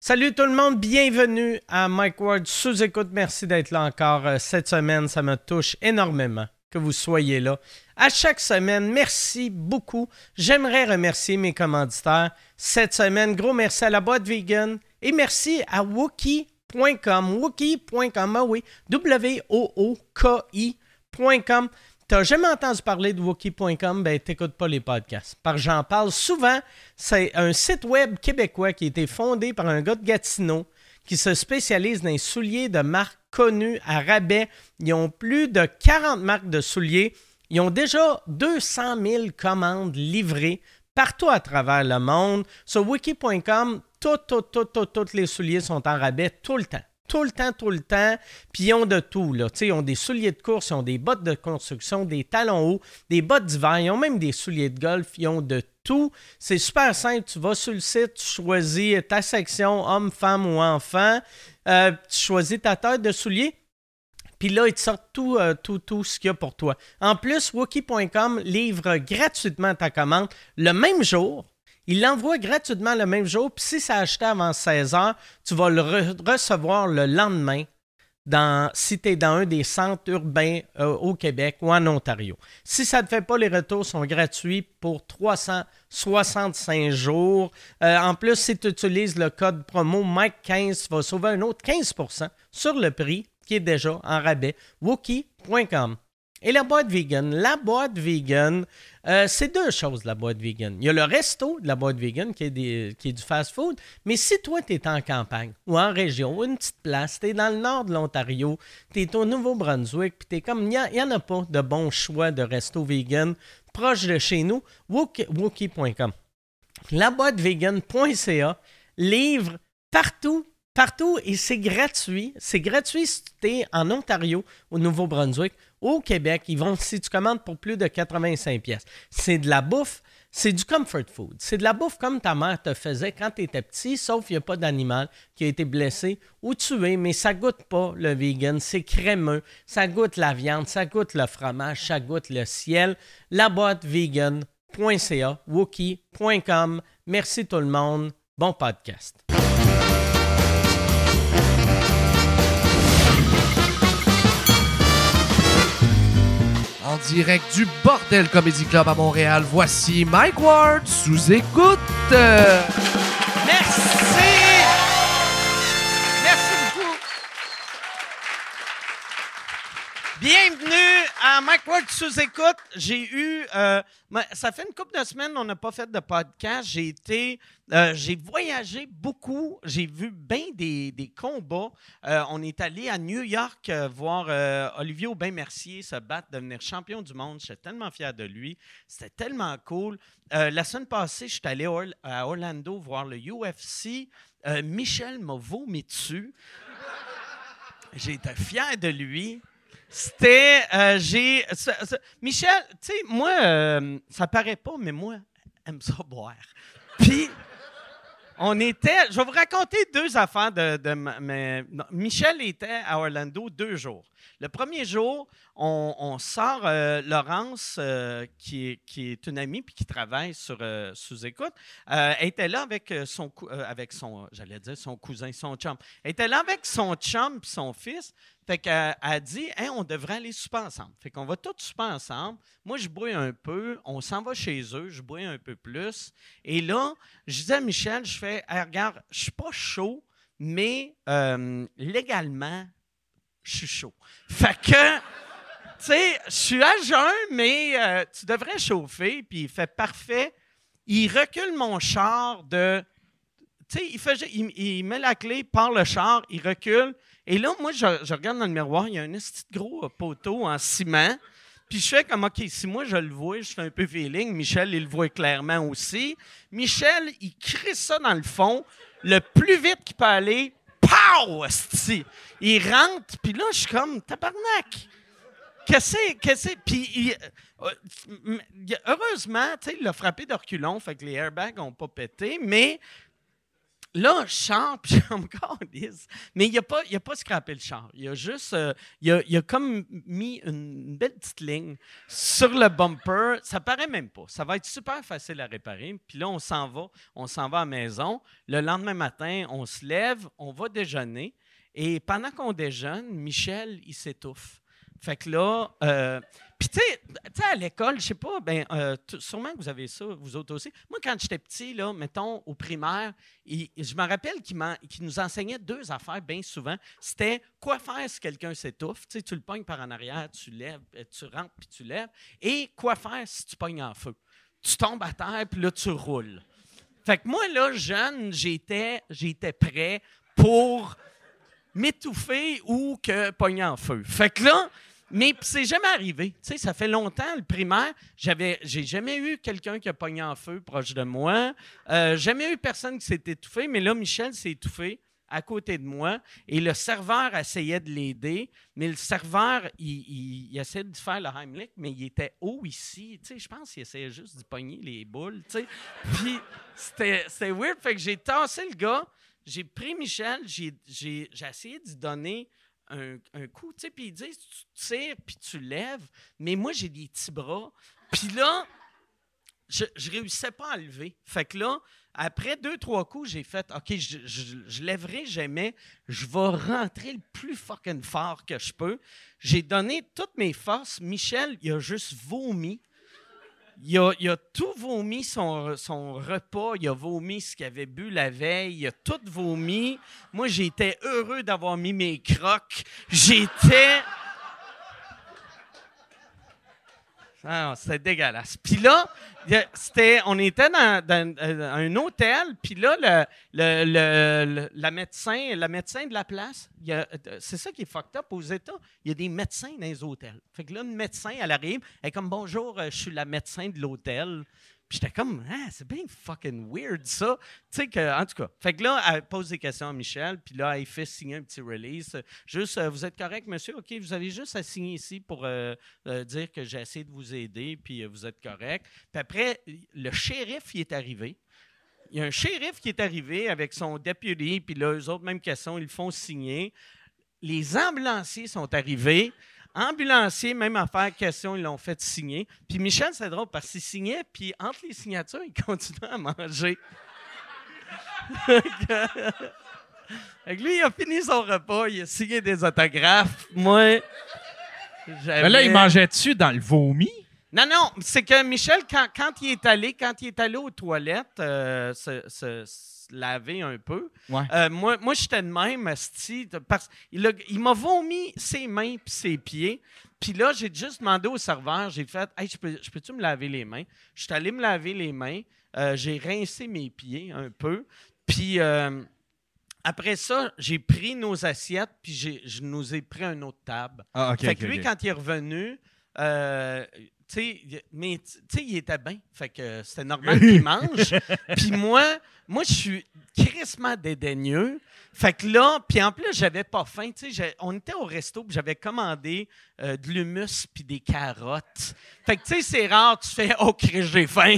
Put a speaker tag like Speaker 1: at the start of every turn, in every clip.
Speaker 1: Salut tout le monde, bienvenue à Mike Ward sous écoute. Merci d'être là encore euh, cette semaine. Ça me touche énormément que vous soyez là. À chaque semaine, merci beaucoup. J'aimerais remercier mes commanditaires cette semaine. Gros merci à la boîte vegan et merci à Wookie.com. Wookie.com, ah oui, W-O-O-K-I.com. T'as jamais entendu parler de Wookie.com, ben t'écoutes pas les podcasts. Par j'en parle souvent, c'est un site web québécois qui a été fondé par un gars de Gatineau qui se spécialise dans les souliers de marques connues à rabais. Ils ont plus de 40 marques de souliers. Ils ont déjà 200 000 commandes livrées partout à travers le monde. Sur wiki.com, tout, tout, tout, tout, tous les souliers sont en rabais tout le temps. Tout le temps, tout le temps. Puis ils ont de tout. Là. Tu sais, Ils ont des souliers de course, ils ont des bottes de construction, des talons hauts, des bottes d'hiver, ils ont même des souliers de golf, ils ont de tout. C'est super simple. Tu vas sur le site, tu choisis ta section homme, femme ou enfant. Euh, tu choisis ta taille de souliers. Puis là, ils te sortent tout, euh, tout, tout ce qu'il y a pour toi. En plus, Wookie.com livre gratuitement ta commande le même jour. Il l'envoie gratuitement le même jour. Puis si c'est acheté avant 16 heures, tu vas le re- recevoir le lendemain dans, si tu es dans un des centres urbains euh, au Québec ou en Ontario. Si ça ne te fait pas, les retours sont gratuits pour 365 jours. Euh, en plus, si tu utilises le code promo Mike15, tu vas sauver un autre 15 sur le prix qui est déjà en rabais. Wookie.com. Et la boîte vegan. La boîte vegan, euh, c'est deux choses, la boîte vegan. Il y a le resto de la boîte vegan qui est, des- qui est du fast-food, mais si toi, tu es en campagne ou en région ou une petite place, tu es dans le nord de l'Ontario, tu es au Nouveau-Brunswick, puis tu es comme, il n'y en a pas de bon choix de resto vegan proche de chez nous, Wookie- wookie.com laboîtevegan.ca livre partout, partout, et c'est gratuit. C'est gratuit si tu es en Ontario, au Nouveau-Brunswick, au Québec. Ils vont, si tu commandes pour plus de 85 pièces. C'est de la bouffe, c'est du comfort food. C'est de la bouffe comme ta mère te faisait quand tu étais petit, sauf qu'il n'y a pas d'animal qui a été blessé ou tué, mais ça goûte pas le vegan. C'est crémeux, ça goûte la viande, ça goûte le fromage, ça goûte le ciel. La boîte vegan wookie.ca, wookie.com. Merci tout le monde. Bon podcast.
Speaker 2: En direct du Bordel Comedy Club à Montréal, voici Mike Ward sous écoute. Euh,
Speaker 1: Merci! Merci beaucoup. Bienvenue à Mike Ward sous écoute. J'ai eu, euh, ma- ça fait une couple de semaines, on n'a pas fait de podcast. J'ai été, euh, j'ai voyagé beaucoup. J'ai vu bien des, des combats. Euh, on est allé à New York euh, voir euh, Olivier Aubin Mercier se battre, devenir champion du monde. J'étais tellement fier de lui. C'était tellement cool. Euh, la semaine passée, je suis allé Or- à Orlando voir le UFC. Euh, Michel m'a vomi dessus. J'étais fier de lui. C'était. euh, j'ai. ça- ça- Michel, tu sais, moi, euh, ça paraît pas, mais moi, aime ça boire. Puis, on était. Je vais vous raconter deux affaires de. de ma- mais- non, Michel était à Orlando deux jours. Le premier jour, on, on sort euh, Laurence, euh, qui, est, qui est une amie puis qui travaille sur euh, Sous-Écoute. Euh, elle était là avec euh, son, cou- euh, avec son, j'allais dire son cousin, son chum. Elle était là avec son chum puis son fils. Fait qu'elle elle a dit, Hey, on devrait aller souper ensemble. Fait qu'on va tous souper ensemble. Moi, je brouille un peu. On s'en va chez eux. Je brouille un peu plus. Et là, je disais à Michel, je fais, Hey, regarde, je suis pas chaud, mais euh, légalement, je suis chaud. Fait que, tu sais, je suis à jeun, mais euh, tu devrais chauffer. Puis il fait parfait. Il recule mon char de. Tu sais, il, fait ju- il, il met la clé, part le char, il recule. Et là, moi, je, je regarde dans le miroir, il y a un petit gros euh, poteau en ciment. Puis je fais comme, OK, si moi je le vois, je suis un peu feeling. Michel, il le voit clairement aussi. Michel, il crie ça dans le fond, le plus vite qu'il peut aller. Pow! esti! Il rentre, puis là, je suis comme, tabarnak! Qu'est-ce que c'est? qu'est-ce que c'est? Puis, il- euh, m- m- heureusement, tu sais, il l'a frappé de reculons, fait que les airbags n'ont pas pété, mais
Speaker 3: là, je chante, puis je suis comme, Calisse. Mais il n'a pas, il a pas scrappé le char. Il a juste, euh, il, a, il a comme mis une belle petite ligne sur le bumper. Ça paraît même pas. Ça va être super facile à réparer. Puis là, on s'en va. On s'en va à la maison. Le lendemain matin, on se lève, on va déjeuner. Et pendant qu'on déjeune, Michel, il s'étouffe. Fait que là, euh, puis tu sais, tu sais, à l'école, je sais pas, ben, euh, t- sûrement que vous avez ça, vous autres aussi. Moi, quand j'étais petit, là, mettons, au primaire, il- je me rappelle qu'il m'en- qu'il nous enseignait deux affaires bien souvent. C'était quoi faire si quelqu'un s'étouffe. Tu sais, tu le pognes par en arrière, tu lèves, euh, tu rentres, puis tu lèves. Et quoi faire si tu pognes en feu. Tu tombes à terre, puis là, tu roules. Fait que moi, là, jeune, j'étais, j'étais prêt pour m'étouffer ou que pogner en feu. Fait que là, mais pis c'est jamais arrivé. Tu sais, ça fait longtemps, le primaire, j'avais, j'ai jamais eu quelqu'un qui a pogné en feu proche de moi. Euh, jamais eu personne qui s'est étouffé, mais là, Michel s'est étouffé à côté de moi et le serveur essayait de l'aider, mais le serveur, il, il- il essayait de faire le Heimlich, mais il était haut ici. Tu sais, je pense qu'il essayait juste de pogner les boules, tu sais. Puis c'était, c'était weird. Fait que j'ai tassé le gars, j'ai pris Michel, j'ai, j'ai- j'ai essayé d'y donner un, un coup, tu sais, puis ils disent, tu tires, puis tu lèves, mais moi, j'ai des petits bras. Puis là, je, je réussissais pas à lever. Fait que là, après deux, trois coups, j'ai fait, OK, je, je, je lèverai jamais, je vais rentrer le plus fucking fort que je peux. J'ai donné toutes mes forces. Michel, il a juste vomi. Il a, il a tout vomi, son, son repas, il a vomi ce qu'il avait bu la veille, il a tout vomi. Moi, j'étais heureux d'avoir mis mes crocs. J'étais. Ah, c'était dégueulasse. Puis là, il y a- c'était, on était dans, dans, euh, un hôtel, puis là, le, le- le- le- la, médecin, la médecin de la place, il y a- euh, c'est ça qui est fucked up aux États, il y a des médecins dans les hôtels. Fait que là, une médecin, elle arrive, elle est comme « Bonjour, euh, je suis la médecin de l'hôtel ». Puis j'étais comme « Ah, c'est bien fucking weird ça ». Tu sais que, en tout cas. Fait que là, elle pose des questions à Michel, puis là, elle fait signer un petit release. Euh, Juste, euh, vous êtes correct, monsieur? OK, vous avez juste à signer ici pour euh, euh, dire que j'ai essayé de vous aider, puis euh, vous êtes correct. Puis après, le shérif, il est arrivé. Il y a un shérif qui est arrivé avec son deputy, puis là, eux autres, même question, ils le font signer. Les ambulanciers sont arrivés. Ambulanciers, même affaire, question, ils l'ont fait signer. Puis Michel, c'est drôle parce qu'il signait, puis entre les signatures, il continuait à manger. Fait que lui, il a fini son repas, il a signé des autographes. Moi, j'avais...
Speaker 2: Mais là, il mangeait-tu dans le vomi?
Speaker 3: Non, non, c'est que Michel, quand, quand il est allé, quand il est allé aux toilettes euh, se, se- se laver un peu,
Speaker 2: Ouais.
Speaker 3: euh, moi, moi j'étais de même, asti, de- parce il, a- il m'a vomi ses mains puis ses pieds. Puis là, j'ai juste demandé au serveur, j'ai fait Hey, je peux- je peux-tu me laver les mains? Je suis allé me laver les mains, euh, j'ai rincé mes pieds un peu. Puis euh, après ça, j'ai pris nos assiettes, puis j'ai- je nous ai pris une autre table
Speaker 2: Ah, ok.
Speaker 3: fait que lui, quand il est revenu, euh, tu sais, il- mais tu sais, il était bien. Fait que euh, c'était normal qu'il mange. Puis moi, moi, je suis crissement dédaigneux. Fait que là, puis en plus, j'avais pas faim. Tu sais, j'ai- on était au resto, puis j'avais commandé euh, de l'humus puis des carottes. Fait que tu sais, c'est rare, tu fais « Oh, Christ, j'ai faim! »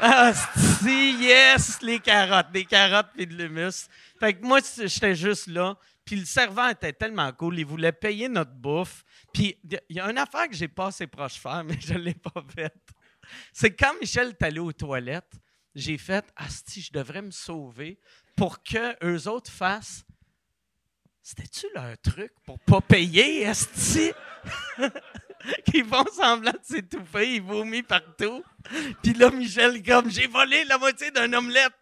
Speaker 3: Ah, si, yes, les carottes, des carottes puis de l'humus. Fait que moi, c- j'étais juste là. Puis le serveur était tellement cool, il voulait payer notre bouffe. Puis il y a une affaire que j'ai pas assez proche faire, mais je l'ai pas faite. C'est quand Michel est allé aux toilettes, j'ai fait Asti, je devrais me sauver pour que eux autres fassent. C'était-tu leur truc pour pas payer, Asti? Qu'ils font semblant de s'étouffer, ils vomissent partout. Puis là, Michel, comme j'ai volé la moitié d'un omelette.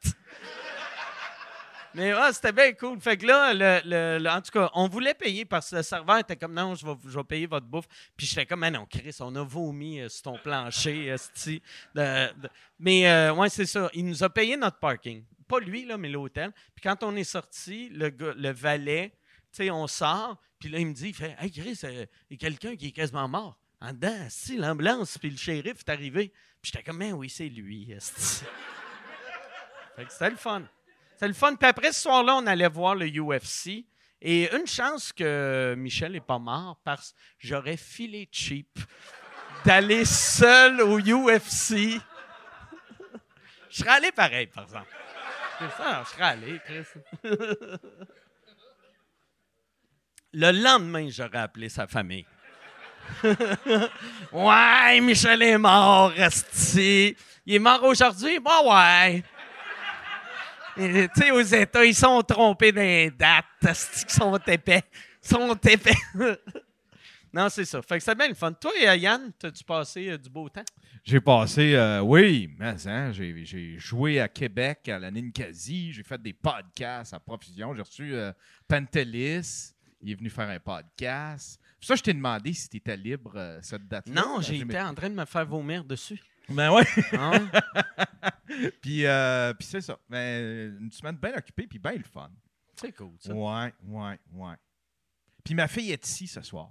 Speaker 3: Mais ouais, c'était bien cool. Fait que là, le- le- le- en tout cas, on voulait payer parce que le serveur était comme non, je vais, je vais payer votre bouffe. Puis j'étais comme, ah non, Chris, on a vomi euh, sur ton plancher, esti. De- de- Mais euh, ouais, c'est ça. Il nous a payé notre parking. Pas lui, là, mais l'hôtel. Puis quand on est sorti, le, gars- le valet, tu sais, on sort. Puis là, il me dit, il fait, hey Chris, euh, il y a quelqu'un qui est quasiment mort. En dedans, esti, l'ambulance, puis le shérif est arrivé. Puis j'étais comme, mais oui, c'est lui, esti. Fait que c'était le fun. C'est le fun. Puis après ce soir-là, on allait voir le UFC. Et une chance que Michel n'est pas mort parce que j'aurais filé cheap d'aller seul au UFC. Je serais allé pareil, par exemple. C'est ça, je serais allé, Chris. Le lendemain, j'aurais appelé sa famille. ouais, Michel est mort, resti. Il est mort aujourd'hui? Bah ouais. Et, Tu sais, aux États, ils sont trompés dans les dates. esti, Ils sont épais. Ils sont épais. non, c'est ça. Fait que c'est bien le fun. Toi, euh, Yann, t'as-tu passé euh, du beau temps?
Speaker 2: J'ai passé, euh, oui, mais hein, j'ai, j'ai joué à Québec, à la Ninkasi, j'ai fait des podcasts à profusion. J'ai reçu euh, Pantelis, il est venu faire un podcast. Puis ça, je t'ai demandé si tu étais libre euh, cette date-là.
Speaker 3: Non,
Speaker 2: Ben,
Speaker 3: j'ai
Speaker 2: mis-
Speaker 3: été en train de me faire vomir dessus.
Speaker 2: Ben ouais.
Speaker 3: Hein?
Speaker 2: puis, euh, puis c'est ça. Ben, une semaine bien occupée, puis bien le fun.
Speaker 3: c'est cool, ça.
Speaker 2: Ouais, ouais, ouais. Puis ma fille est ici ce soir.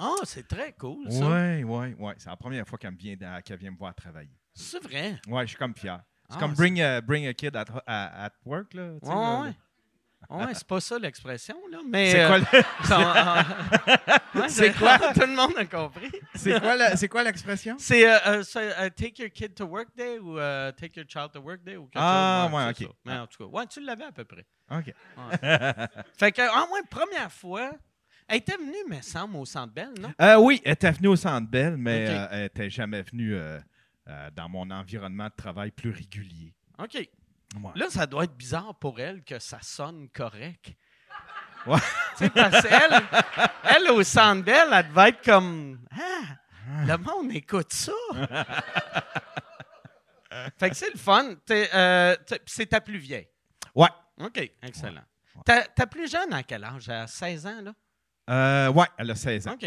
Speaker 3: Ah, c'est très cool, ça.
Speaker 2: Ouais, ouais, ouais. C'est la première fois qu'elle me vient, d'a- qu'elle vient me voir travailler.
Speaker 3: C'est vrai.
Speaker 2: Ouais, je suis comme fier. C'est
Speaker 3: Ah,
Speaker 2: comme
Speaker 3: c'est-
Speaker 2: bring a, bring a kid at, à- at work, là. tu sais,
Speaker 3: Ouais,
Speaker 2: là,
Speaker 3: ouais.
Speaker 2: là.
Speaker 3: Ouais, c'est pas ça l'expression, là. Mais.
Speaker 2: C'est quoi
Speaker 3: euh,
Speaker 2: le-
Speaker 3: ça- Ouais,
Speaker 2: C'est quoi?
Speaker 3: Tout le monde a compris.
Speaker 2: c'est quoi la- c'est quoi l'expression?
Speaker 3: C'est euh, euh, c'est, euh, Take Your Kid to Work Day ou euh, Take Your Child to Work Day ou quelque
Speaker 2: Ah,
Speaker 3: chose.
Speaker 2: ouais,
Speaker 3: c'est
Speaker 2: ok.
Speaker 3: ça. Mais en tout cas, ouais, tu l'avais à peu près.
Speaker 2: OK.
Speaker 3: Fait que, en moins, première fois, elle était venue, me semble, au Centre Belle, non?
Speaker 2: Euh, oui, elle était venue au Centre Bell, mais
Speaker 3: Ok.
Speaker 2: euh, elle n'était jamais venue euh, euh, dans mon environnement de travail plus régulier.
Speaker 3: OK.
Speaker 2: Ouais.
Speaker 3: Là, ça doit être bizarre pour elle que ça sonne correct.
Speaker 2: Ouais.
Speaker 3: Tu sais, parce qu'elle, elle, au centre d'elle, elle devait être comme Ah, le monde écoute ça. fait que c'est le fun. T'es, euh, t'es- pis c'est ta plus vieille.
Speaker 2: Ouais.
Speaker 3: OK, excellent.
Speaker 2: Ouais.
Speaker 3: Ta, ta plus jeune, à quel âge? À 16 ans, là?
Speaker 2: Euh, ouais, elle a 16 ans.
Speaker 3: OK.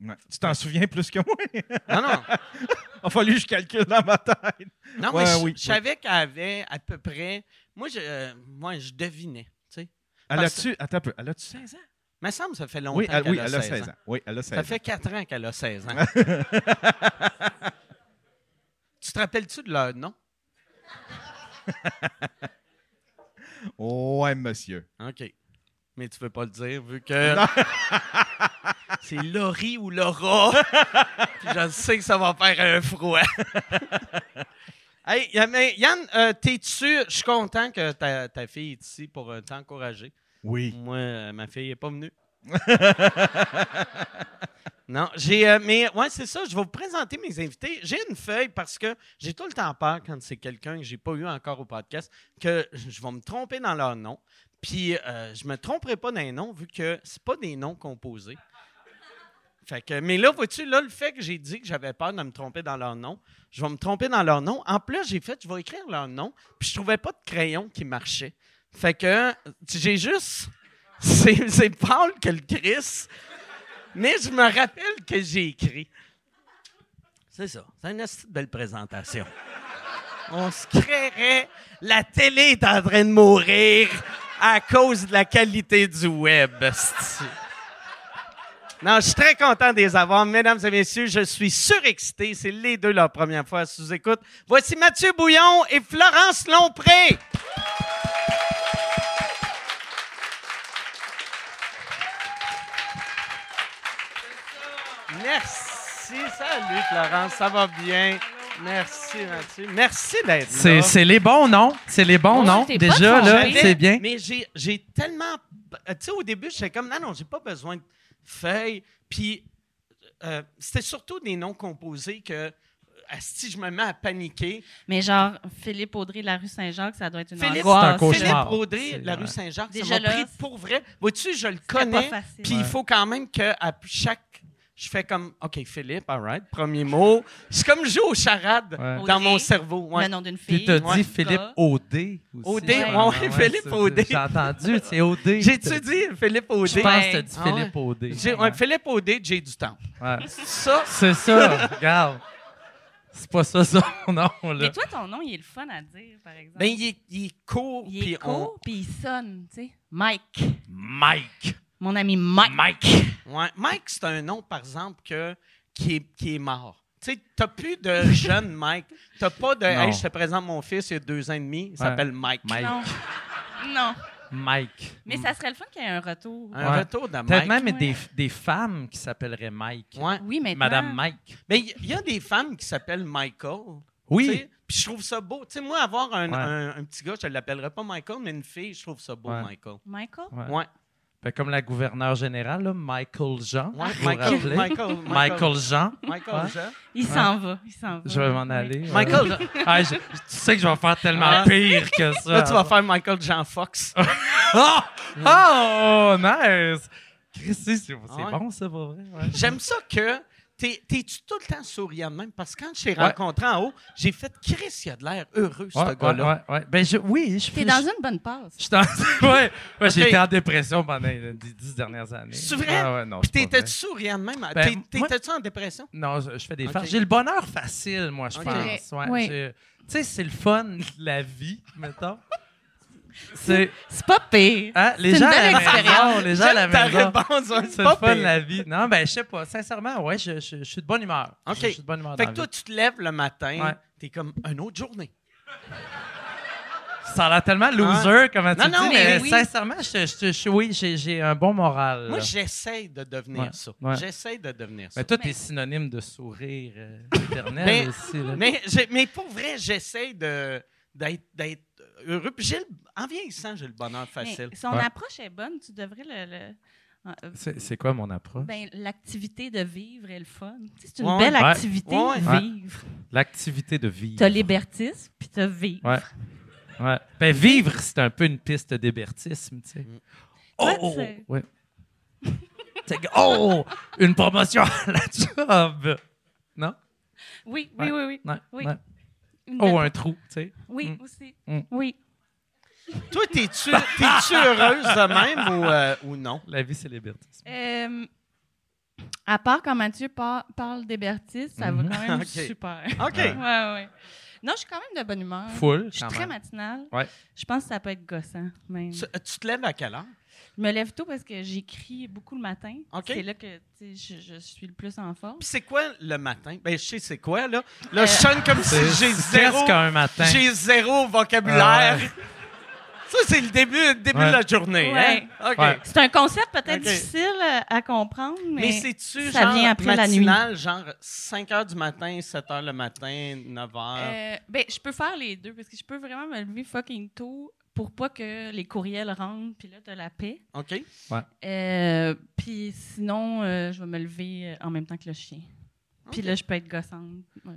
Speaker 2: Ouais. Tu t'en souviens plus que moi?
Speaker 3: Non, non.
Speaker 2: Il a fallu que je calcule dans ma tête.
Speaker 3: Non,
Speaker 2: Ouais,
Speaker 3: mais je-
Speaker 2: oui,
Speaker 3: je savais qu'elle avait à peu près. Moi, je, euh, moi, je devinais. Tu sais.
Speaker 2: Elle
Speaker 3: Parce-
Speaker 2: a-tu... Attends un peu. Elle a-tu 16 ans?
Speaker 3: Mais ça me semble que ça fait longtemps
Speaker 2: Oui, elle,
Speaker 3: qu'elle
Speaker 2: oui,
Speaker 3: a,
Speaker 2: elle
Speaker 3: 16 ans.
Speaker 2: Oui, elle a 16
Speaker 3: Ça
Speaker 2: ans.
Speaker 3: fait quatre ans qu'elle a 16 ans. tu te rappelles-tu de leur nom?
Speaker 2: Ouais, monsieur.
Speaker 3: OK. Mais tu veux pas le dire vu que. C'est Laurie ou Laura. Puis je le sais que ça va faire un froid. hey, y- mais Yann, euh, t'es-tu. Je suis content que ta, ta fille est ici pour euh, t'encourager.
Speaker 2: Oui.
Speaker 3: Moi, euh, ma fille n'est pas venue. non, j'ai. euh, mais ouais, c'est ça. Je vais vous présenter mes invités. J'ai une feuille parce que j'ai tout le temps peur quand c'est quelqu'un que j'ai pas eu encore au podcast que je vais me tromper dans leur nom. Puis euh, je me tromperai pas dans les noms vu que c'est pas des noms composés. Fait que, mais là, vois-tu, là, le fait que j'ai dit que j'avais peur de me tromper dans leur nom, je vais me tromper dans leur nom. En plus, j'ai fait, je vais écrire leur nom, puis je trouvais pas de crayon qui marchait. Fait que euh, j'ai juste. C'est c'est pâle que le Chris, mais je me rappelle que j'ai écrit. C'est ça. C'est une esti de belle présentation. On se créerait. La télé est en train de mourir à cause de la qualité du web. esti. Non, je suis très content de les avoir. Mesdames et messieurs, je suis surexcité. C'est les deux leur première fois à sous-écoute. Voici Mathieu Bouillon et Florence Lompré. Merci. Salut, Florence. Ça va bien? Merci, Mathieu. Merci d'être là.
Speaker 4: C'est, c'est les bons noms. C'est les bons
Speaker 5: Ouais,
Speaker 4: noms.
Speaker 5: t'es
Speaker 4: Déjà,
Speaker 5: pas de
Speaker 4: là,
Speaker 5: mauvais.
Speaker 4: c'est bien.
Speaker 3: Mais j'ai j'ai tellement. Tu sais, au début, j'étais comme, non, non, j'ai pas besoin de feuilles. Puis, euh, c'était surtout des noms composés que, si je me mets à paniquer.
Speaker 5: Mais genre, Philippe Audry, la rue Saint-Jacques, ça doit être une
Speaker 3: Philippe,
Speaker 5: angoisse.
Speaker 4: C'est un cauchemar.
Speaker 3: Philippe Audrey,
Speaker 4: C'est-
Speaker 3: la rue
Speaker 4: ouais.
Speaker 3: Saint-Jacques,
Speaker 5: Déjà
Speaker 3: ça m'a
Speaker 5: là,
Speaker 3: pris pour vrai. Vois-tu, je le
Speaker 5: pas
Speaker 3: connais.
Speaker 5: facile.
Speaker 3: Puis il
Speaker 5: Ouais.
Speaker 3: faut quand même que à chaque. Je fais comme, OK, Philippe, all right, premier mot. C'est comme jouer aux charades
Speaker 4: Ouais.
Speaker 3: dans
Speaker 5: Audrey,
Speaker 3: mon cerveau. ouais.
Speaker 5: Le nom d'une
Speaker 4: Puis
Speaker 5: fille.
Speaker 4: t'as
Speaker 3: Ouais.
Speaker 4: dit Philippe O'D. aussi.
Speaker 3: O'D,
Speaker 5: ouais,
Speaker 4: Ah
Speaker 3: ouais, Philippe
Speaker 4: c'est-
Speaker 3: O'D.
Speaker 4: J'ai entendu, c'est O'D.
Speaker 3: J'ai-tu dit Philippe
Speaker 4: Je
Speaker 3: Audrey?
Speaker 4: pense que t'as dit
Speaker 3: Ah ouais.
Speaker 4: Philippe O'D.
Speaker 3: J'ai- ouais, Philippe Audrey, j'ai du temps.
Speaker 4: Ouais.
Speaker 3: Ça,
Speaker 4: C'est ça, regarde. C'est pas ça, ça, non, là.
Speaker 5: Mais toi, ton nom, il est le fun à dire, par exemple.
Speaker 3: Ben, il est, il est court.
Speaker 5: il
Speaker 3: puis
Speaker 5: est court, puis il sonne, tu sais. Mike.
Speaker 4: Mike.
Speaker 5: Mon ami Mike.
Speaker 3: on- ouais. Mike, c'est un nom, par exemple, que, qui, est, qui est mort. Tu sais, t'as plus de jeune Mike. T'as pas de «
Speaker 4: Non.
Speaker 3: Hey, je te présente mon fils, il y a deux ans et demi, il s'appelle Mike.
Speaker 4: Mike.
Speaker 5: Non. Non.
Speaker 4: Mike.
Speaker 5: Mais ça serait le fun qu'il y ait un retour.
Speaker 3: Un
Speaker 4: Ouais.
Speaker 3: retour de
Speaker 4: Peut-être
Speaker 3: Mike.
Speaker 4: même
Speaker 5: ouais.
Speaker 4: des, des femmes qui s'appelleraient Mike.
Speaker 3: Ouais.
Speaker 5: Oui, maintenant.
Speaker 4: Madame Mike.
Speaker 3: Mais il y- il y a des femmes qui s'appellent Michael. Tu
Speaker 4: Oui.
Speaker 3: sais, Puis je trouve ça beau. Tu sais, moi, avoir un,
Speaker 4: Ouais.
Speaker 3: un- un petit gars, je ne l'appellerais pas Michael, mais une fille, je trouve ça beau,
Speaker 4: Ouais.
Speaker 3: Michael.
Speaker 5: Michael?
Speaker 4: Ouais.
Speaker 3: Ouais.
Speaker 4: Fait comme la gouverneure générale, là, Michael Jean.
Speaker 3: Ouais,
Speaker 4: vous vous
Speaker 3: Michael,
Speaker 4: rappelez?
Speaker 3: Michael, Michael.
Speaker 4: Michael Jean.
Speaker 3: Michael,
Speaker 4: Ouais.
Speaker 3: Jean.
Speaker 5: Il s'en va. Il s'en va.
Speaker 4: Je vais m'en
Speaker 5: Oui.
Speaker 4: aller. ouais.
Speaker 3: Michael,
Speaker 4: Ah, je- tu sais que je vais faire
Speaker 3: Ah.
Speaker 4: tellement pire que ça.
Speaker 3: là, tu vas faire Michael Jean Fox.
Speaker 4: Oh! Oh! Nice! Christy, c'est c'est
Speaker 3: Ah ouais.
Speaker 4: bon, ça, pour vrai? ouais.
Speaker 3: J'aime ça que. t'es- T'es-tu tout le temps souriant de même? Parce que quand je t'ai
Speaker 4: Ouais.
Speaker 3: rencontré en haut, j'ai fait Chris, il a de l'air heureux,
Speaker 4: Ouais,
Speaker 3: ce
Speaker 4: ouais,
Speaker 3: gars-là.
Speaker 4: ouais, ouais. Ben, je, oui, je
Speaker 5: T'es dans une bonne passe.
Speaker 4: Je t'en- ouais, ouais, j'ai
Speaker 3: Ok.
Speaker 4: été en dépression pendant les dix, dix dernières années.
Speaker 3: C'est vrai?
Speaker 4: Ah ouais, non,
Speaker 3: Puis
Speaker 4: c'est pas
Speaker 3: t'étais-tu
Speaker 4: vrai.
Speaker 3: souriant de même?
Speaker 4: Ben,
Speaker 3: T'es-
Speaker 4: moi-
Speaker 3: T'étais-tu en dépression?
Speaker 4: Non, je, je fais des
Speaker 3: Ok.
Speaker 4: farces. J'ai le bonheur facile, moi, je
Speaker 3: Ok.
Speaker 4: pense. Ouais,
Speaker 5: Oui.
Speaker 4: j'ai- Tu sais, c'est le fun, la vie, mettons. C'est
Speaker 5: C'est pas pire.
Speaker 4: hein, les
Speaker 5: C'est
Speaker 4: gens
Speaker 5: une belle
Speaker 4: à la maison,
Speaker 5: expérience.
Speaker 4: les gens à la
Speaker 3: J'aime ta
Speaker 4: maison.
Speaker 3: réponse, hein,
Speaker 4: C'est
Speaker 3: c'est
Speaker 4: le
Speaker 3: pas
Speaker 4: fun,
Speaker 3: pire.
Speaker 4: la vie. Non, ben, je sais pas. Sincèrement, ouais, je, je- je suis de bonne humeur.
Speaker 3: Ok.
Speaker 4: Je, je suis de bonne humeur.
Speaker 3: Fait
Speaker 4: dans
Speaker 3: que
Speaker 4: la
Speaker 3: toi, tu te lèves le matin,
Speaker 4: Ouais.
Speaker 3: t'es comme une autre journée.
Speaker 4: vie. Ça a l'air tellement loser, comment
Speaker 3: Ah. Non,
Speaker 4: tu le
Speaker 3: non,
Speaker 4: dis,
Speaker 3: mais
Speaker 4: mais,
Speaker 3: oui.
Speaker 4: sincèrement, je, je- je- oui, j'ai j'ai un bon moral.
Speaker 3: Moi,
Speaker 4: là.
Speaker 3: j'essaie de devenir
Speaker 4: Euh, Ouais,
Speaker 3: ça.
Speaker 4: ouais.
Speaker 3: J'essaie de devenir ça.
Speaker 4: Mais toi, t'es synonyme de sourire euh, éternel
Speaker 5: Ben,
Speaker 3: Mais-
Speaker 4: aussi. là.
Speaker 3: Mais, j'ai- mais pour vrai, j'essaie de- d'être d'être heureux. Puis j'ai le- en vieillissant, j'ai le bonheur facile.
Speaker 5: Mais son
Speaker 4: Ouais.
Speaker 5: approche est bonne. Tu devrais le. le- Ah, euh,
Speaker 4: C'est c'est quoi mon approche?
Speaker 5: ben, l'activité de vivre est le fun. Tu sais, C'est une
Speaker 3: Ouais,
Speaker 5: belle
Speaker 4: ouais.
Speaker 5: activité,
Speaker 3: Ouais,
Speaker 4: ouais.
Speaker 5: vivre.
Speaker 4: L'activité de vivre.
Speaker 5: T'as libertisme, puis t'as vivre.
Speaker 4: Ouais. Ouais. Ben, vivre, c'est un peu une piste de débertisme, tu sais.
Speaker 5: Toi,
Speaker 4: Oh!
Speaker 5: tu-
Speaker 4: Mm. Ouais. T'sais que- oh! Une promotion à la job! Non?
Speaker 5: Oui,
Speaker 4: Ouais.
Speaker 5: oui, oui, oui.
Speaker 4: Ouais,
Speaker 5: Oui.
Speaker 4: ouais.
Speaker 5: Une belle-
Speaker 4: Oh, un trou, tu sais.
Speaker 5: Oui,
Speaker 4: Mm.
Speaker 5: aussi.
Speaker 4: Mm.
Speaker 5: Oui.
Speaker 3: Toi, t'es-tu t'es-tu heureuse de même ou, euh, ou non?
Speaker 4: La vie, c'est libertisme.
Speaker 5: Euh, à part quand Mathieu par- parle d'hébertisme, ça
Speaker 4: Mhm.
Speaker 5: va quand même
Speaker 3: Ok.
Speaker 5: super.
Speaker 3: OK.
Speaker 5: Ouais, ouais. Non, je suis quand même de bonne humeur.
Speaker 4: Full,
Speaker 5: Je suis
Speaker 4: quand
Speaker 5: très
Speaker 4: même.
Speaker 5: matinale.
Speaker 4: Ouais.
Speaker 5: Je pense que ça peut être gossant. Même.
Speaker 3: Tu, tu te lèves à quelle heure?
Speaker 5: Je me lève tôt parce que j'écris beaucoup le matin.
Speaker 3: Ok.
Speaker 5: C'est là que tu sais, je, je suis le plus en forme.
Speaker 3: Puis c'est quoi le matin? Ben, je sais c'est quoi, là. Là,
Speaker 5: Euh,
Speaker 3: je sonne comme si
Speaker 4: C'est
Speaker 3: j'ai
Speaker 4: c'est
Speaker 3: zéro,
Speaker 4: presque un matin.
Speaker 3: j'ai zéro vocabulaire.
Speaker 4: Ah ouais.
Speaker 3: Ça, c'est le début, le début
Speaker 4: Ouais.
Speaker 3: de la journée.
Speaker 5: Ouais.
Speaker 3: Hein? OK.
Speaker 4: Ouais.
Speaker 5: C'est un concept peut-être
Speaker 3: Ok.
Speaker 5: difficile à- à comprendre, mais,
Speaker 3: Mais c'est-tu
Speaker 5: ça
Speaker 3: genre
Speaker 5: vient après la nuit.
Speaker 3: matinal, genre 5 h du matin, 7 h le matin, 9 h?
Speaker 5: Euh, ben, je peux faire les deux parce que je peux vraiment me lever fucking tôt pour pas que les courriels rentrent puis là t'as la paix.
Speaker 3: OK?
Speaker 5: Euh, puis sinon, euh, je vais me lever euh, en même temps que le chien. Puis là, je peux être gossante. Ouais.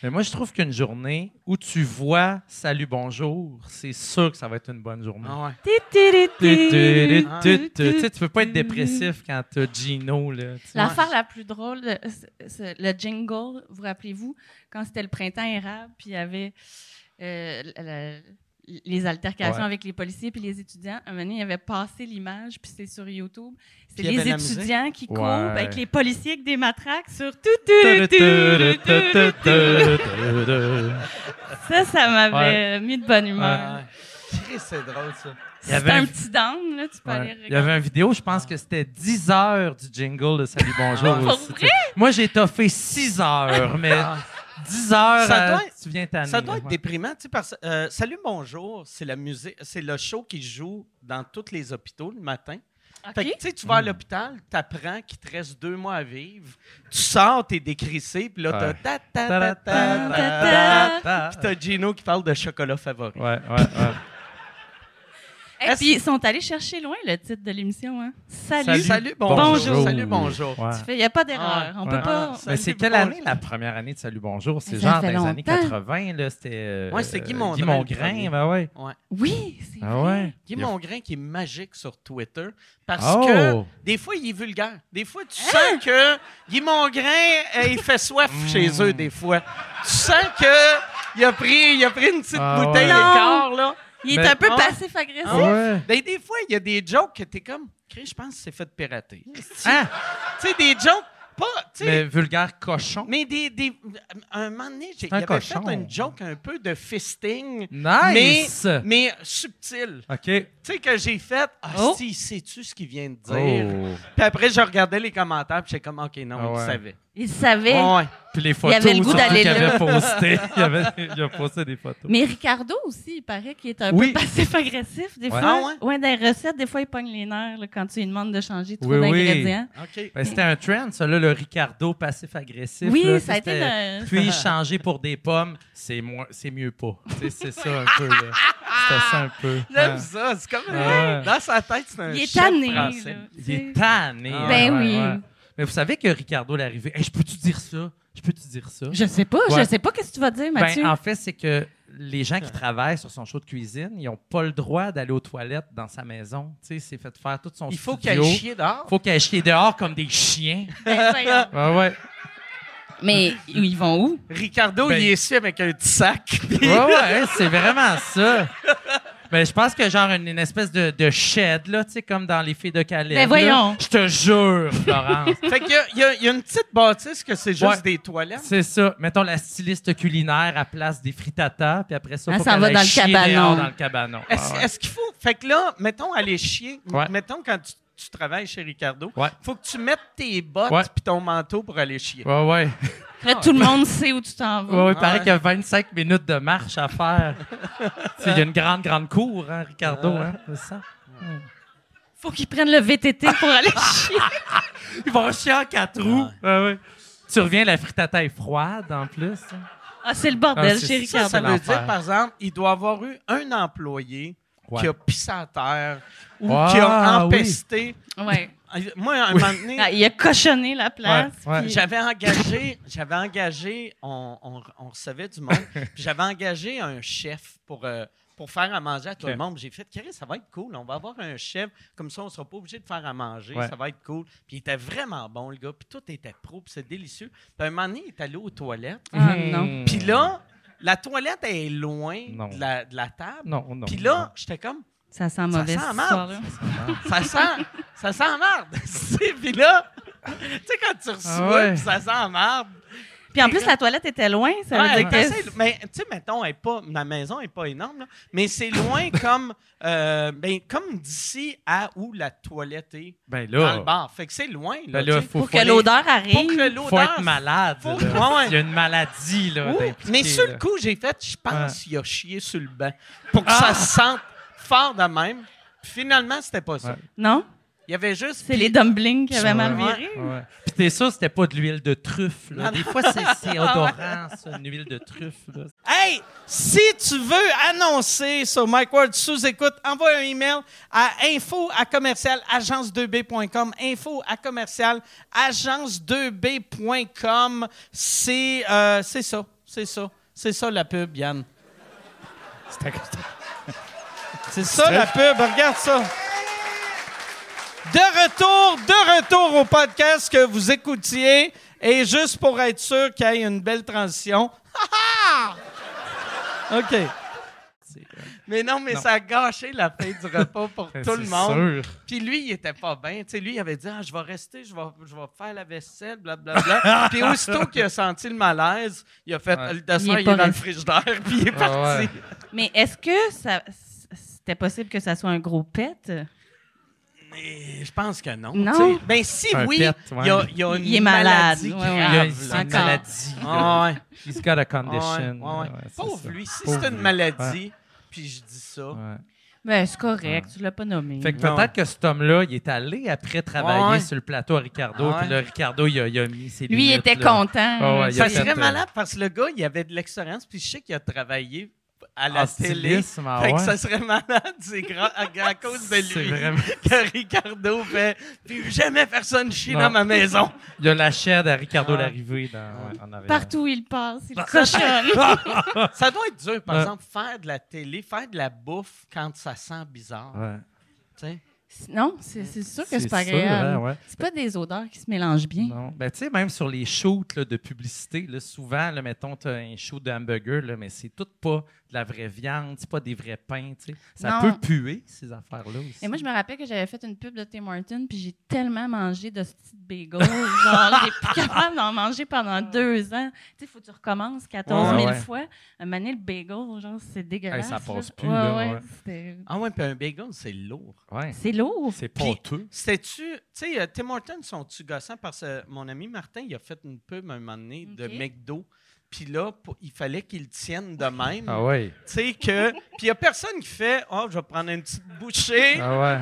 Speaker 4: Mais moi, je trouve qu'une journée où tu vois salut, bonjour, c'est sûr que ça va être une bonne journée.
Speaker 3: Ah ouais.
Speaker 4: Tu- tu-
Speaker 3: Ah.
Speaker 4: tu- tu- tu sais, tu peux pas être dépressif quand t'as Gino, là. tu sais.
Speaker 5: L'affaire la plus drôle, euh, c'est- c'est le jingle, vous rappelez-vous, quand c'était le printemps érable, puis il y avait euh, la- la- les altercations
Speaker 4: Ouais.
Speaker 5: avec les policiers puis les étudiants. Un moment donné, il avait passé l'image, puis c'est sur YouTube. C'est
Speaker 3: Puis il y
Speaker 5: les
Speaker 3: avait la musique.
Speaker 5: étudiants qui courent
Speaker 4: Ouais.
Speaker 5: avec les policiers avec des matraques sur tout.
Speaker 4: Il
Speaker 5: Ça, ça m'avait mis de bonne humeur.
Speaker 3: Ah ouais. Chris, c'est drôle, ça.
Speaker 4: Il y avait
Speaker 5: C'était un
Speaker 4: un-
Speaker 5: petit down, là, tu peux aller regarder.
Speaker 4: y avait une vidéo, je pense que c'était 10 heures du jingle de Salut Bonjour.
Speaker 3: Ah,
Speaker 5: pour Ah.
Speaker 4: aussi, tu sais. Moi, j'ai toffé 6 heures, mais 10 heures,
Speaker 3: Ça
Speaker 4: euh,
Speaker 3: doit être-
Speaker 4: tu viens t'anner.
Speaker 3: Ça doit être
Speaker 4: ouais.
Speaker 3: déprimant, tu sais, parce que euh, Salut Bonjour, c'est la musique, c'est le show qui joue dans tous les hôpitaux le matin.
Speaker 5: Ok.
Speaker 3: Fait que, tu sais, tu vas à l'hôpital, t'apprends qu'il te reste deux mois à vivre, tu sors, t'es décrissé, puis là, t'as
Speaker 4: Ouais.
Speaker 3: ta ta ta ta ta ta,
Speaker 4: Ta-da-ta-ta-ta.
Speaker 3: puis t'as Gino qui parle de chocolat favori.
Speaker 4: Ah. Ouais, ouais, ouais.
Speaker 5: Et puis, ils sont allés chercher loin le titre de l'émission. Hein. Salut.
Speaker 3: Salut, bonjour.
Speaker 5: Bonjour.
Speaker 3: Salut, bonjour.
Speaker 4: Ouais.
Speaker 5: Il n'y a pas d'erreur. on peut
Speaker 4: Ouais.
Speaker 5: pas.
Speaker 4: Mais c'est
Speaker 3: Salut,
Speaker 4: quelle
Speaker 3: bonjour.
Speaker 4: année la première année de Salut Bonjour? C'est
Speaker 5: Mais
Speaker 4: genre
Speaker 5: ça
Speaker 4: dans
Speaker 5: fait
Speaker 4: les années
Speaker 5: longtemps.
Speaker 4: 80, là. C'était. euh,
Speaker 3: Ouais, c'était Guy
Speaker 4: euh,
Speaker 3: Mongrain,
Speaker 4: Guy
Speaker 3: le premier.
Speaker 4: Mongrain, ben ouais.
Speaker 5: Oui, c'est
Speaker 4: Ah
Speaker 5: vrai.
Speaker 4: ouais.
Speaker 3: Guy
Speaker 4: Il y a-
Speaker 3: Mongrain qui est magique sur Twitter parce que
Speaker 4: Oh!
Speaker 3: des fois, il est vulgaire. Des fois, tu sens que Guy Mongrain, euh, il fait soif
Speaker 4: Hmm.
Speaker 3: chez eux des fois. Tu sens que il a pris, il a pris une petite
Speaker 4: Ah
Speaker 3: bouteille
Speaker 4: ouais.
Speaker 3: de corps, là.
Speaker 5: Il est
Speaker 4: Mais-
Speaker 5: un peu
Speaker 3: Ah ouais.
Speaker 5: passif-agressif.
Speaker 3: Ah
Speaker 4: Ouais.
Speaker 3: Ben, des fois, il y a des jokes que t'es comme, Chris, je pense que c'est fait pirater. tu
Speaker 4: Ah!
Speaker 3: sais, des jokes, pas, tu sais,
Speaker 4: Mais
Speaker 3: mais,
Speaker 4: vulgaire cochon.
Speaker 3: des, des- un moment donné, j'ai- il
Speaker 4: C'est un
Speaker 3: avait
Speaker 4: cochon.
Speaker 3: fait une joke un peu de fisting,
Speaker 4: Nice!
Speaker 3: mais subtil.
Speaker 4: OK.
Speaker 3: Tu sais, que j'ai fait, ah,
Speaker 4: Oh.
Speaker 3: si, sais-tu ce qu'il vient de dire? Puis après, je regardais les commentaires, puis j'étais comme, OK, non,
Speaker 4: Ah
Speaker 3: il
Speaker 4: ouais.
Speaker 3: savait.
Speaker 5: Il savait.
Speaker 3: Ah Ouais.
Speaker 4: Puis les photos
Speaker 5: avait le goût
Speaker 4: surtout
Speaker 5: d'aller
Speaker 4: qu'il
Speaker 5: là.
Speaker 4: avait posté. Il, avait, il a posté des photos.
Speaker 5: Mais Ricardo aussi, il paraît qu'il est un
Speaker 4: Oui.
Speaker 5: peu passif-agressif. Des
Speaker 4: Ouais.
Speaker 5: fois,
Speaker 3: Ah
Speaker 5: ouais, dans les recettes, des fois, il pogne les nerfs là, quand tu lui demandes de changer trop
Speaker 4: Oui, oui.
Speaker 5: d'ingrédients.
Speaker 3: OK.
Speaker 4: Ben, c'était un trend, ça, là, le Ricardo passif-agressif.
Speaker 5: Oui,
Speaker 4: là,
Speaker 5: ça a été.
Speaker 4: c'était-
Speaker 5: le-
Speaker 4: Puis changer pour des pommes, c'est moins, c'est mieux pas. Tu sais, c'est ça un peu. là. C'était ça un peu. Hein?
Speaker 3: J'aime ça. C'est comme.
Speaker 4: Ah. Ouais.
Speaker 3: Dans sa tête, c'est un
Speaker 5: Il est
Speaker 3: chef
Speaker 5: tanné,
Speaker 3: français.
Speaker 5: là. tu
Speaker 4: Il
Speaker 5: sais.
Speaker 4: est tanné. hein.
Speaker 3: Ah,
Speaker 5: Ben oui.
Speaker 4: Mais vous savez que Ricardo l'arrivée, hey, je peux-tu dire ça? Je peux-tu dire ça?
Speaker 5: Je sais pas, je
Speaker 4: Ouais.
Speaker 5: sais pas qu'est-ce que tu vas dire, Mathieu.
Speaker 4: Ben, en fait, c'est que les gens qui travaillent sur son show de cuisine, ils n'ont pas le droit d'aller aux toilettes dans sa maison. Tu sais, c'est fait faire tout son
Speaker 3: Il faut
Speaker 4: studio.
Speaker 3: qu'elle chie dehors.
Speaker 4: faut qu'elle chie dehors comme des chiens.
Speaker 5: Ben, voyons.
Speaker 4: Ouais, ouais.
Speaker 5: Mais ils vont où?
Speaker 3: Ricardo,
Speaker 4: Ben-
Speaker 3: il est ici avec un petit sac.
Speaker 4: Ouais, ouais, c'est vraiment ça. Ben, je pense que genre une, une espèce de, de shed, là, tu sais, comme dans les filles de Calais.
Speaker 5: Ben, voyons.
Speaker 4: Je te jure, Florence.
Speaker 3: fait qu'il y a- il y, a- il y a une petite bâtisse que c'est juste
Speaker 4: Ouais.
Speaker 3: des toilettes.
Speaker 4: c'est ça. Mettons la styliste culinaire à place des frittatas, puis après ça,
Speaker 5: Ah,
Speaker 4: faut
Speaker 5: ça
Speaker 4: qu'elle
Speaker 5: va
Speaker 4: aille
Speaker 5: dans le
Speaker 4: chier
Speaker 5: cabanon.
Speaker 4: dehors dans le cabanon. Ah,
Speaker 3: Est-ce
Speaker 4: ouais.
Speaker 3: est-ce qu'il faut. Fait que là, mettons, aller chier.
Speaker 4: Ouais.
Speaker 3: Mettons, quand tu, tu travailles chez Ricardo,
Speaker 4: Ouais.
Speaker 3: faut que tu mettes tes bottes
Speaker 4: Ouais.
Speaker 3: puis ton manteau pour aller chier.
Speaker 4: Ouais, ouais.
Speaker 5: Après, tout le monde sait où tu t'en vas.
Speaker 4: Ah. Ouais, ouais, paraît
Speaker 3: ouais.
Speaker 4: qu'il y a 25 minutes de marche à faire. Tu sais, Il y a une grande, grande cour, hein, Ricardo, hein, c'est ça?
Speaker 5: Faut qu'ils prennent le VTT pour aller
Speaker 4: Ah.
Speaker 5: chier.
Speaker 4: Ils vont chier en quatre roues. Ouais, ouais. Tu reviens, la frittata est froide, en plus. hein.
Speaker 5: Ah, c'est le bordel
Speaker 4: Ah, c'est
Speaker 5: chez
Speaker 4: ça,
Speaker 5: Ricardo.
Speaker 3: Ça, ça veut
Speaker 4: l'enfer.
Speaker 3: dire, par exemple, il doit avoir eu un employé
Speaker 4: Ouais.
Speaker 3: qui a pissé à terre ou
Speaker 4: Ah,
Speaker 3: qui a
Speaker 4: oui.
Speaker 3: empesté.
Speaker 5: Ouais.
Speaker 3: Moi, à un moment donné,
Speaker 5: Ah, il a cochonné la place.
Speaker 4: Ouais, ouais.
Speaker 5: puis-
Speaker 3: J'avais engagé, j'avais engagé, on, on, on recevait du monde, puis j'avais engagé un chef pour, euh, pour faire à manger à tout le
Speaker 4: Ok.
Speaker 3: monde. Puis J'ai fait, Chris, ça va être cool, on va avoir un chef, comme ça on sera pas obligé de faire à manger,
Speaker 4: Ouais.
Speaker 3: ça va être cool. Puis il était vraiment bon, le gars, puis tout était pro, puis c'est délicieux. Puis un moment donné, il est allé aux toilettes,
Speaker 5: Ah non.
Speaker 4: Hmm.
Speaker 3: puis là, la toilette est loin
Speaker 4: Non.
Speaker 3: de la, de la table.
Speaker 4: Non, non.
Speaker 3: Puis là, j'étais comme,
Speaker 5: Ça sent mauvais
Speaker 3: sent
Speaker 5: cette
Speaker 3: mal.
Speaker 5: histoire-là.
Speaker 3: ça sent, ça sent merde. puis là, tu sais, quand tu reçois,
Speaker 4: Ah ouais.
Speaker 3: puis ça sent merde.
Speaker 5: Puis en plus, la toilette était loin. Ça veut
Speaker 3: Ouais,
Speaker 5: dire
Speaker 3: elle
Speaker 5: que-
Speaker 3: est assez- mais tu sais, mettons, elle est pas, ma maison n'est pas énorme, là, mais c'est loin comme, euh, ben, comme d'ici à où la toilette est
Speaker 4: Ben
Speaker 3: dans le
Speaker 4: là,
Speaker 3: bar. Fait que c'est loin. Là,
Speaker 4: ben là,
Speaker 3: tu sais.
Speaker 4: faut,
Speaker 5: pour
Speaker 4: faut
Speaker 5: que
Speaker 4: aller-
Speaker 5: l'odeur
Speaker 3: Faut que
Speaker 5: arrive.
Speaker 3: l'odeur-
Speaker 4: faut être malade.
Speaker 3: Faut- Ouais,
Speaker 4: là.
Speaker 3: ouais.
Speaker 4: Il y a une maladie, là.
Speaker 3: Ouh,
Speaker 4: d'impliquer,
Speaker 3: mais sur
Speaker 4: là.
Speaker 3: le coup, j'ai fait, je pense
Speaker 4: Ouais.
Speaker 3: qu'il a chié sur le banc pour que ça
Speaker 4: Ah!
Speaker 3: se sente fort de même. Puis Finalement, c'était pas ça.
Speaker 4: Ouais.
Speaker 5: Non?
Speaker 3: Il y avait juste.
Speaker 5: C'est les dumplings qui
Speaker 4: Ouais.
Speaker 5: avaient mal viré.
Speaker 4: Ouais, ouais. Puis t'es sûr, c'était pas de l'huile de truffe,
Speaker 3: Non,
Speaker 4: là.
Speaker 3: Ah,
Speaker 4: Des fois, c'est c'est odorant, ça, une huile de truffe, là.
Speaker 3: Hey, si tu veux annoncer sur Mike Ward sous écoute, envoie un email à info à commercial agence2b.com. Info à commercial agence2b.com. C'est euh, c'est ça, c'est ça, c'est ça la pub, Yann. C'est ça la pub, regarde ça. De retour, de retour au podcast que vous écoutiez. Et juste pour être sûr qu'il y ait une belle transition. OK.
Speaker 4: C'est-
Speaker 3: Mais non, mais
Speaker 4: Non. Ben,
Speaker 3: ça a gâché la fin du repas pour tout
Speaker 4: C'est
Speaker 3: le monde.
Speaker 4: sûr.
Speaker 3: Puis lui, il était pas bien. Tu sais, lui, il avait dit ah, Je vais rester, je vais, je vais faire la vaisselle, blablabla. Puis aussitôt qu'il a senti le malaise, il a fait
Speaker 4: Ouais. Ah,
Speaker 3: Le
Speaker 5: Il est
Speaker 3: dessert, il est,
Speaker 5: pas
Speaker 3: dans le
Speaker 5: resté.
Speaker 3: frigidaire, puis il est parti.
Speaker 4: ouais.
Speaker 5: Mais est-ce que ça. C'était possible que ça soit un gros pet?
Speaker 3: Mais je pense que non.
Speaker 5: Non?
Speaker 3: tu sais. Ben si
Speaker 4: Un
Speaker 3: oui,
Speaker 4: pet,
Speaker 3: il
Speaker 4: ouais.
Speaker 3: y, a, il y a une
Speaker 5: Il est malade,
Speaker 3: maladie
Speaker 5: ouais,
Speaker 3: grave.
Speaker 5: ouais.
Speaker 4: Il y a une,
Speaker 3: là.
Speaker 4: c'est une
Speaker 5: Encore.
Speaker 4: maladie. là.
Speaker 3: Ah ouais.
Speaker 4: He's got a
Speaker 3: Ah ouais,
Speaker 4: condition.
Speaker 3: ouais, ouais.
Speaker 4: là. Ouais, c'est
Speaker 3: Pauvre
Speaker 4: ça.
Speaker 3: lui, si
Speaker 4: Pauvre
Speaker 3: c'est une
Speaker 4: lui.
Speaker 3: maladie, puis je dis ça.
Speaker 4: Ouais. Ouais.
Speaker 5: Ben, c'est correct, tu l'as pas nommé.
Speaker 4: Fait que
Speaker 3: Non.
Speaker 4: peut-être que cet homme-là, il est allé après
Speaker 3: Ouais,
Speaker 4: travailler
Speaker 3: ouais.
Speaker 4: sur le plateau à Ricardo,
Speaker 3: Ouais.
Speaker 4: puis là, Ricardo, il a, il a mis ses
Speaker 5: Lui, il
Speaker 4: limites,
Speaker 5: était
Speaker 4: là.
Speaker 5: content.
Speaker 4: Ah ouais, il
Speaker 3: Ça
Speaker 4: a fait,
Speaker 3: serait
Speaker 4: euh,
Speaker 3: malade parce que le gars, il avait de l'expérience, puis je sais qu'il a travaillé à la
Speaker 4: En
Speaker 3: télé.
Speaker 4: stylisme, ah
Speaker 3: fait que
Speaker 4: ouais.
Speaker 3: ça serait malade, c'est grand- à, à cause de
Speaker 4: C'est
Speaker 3: lui
Speaker 4: vraiment-
Speaker 3: que Ricardo fait. Puis jamais personne chie
Speaker 4: Non.
Speaker 3: dans ma maison.
Speaker 4: Il y a la chaîne à Ricardo
Speaker 3: Ah.
Speaker 4: l'arrivée dans, ouais, en arrière.
Speaker 5: Partout où il passe, il
Speaker 4: Ah!
Speaker 5: cochonne.
Speaker 3: Ça doit être dur, par
Speaker 4: Ouais.
Speaker 3: exemple, faire de la télé, faire de la bouffe quand ça sent bizarre.
Speaker 4: Ouais.
Speaker 3: tu sais.
Speaker 5: Non, c'est c'est sûr que c'est
Speaker 4: C'est
Speaker 5: pas
Speaker 4: sûr, hein,
Speaker 5: agréable.
Speaker 4: ouais.
Speaker 5: C'est pas des odeurs qui se mélangent bien.
Speaker 4: Non. Ben, tu sais, même sur les shoots là, de publicité, là, souvent, là, mettons, tu as un shoot de hamburger, là, mais c'est tout pas de la vraie viande, c'est pas des vrais pains. tu sais. Ça
Speaker 5: Non.
Speaker 4: peut puer, ces affaires-là aussi.
Speaker 5: Et moi, je me rappelle que j'avais fait une pub de Tim Hortons, puis j'ai tellement mangé de ce petit bagel. genre, j'ai plus capable d'en manger pendant deux ans. Tu sais, faut que tu recommences 14 000
Speaker 4: Ouais, ouais.
Speaker 5: fois. À un moment donné, le bagel, genre, c'est dégueulasse.
Speaker 4: Hey, ça passe
Speaker 5: là.
Speaker 4: plus,
Speaker 5: Ouais,
Speaker 4: là,
Speaker 5: ouais,
Speaker 4: ouais.
Speaker 5: c'était-
Speaker 3: Ah ouais, puis un bagel, c'est lourd.
Speaker 4: Ouais.
Speaker 5: C'est lourd.
Speaker 4: C'est
Speaker 3: Puis-
Speaker 4: ponteux.
Speaker 3: C'était-tu, tu sais, euh, Tim Hortons sont-tu gossants parce que euh, mon ami Martin, il a fait une pub un moment donné de
Speaker 5: Ok.
Speaker 3: McDo. Puis là, pour- il fallait qu'ils tiennent de même.
Speaker 4: Ah ouais.
Speaker 3: Tu sais que. Puis il n'y a personne qui fait Oh, je vais prendre une petite bouchée.
Speaker 4: Ah ouais.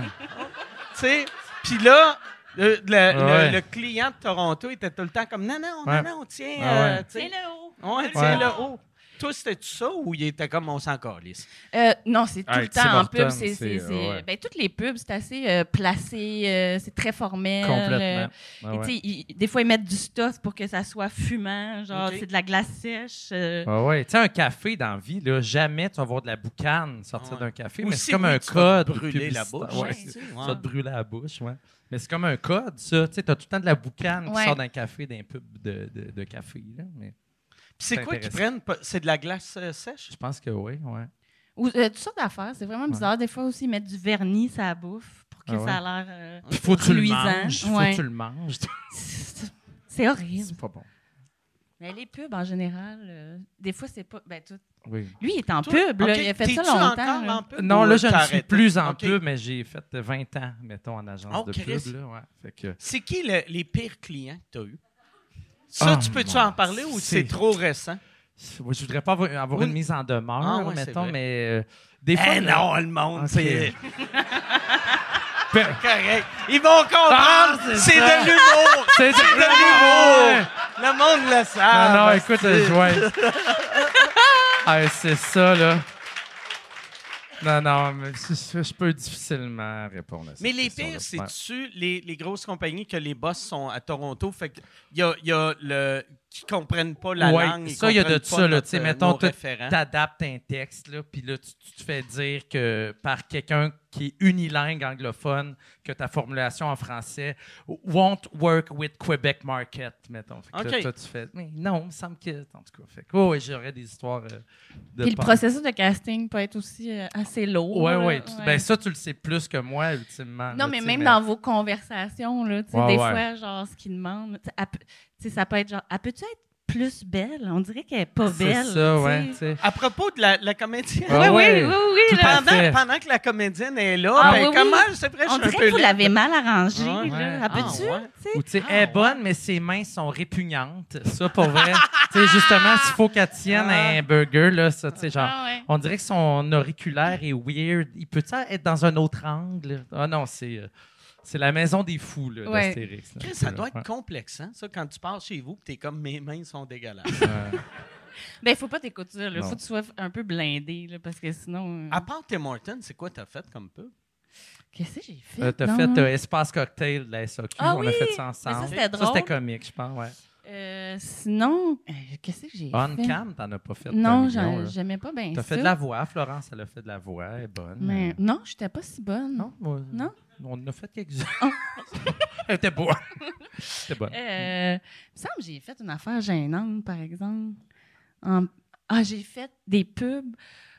Speaker 3: Tu sais. Puis là, le, le-
Speaker 4: Ah ouais.
Speaker 3: le- le client de Toronto était tout le temps comme Non, non,
Speaker 4: Ouais.
Speaker 3: non, non, on tient.
Speaker 4: Ah
Speaker 3: euh,
Speaker 4: ouais.
Speaker 3: tu sais,
Speaker 5: C'est le haut.
Speaker 3: Ouais, tiens le haut. Toi, c'était-tu ça ou il était comme on s'en calisse?
Speaker 5: Euh, non, c'est tout
Speaker 4: Ah,
Speaker 5: le
Speaker 4: Tim
Speaker 5: temps en
Speaker 4: Hortons,
Speaker 5: pub. C'est,
Speaker 4: c'est- euh,
Speaker 5: c'est- c'est-
Speaker 4: ouais.
Speaker 5: ben, toutes les pubs, c'est assez euh, placé, euh, c'est très formel. euh,
Speaker 4: Complètement. Ah
Speaker 5: et tu
Speaker 4: ouais.
Speaker 5: sais, ils- des fois, ils mettent du stuff pour que ça soit fumant, genre
Speaker 3: Ok.
Speaker 5: c'est de la glace sèche. euh,
Speaker 4: Ah ouais. Tu sais, un café dans la vie, là, jamais tu vas voir de la boucane sortir
Speaker 3: Ouais.
Speaker 4: d'un café,
Speaker 3: Ou
Speaker 4: mais
Speaker 3: si
Speaker 4: c'est comme
Speaker 3: oui,
Speaker 4: un
Speaker 3: tu vas
Speaker 4: code.
Speaker 3: te brûler la
Speaker 4: publicitaire.
Speaker 3: bouche.
Speaker 4: Ouais.
Speaker 5: Ouais.
Speaker 3: tu sais,
Speaker 4: Ça va te brûler la bouche, ouais. Mais c'est comme un code, ça. Tu sais, t'as tout le temps de la boucane qui
Speaker 5: Ouais.
Speaker 4: sort d'un café, d'un pub de, de, de café, là. Mais
Speaker 3: Puis c'est
Speaker 4: C'est
Speaker 3: quoi qu'ils prennent?
Speaker 4: intéressant.
Speaker 3: Pas- C'est de la glace euh, sèche?
Speaker 4: je pense que oui, ouais.
Speaker 5: ou, euh, toutes sortes d'affaires. C'est vraiment
Speaker 4: Ouais.
Speaker 5: bizarre. Des fois aussi, ils mettent du vernis sur la bouffe pour que
Speaker 4: Ah ouais.
Speaker 5: ça a l'air. euh,
Speaker 4: Puis faut que tu le
Speaker 5: Luisant,
Speaker 4: manges. Faut
Speaker 5: ouais.
Speaker 4: que tu le manges.
Speaker 5: c'est- c'est horrible.
Speaker 4: c'est pas bon.
Speaker 5: Mais les pubs, en général, euh, des fois, c'est pas. Ben, tout-
Speaker 4: Oui.
Speaker 5: Lui, il est en
Speaker 3: Toi,
Speaker 5: pub. là.
Speaker 3: OK,
Speaker 5: Il a fait ça
Speaker 3: t'es-tu
Speaker 5: longtemps.
Speaker 3: encore
Speaker 5: là.
Speaker 3: en pub
Speaker 4: Non,
Speaker 3: ou
Speaker 4: là, je ne
Speaker 3: t'as
Speaker 4: suis
Speaker 3: arrêté?
Speaker 4: plus en
Speaker 3: OK.
Speaker 4: pub, mais j'ai fait 20 ans, mettons, en agence
Speaker 3: Oh,
Speaker 4: de
Speaker 3: Christ.
Speaker 4: pub. Là, ouais. Fait que-
Speaker 3: C'est qui le- les pires clients que tu as eus? Ça,
Speaker 4: Ah,
Speaker 3: tu peux-tu
Speaker 4: mon-
Speaker 3: en parler ou c'est
Speaker 4: c'est-
Speaker 3: trop récent?
Speaker 4: Moi, Je voudrais pas avoir, avoir
Speaker 3: Oui.
Speaker 4: une mise en demeure,
Speaker 3: Ah, ouais, c'est
Speaker 4: mettons,
Speaker 3: vrai.
Speaker 4: mais euh, des
Speaker 3: Eh
Speaker 4: fois. là-
Speaker 3: non, le monde,
Speaker 4: Ok.
Speaker 3: c'est
Speaker 4: Pe-
Speaker 3: correct. Ils vont
Speaker 4: Ah,
Speaker 3: comprendre,
Speaker 4: c'est
Speaker 3: c'est
Speaker 4: ça.
Speaker 3: de l'humour.
Speaker 4: C'est de
Speaker 3: C'est de l'humour. Le monde le sait.
Speaker 4: Non, non, écoute, je ouais. Ah, c'est ça, là. Non, non, mais c'est ça, je peux difficilement répondre à ça.
Speaker 3: Mais les pires, c'est-tu les, les grosses compagnies que les boss sont à Toronto? Fait qu'il y a, il y a le... qui comprennent pas la
Speaker 4: Ouais,
Speaker 3: langue. ils
Speaker 4: ça, il y a de
Speaker 3: comprennent pas
Speaker 4: ça, là,
Speaker 3: notre,
Speaker 4: tu sais,
Speaker 3: euh,
Speaker 4: mettons,
Speaker 3: nos
Speaker 4: tout-
Speaker 3: référents.
Speaker 4: T'adaptes un texte, là, puis là, tu, tu te fais dire que par quelqu'un qui est unilingue anglophone, que ta formulation en français won't work with Quebec market, mettons. Fait que là,
Speaker 3: OK.
Speaker 4: toi, tu fais, mais non, il me semble que, en tout cas. Fait que, oh, ouais, j'aurais des histoires euh, de
Speaker 5: Puis le
Speaker 4: punk.
Speaker 5: processus de casting peut être aussi euh, assez lourd.
Speaker 4: Ouais,
Speaker 5: là.
Speaker 4: ouais. tu- Ben, ça, tu le sais plus que moi, ultimement. là,
Speaker 5: Non, mais
Speaker 4: tu sais,
Speaker 5: même dans vos conversations, là, tu sais,
Speaker 4: Ouais,
Speaker 5: des
Speaker 4: ouais.
Speaker 5: fois, genre, ce qu'ils demandent, tu sais, elle peut- tu sais, ça peut être genre, ah, peux-tu être plus belle? On dirait qu'elle est pas
Speaker 4: C'est ça,
Speaker 5: belle. tu sais.
Speaker 4: ouais. tu sais.
Speaker 3: À propos de la, la comédienne.
Speaker 4: Ah
Speaker 5: oui,
Speaker 4: ouais.
Speaker 5: oui, oui,
Speaker 4: Tout
Speaker 5: oui, là.
Speaker 4: à fait.
Speaker 3: Pendant, pendant que la comédienne est là,
Speaker 5: Ah,
Speaker 3: ben,
Speaker 5: oui, oui.
Speaker 3: comment je sais pas, je
Speaker 5: On
Speaker 3: suis un
Speaker 5: dirait
Speaker 3: peu
Speaker 5: que vous
Speaker 3: laid.
Speaker 5: l'avez mal arrangée.
Speaker 3: Ah,
Speaker 4: ouais.
Speaker 5: là. Ah, peux-tu?
Speaker 3: Ah, ouais.
Speaker 5: tu sais?
Speaker 4: Ou tu sais, elle est bonne, mais ses mains sont répugnantes. Ça, pour vrai. tu sais, justement, s'il faut qu'elle tienne un burger, là, ça, tu sais, genre.
Speaker 5: Ah, ouais.
Speaker 4: On dirait que son auriculaire est weird. Il peut être dans un autre angle? Ah non, c'est. euh, C'est la maison des fous, là,
Speaker 5: Ouais.
Speaker 4: d'Astérix. là.
Speaker 3: Chris, ça doit
Speaker 4: Ouais.
Speaker 3: être complexant, ça, quand tu pars chez vous, que t'es comme mes mains sont dégueulasses.
Speaker 4: Euh,
Speaker 5: Ben, faut pas t'écouter ça,
Speaker 4: Non.
Speaker 5: là.
Speaker 4: Ah.
Speaker 5: Faut que tu sois un peu blindé, là, parce que sinon. euh,
Speaker 3: À part Tim Hortons, c'est quoi t'as fait comme peu?
Speaker 5: Qu'est-ce que j'ai fait?
Speaker 4: euh, T'as
Speaker 5: donc?
Speaker 4: fait euh, Espace Cocktail de la SOQ.
Speaker 5: Ah
Speaker 4: on a
Speaker 5: oui!
Speaker 4: fait ça ensemble.
Speaker 5: Mais ça, c'était
Speaker 4: Ça, c'était
Speaker 5: drôle.
Speaker 4: comique, je pense, ouais.
Speaker 5: Euh, sinon, euh, qu'est-ce que j'ai
Speaker 4: On
Speaker 5: fait?
Speaker 4: cam, t'en as pas fait. un
Speaker 5: Non,
Speaker 4: million,
Speaker 5: j'en-
Speaker 4: là.
Speaker 5: j'aimais pas bien ça.
Speaker 4: T'as fait de la voix, Florence, elle a fait de la voix, elle est bonne.
Speaker 5: Mais non, j'étais pas si bonne.
Speaker 4: Non, moi-
Speaker 5: Non? Ah.
Speaker 4: On en a fait quelques-uns. elle était bonne. C'était bonne.
Speaker 5: Euh, il me semble que j'ai fait une affaire gênante, par exemple. En- Ah, j'ai fait des pubs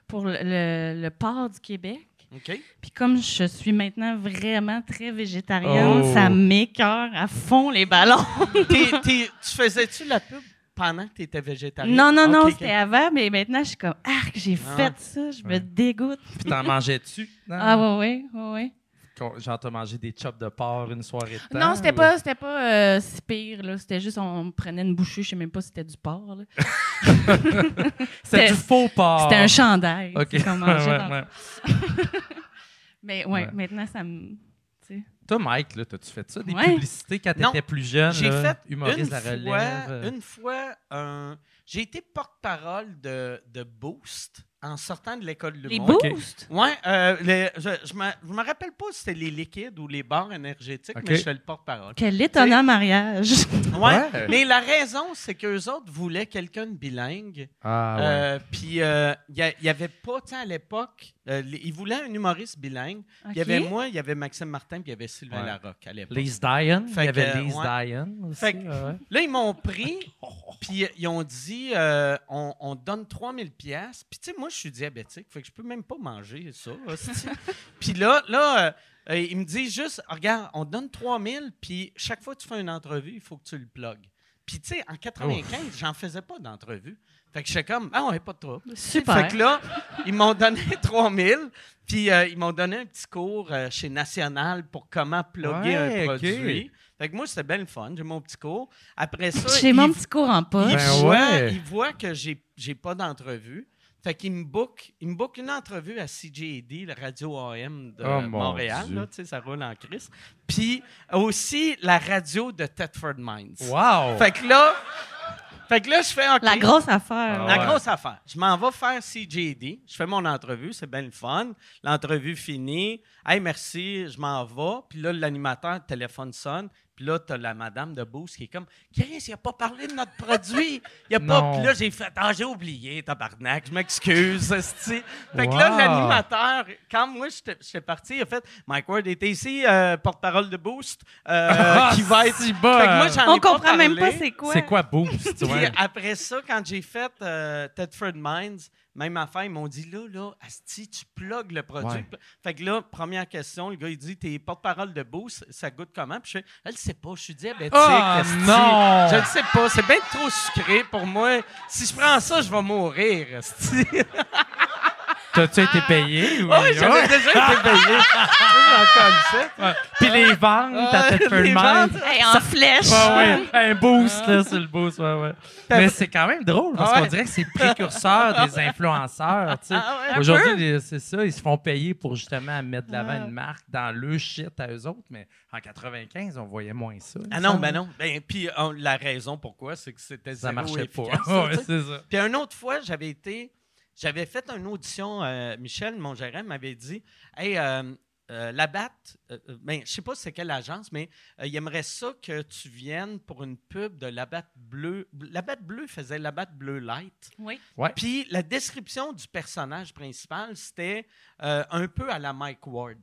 Speaker 5: pour le, le- le port du Québec.
Speaker 3: OK?
Speaker 5: Puis comme je suis maintenant vraiment très végétarienne,
Speaker 4: Oh.
Speaker 5: ça m'écoeure à fond les ballons.
Speaker 3: T'es- t'es- tu faisais-tu la pub pendant que t'étais végétarien?
Speaker 5: non, non, non,
Speaker 3: OK, OK.
Speaker 5: c'était avant, mais maintenant, je suis comme, arc, j'ai
Speaker 3: Ah.
Speaker 5: fait ça, je me
Speaker 4: Ouais.
Speaker 5: dégoûte.
Speaker 4: Puis t'en mangeais-tu? Non?
Speaker 5: Ah, ouais, ouais, ouais, ouais.
Speaker 4: Qu'on- Genre, t'as mangé des chops de porc une soirée de temps?
Speaker 5: Non, c'était
Speaker 4: ou-
Speaker 5: pas, c'était pas euh, si pire, là. C'était juste, on prenait une bouchée, je sais même pas si c'était du porc, là.
Speaker 4: C'était
Speaker 5: c'était-
Speaker 4: du faux
Speaker 3: Ah.
Speaker 4: porc.
Speaker 5: C'était un chandail
Speaker 4: OK.
Speaker 5: tu sais, qu'on mangeait
Speaker 4: Ouais,
Speaker 5: dans-
Speaker 4: ouais.
Speaker 5: Mais ouais,
Speaker 4: Ouais.
Speaker 5: maintenant, ça me. tu sais.
Speaker 4: Toi, Mike, là, t'as-tu fait ça? Des
Speaker 5: Ouais.
Speaker 4: publicités quand
Speaker 3: Non.
Speaker 4: t'étais plus jeune?
Speaker 3: J'ai
Speaker 4: là?
Speaker 3: fait
Speaker 4: Humoriste
Speaker 3: une,
Speaker 4: de la relève.
Speaker 3: fois,
Speaker 4: euh,
Speaker 3: une fois, un- j'ai été porte-parole de, de Boost en sortant de l'école de
Speaker 5: Les
Speaker 3: l'humour.
Speaker 4: OK.
Speaker 5: boosts?
Speaker 3: Oui, je ne me rappelle pas si c'était les liquides ou les barres énergétiques,
Speaker 4: OK.
Speaker 3: mais je fais le porte-parole.
Speaker 5: Quel étonnant mariage!
Speaker 3: Ouais,
Speaker 4: Ouais.
Speaker 3: Mais la raison, c'est qu'eux autres voulaient quelqu'un de bilingue.
Speaker 4: Ah, ouais.
Speaker 3: Euh, Puis euh, il n'y avait pas, tu sais, à l'époque, euh, les- ils voulaient un humoriste bilingue. Il y avait
Speaker 5: Ok.
Speaker 3: moi, il y avait Maxime Martin, puis il y avait Sylvain
Speaker 4: Ouais.
Speaker 3: Larocque à l'époque.
Speaker 4: Lise Diane. Il
Speaker 3: Fait
Speaker 4: y avait
Speaker 3: que,
Speaker 4: Lise
Speaker 3: ouais.
Speaker 4: Diane aussi.
Speaker 3: Fait que-
Speaker 4: ouais.
Speaker 3: Là, ils m'ont pris, puis euh, ils ont dit euh, on, on te donne 3000 pièces. Puis tu sais, moi, je suis diabétique, fait que je peux même pas manger ça. hostie. puis là, là euh, euh, ils me disent juste regarde, on te donne 3000, puis chaque fois que tu fais une entrevue, il faut que tu le plugues. Puis, tu sais, en 95, j'en faisais pas d'entrevue. Fait que j'étais comme, ah ouais, pas de trouble.
Speaker 5: Super.
Speaker 3: Fait que là, ils m'ont donné 3000, puis euh, ils m'ont donné un petit cours euh, chez National pour comment plugger
Speaker 2: Ouais,
Speaker 3: un
Speaker 2: ok.
Speaker 3: produit. Fait que moi, c'était bien le fun. J'ai mon petit cours. Après ça,
Speaker 5: J'ai
Speaker 3: ils-
Speaker 5: mon petit cours en poche.
Speaker 3: il,
Speaker 4: Ben
Speaker 3: voit,
Speaker 4: ouais.
Speaker 3: il voit que j'ai j'ai pas d'entrevue. Fait qu'il me book, il me book une entrevue à CJD, la radio AM de
Speaker 2: Oh, mon
Speaker 3: Montréal.
Speaker 2: Dieu.
Speaker 3: Là, tu sais, ça roule en crise. Puis aussi la radio de Thetford Mines.
Speaker 4: Wow!
Speaker 3: Fait que là, fait que là, je fais OK.
Speaker 5: La grosse affaire.
Speaker 4: Ah
Speaker 3: La
Speaker 4: ouais.
Speaker 3: grosse affaire. Je m'en vais faire CJD. Je fais mon entrevue, c'est bien le fun. L'entrevue finie. Hey, merci, je m'en vais. Puis là, l'animateur, le téléphone sonne. Puis là, t'as la madame de Beauce qui est comme Chris, il a pas parlé de notre produit. Il a pas.
Speaker 4: Non.
Speaker 3: Puis là, j'ai fait Ah, j'ai oublié, tabarnak, je m'excuse. esti. Fait que là,
Speaker 4: Wow.
Speaker 3: l'animateur, quand moi, j'étais j'étais parti, il a fait Mike Ward était ici, euh, porte-parole de Boost,
Speaker 4: Ah,
Speaker 3: euh, qui va être.
Speaker 4: si
Speaker 3: Fait
Speaker 4: bon!
Speaker 3: que moi, j'en
Speaker 5: On
Speaker 3: ai pas
Speaker 5: comprend même pas
Speaker 3: parlé.
Speaker 5: c'est quoi.
Speaker 4: C'est quoi Boost?
Speaker 3: Puis
Speaker 4: ouais?
Speaker 3: après ça, quand j'ai fait euh, Thetford Mines, même affaire, ils m'ont dit là, là, Asti, tu plugues le produit. Fait que là, première question, le gars, il dit T'es porte-parole de Boost, ça goûte comment Puis je fais Elle le sait pas, je suis diabétique.
Speaker 4: Ah,
Speaker 3: asti.
Speaker 4: non!
Speaker 3: Je le sais pas, c'est bien trop sucré pour moi. Si je prends ça, je vais mourir, Asti.
Speaker 4: T'as-tu été payé? ou-
Speaker 3: Ouais, j'avais
Speaker 4: Ben Ouais.
Speaker 3: déjà été payé.
Speaker 4: Ouais. Puis les ventes, t'as
Speaker 3: Ouais,
Speaker 4: peut-être fait
Speaker 3: les
Speaker 4: le mal.
Speaker 3: ventes.
Speaker 5: Hey, en flèche.
Speaker 4: Ouais, ouais. Un boost, là, sur le boost, ouais, ouais. Mais c'est quand même drôle, parce
Speaker 3: Ouais.
Speaker 4: qu'on dirait que c'est précurseur des influenceurs, tu sais.
Speaker 3: Ah ouais, un
Speaker 4: Aujourd'hui, les- c'est ça, ils se font payer pour justement mettre de l'avant une marque dans le shit à eux autres, mais en 95, on voyait moins ça.
Speaker 3: Ah non, ben non. Ben, puis euh, la raison pourquoi, c'est que c'était
Speaker 4: Ça
Speaker 3: zéro
Speaker 4: marchait pas.
Speaker 3: efficace, tu
Speaker 4: Ouais,
Speaker 3: sais.
Speaker 4: c'est ça.
Speaker 3: Puis une autre fois, j'avais été, j'avais fait une audition. euh, Michel, mon gérant, m'avait dit Hey, euh, euh, la batte, euh, euh, ben, je sais pas c'est quelle agence, mais euh, il aimerait ça que tu viennes pour une pub de la batte bleue. La batte bleue faisait la batte bleue light.
Speaker 5: Oui.
Speaker 3: Puis la description du personnage principal, c'était euh, un peu à la Mike Ward.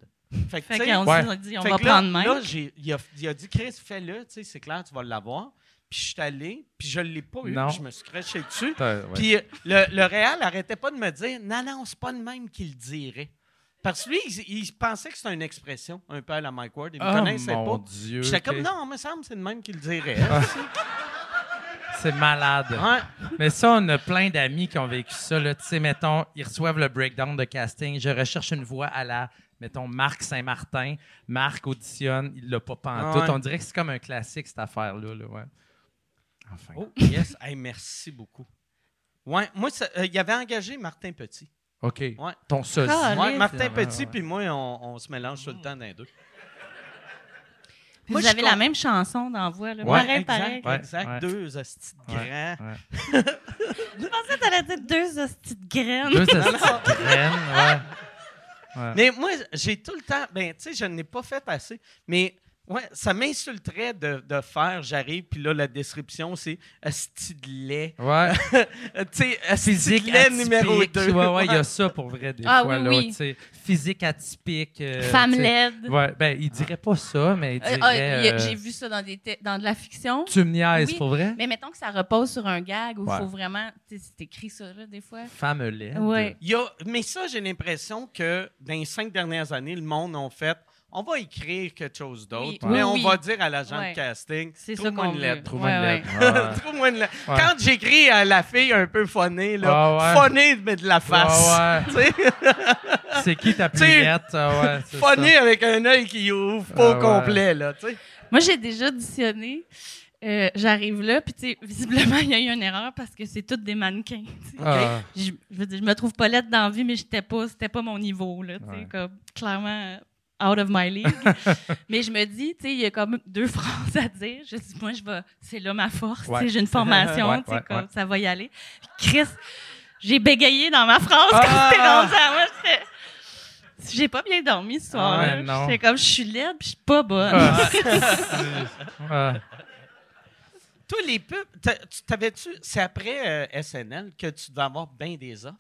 Speaker 3: Fait que,
Speaker 5: Fait
Speaker 3: tu sais,
Speaker 5: qu'on
Speaker 4: Ouais.
Speaker 5: s'est dit, on
Speaker 3: fait
Speaker 5: va
Speaker 3: que là-
Speaker 5: prendre
Speaker 3: Là,
Speaker 5: même.
Speaker 3: j'ai- il, a, il a dit, Chris, fais-le, tu sais, c'est clair, tu vas l'avoir. Puis je suis allé, puis je ne l'ai pas eu,
Speaker 4: Non.
Speaker 3: puis je me suis craché dessus.
Speaker 4: T'as- ouais.
Speaker 3: Puis euh, le, le Real arrêtait pas de me dire, non, non, c'est pas le même qu'il le dirait. Parce que lui, il, il pensait que c'était une expression, un peu à la Mike Ward, il me connaissait
Speaker 4: Ah, Oh mon
Speaker 3: pas.
Speaker 4: Dieu.
Speaker 3: Puis J'étais
Speaker 4: ok.
Speaker 3: comme,
Speaker 4: Ah.
Speaker 3: non, me semble que c'est le même qu'il le dirait. hein?
Speaker 4: C'est malade.
Speaker 3: Ouais.
Speaker 4: Mais ça, on a plein d'amis qui ont vécu ça. là. Tu sais, mettons, ils reçoivent le breakdown de casting. Je recherche une voix à la, mettons, Marc Saint-Martin. Marc auditionne, il l'a pas pantoute.
Speaker 3: Ah Ouais.
Speaker 4: On dirait que c'est comme un classique, cette affaire-là. là, ouais. Enfin.
Speaker 3: Oh, yes, Hey, merci beaucoup. Ouais, moi, ça- euh, il avait engagé Martin Petit.
Speaker 4: OK.
Speaker 3: Ouais.
Speaker 4: Ton sosie.
Speaker 5: Ah,
Speaker 3: Ouais,
Speaker 5: Allez,
Speaker 3: Martin
Speaker 4: finalement,
Speaker 3: Petit
Speaker 4: ouais.
Speaker 3: puis moi, on, on se mélange tout le temps dans les deux.
Speaker 5: Puis
Speaker 3: Moi,
Speaker 5: vous
Speaker 3: je
Speaker 5: avez
Speaker 3: con-
Speaker 5: la même chanson dans la voix. là.
Speaker 4: Ouais,
Speaker 5: pareil,
Speaker 3: exact,
Speaker 5: pareil.
Speaker 4: Ouais,
Speaker 3: exact.
Speaker 4: ouais.
Speaker 3: Deux hosties de grands.
Speaker 5: Je pensais que t'allais dire deux hosties de graines.
Speaker 4: Deux hosties de graines, ouais.
Speaker 3: Ah. Mais moi, j'ai tout le temps. Ben, tu sais, je n'ai pas fait assez. Mais ouais, ça m'insulterait de, de faire. J'arrive, puis là, la description, c'est hostie de lait.
Speaker 4: Ouais.
Speaker 3: Euh, tu sais, hostie
Speaker 4: Physique
Speaker 3: de lait numéro
Speaker 4: atypique.
Speaker 3: 2.
Speaker 4: Ouais, ouais, il y a ça pour vrai, des
Speaker 5: Ah
Speaker 4: fois.
Speaker 5: oui,
Speaker 4: là,
Speaker 5: oui.
Speaker 4: tu sais. Physique atypique. euh,
Speaker 5: Femme
Speaker 4: tu sais.
Speaker 5: laide.
Speaker 4: Ouais, ben, il dirait pas ça, mais il
Speaker 5: Euh,
Speaker 4: dirait.
Speaker 5: ah, il y a-
Speaker 4: euh,
Speaker 5: J'ai vu ça dans, des te- dans de la fiction.
Speaker 4: Tu me niaises,
Speaker 5: Oui.
Speaker 4: pour vrai?
Speaker 5: Mais mettons que ça repose sur un gag où il
Speaker 4: Ouais.
Speaker 5: faut vraiment. Tu sais, c'est écrit ça, là, des fois.
Speaker 4: Femme laide.
Speaker 5: Ouais.
Speaker 3: Il y a- mais ça, j'ai l'impression que dans les cinq dernières années, le monde a fait on va écrire quelque chose d'autre,
Speaker 5: Oui,
Speaker 3: mais
Speaker 5: oui,
Speaker 3: on
Speaker 5: oui.
Speaker 3: va dire à l'agent
Speaker 5: Ouais.
Speaker 3: de casting
Speaker 5: C'est ça
Speaker 3: trouve-moi
Speaker 5: qu'on
Speaker 3: une lettre.
Speaker 5: veut.
Speaker 4: Trouve-moi une
Speaker 5: Ouais,
Speaker 4: lettre. Ouais.
Speaker 3: Trouve-moi une lettre. Quand j'écris à la fille un peu phonée, là,
Speaker 4: Ah ouais.
Speaker 3: phonée, mais de la face.
Speaker 4: Ouais,
Speaker 3: Tu sais?
Speaker 4: ouais. C'est qui ta
Speaker 3: Tu sais,
Speaker 4: lunette? Ah ouais, c'est ça.
Speaker 3: Phonée avec un œil qui ouvre pas
Speaker 4: Ah
Speaker 3: au
Speaker 4: ouais.
Speaker 3: complet, là, tu sais.
Speaker 5: Moi, j'ai déjà auditionné. Euh, J'arrive là, puis tu sais, visiblement, il y a eu une erreur parce que c'est toutes des mannequins. tu sais.
Speaker 4: Ah.
Speaker 5: Je, je veux dire, je me trouve pas laide dans la vie, mais j'étais pas, c'était pas mon niveau, là, tu sais,
Speaker 4: Ouais.
Speaker 5: comme, clairement euh, out of my league. mais je me dis, tu sais, il y a comme deux phrases à dire. Je dis, moi, je vais, c'est là ma force, tu
Speaker 4: Ouais.
Speaker 5: sais, j'ai une formation,
Speaker 4: Ouais,
Speaker 5: tu sais,
Speaker 4: ouais,
Speaker 5: comme,
Speaker 4: ouais.
Speaker 5: ça va y aller. Puis Chris, j'ai bégayé dans ma phrase
Speaker 3: Ah!
Speaker 5: quand c'était rendu à moi. j'étais- J'ai pas bien dormi
Speaker 3: Ah,
Speaker 5: ce soir.
Speaker 4: Ouais, non.
Speaker 5: C'est comme je suis laide, puis je suis pas bonne.
Speaker 4: Ah. Ah.
Speaker 3: Toi, les pubs, t'a- tu- t'avais-tu, c'est après euh, SNL que tu devais avoir bien des offres?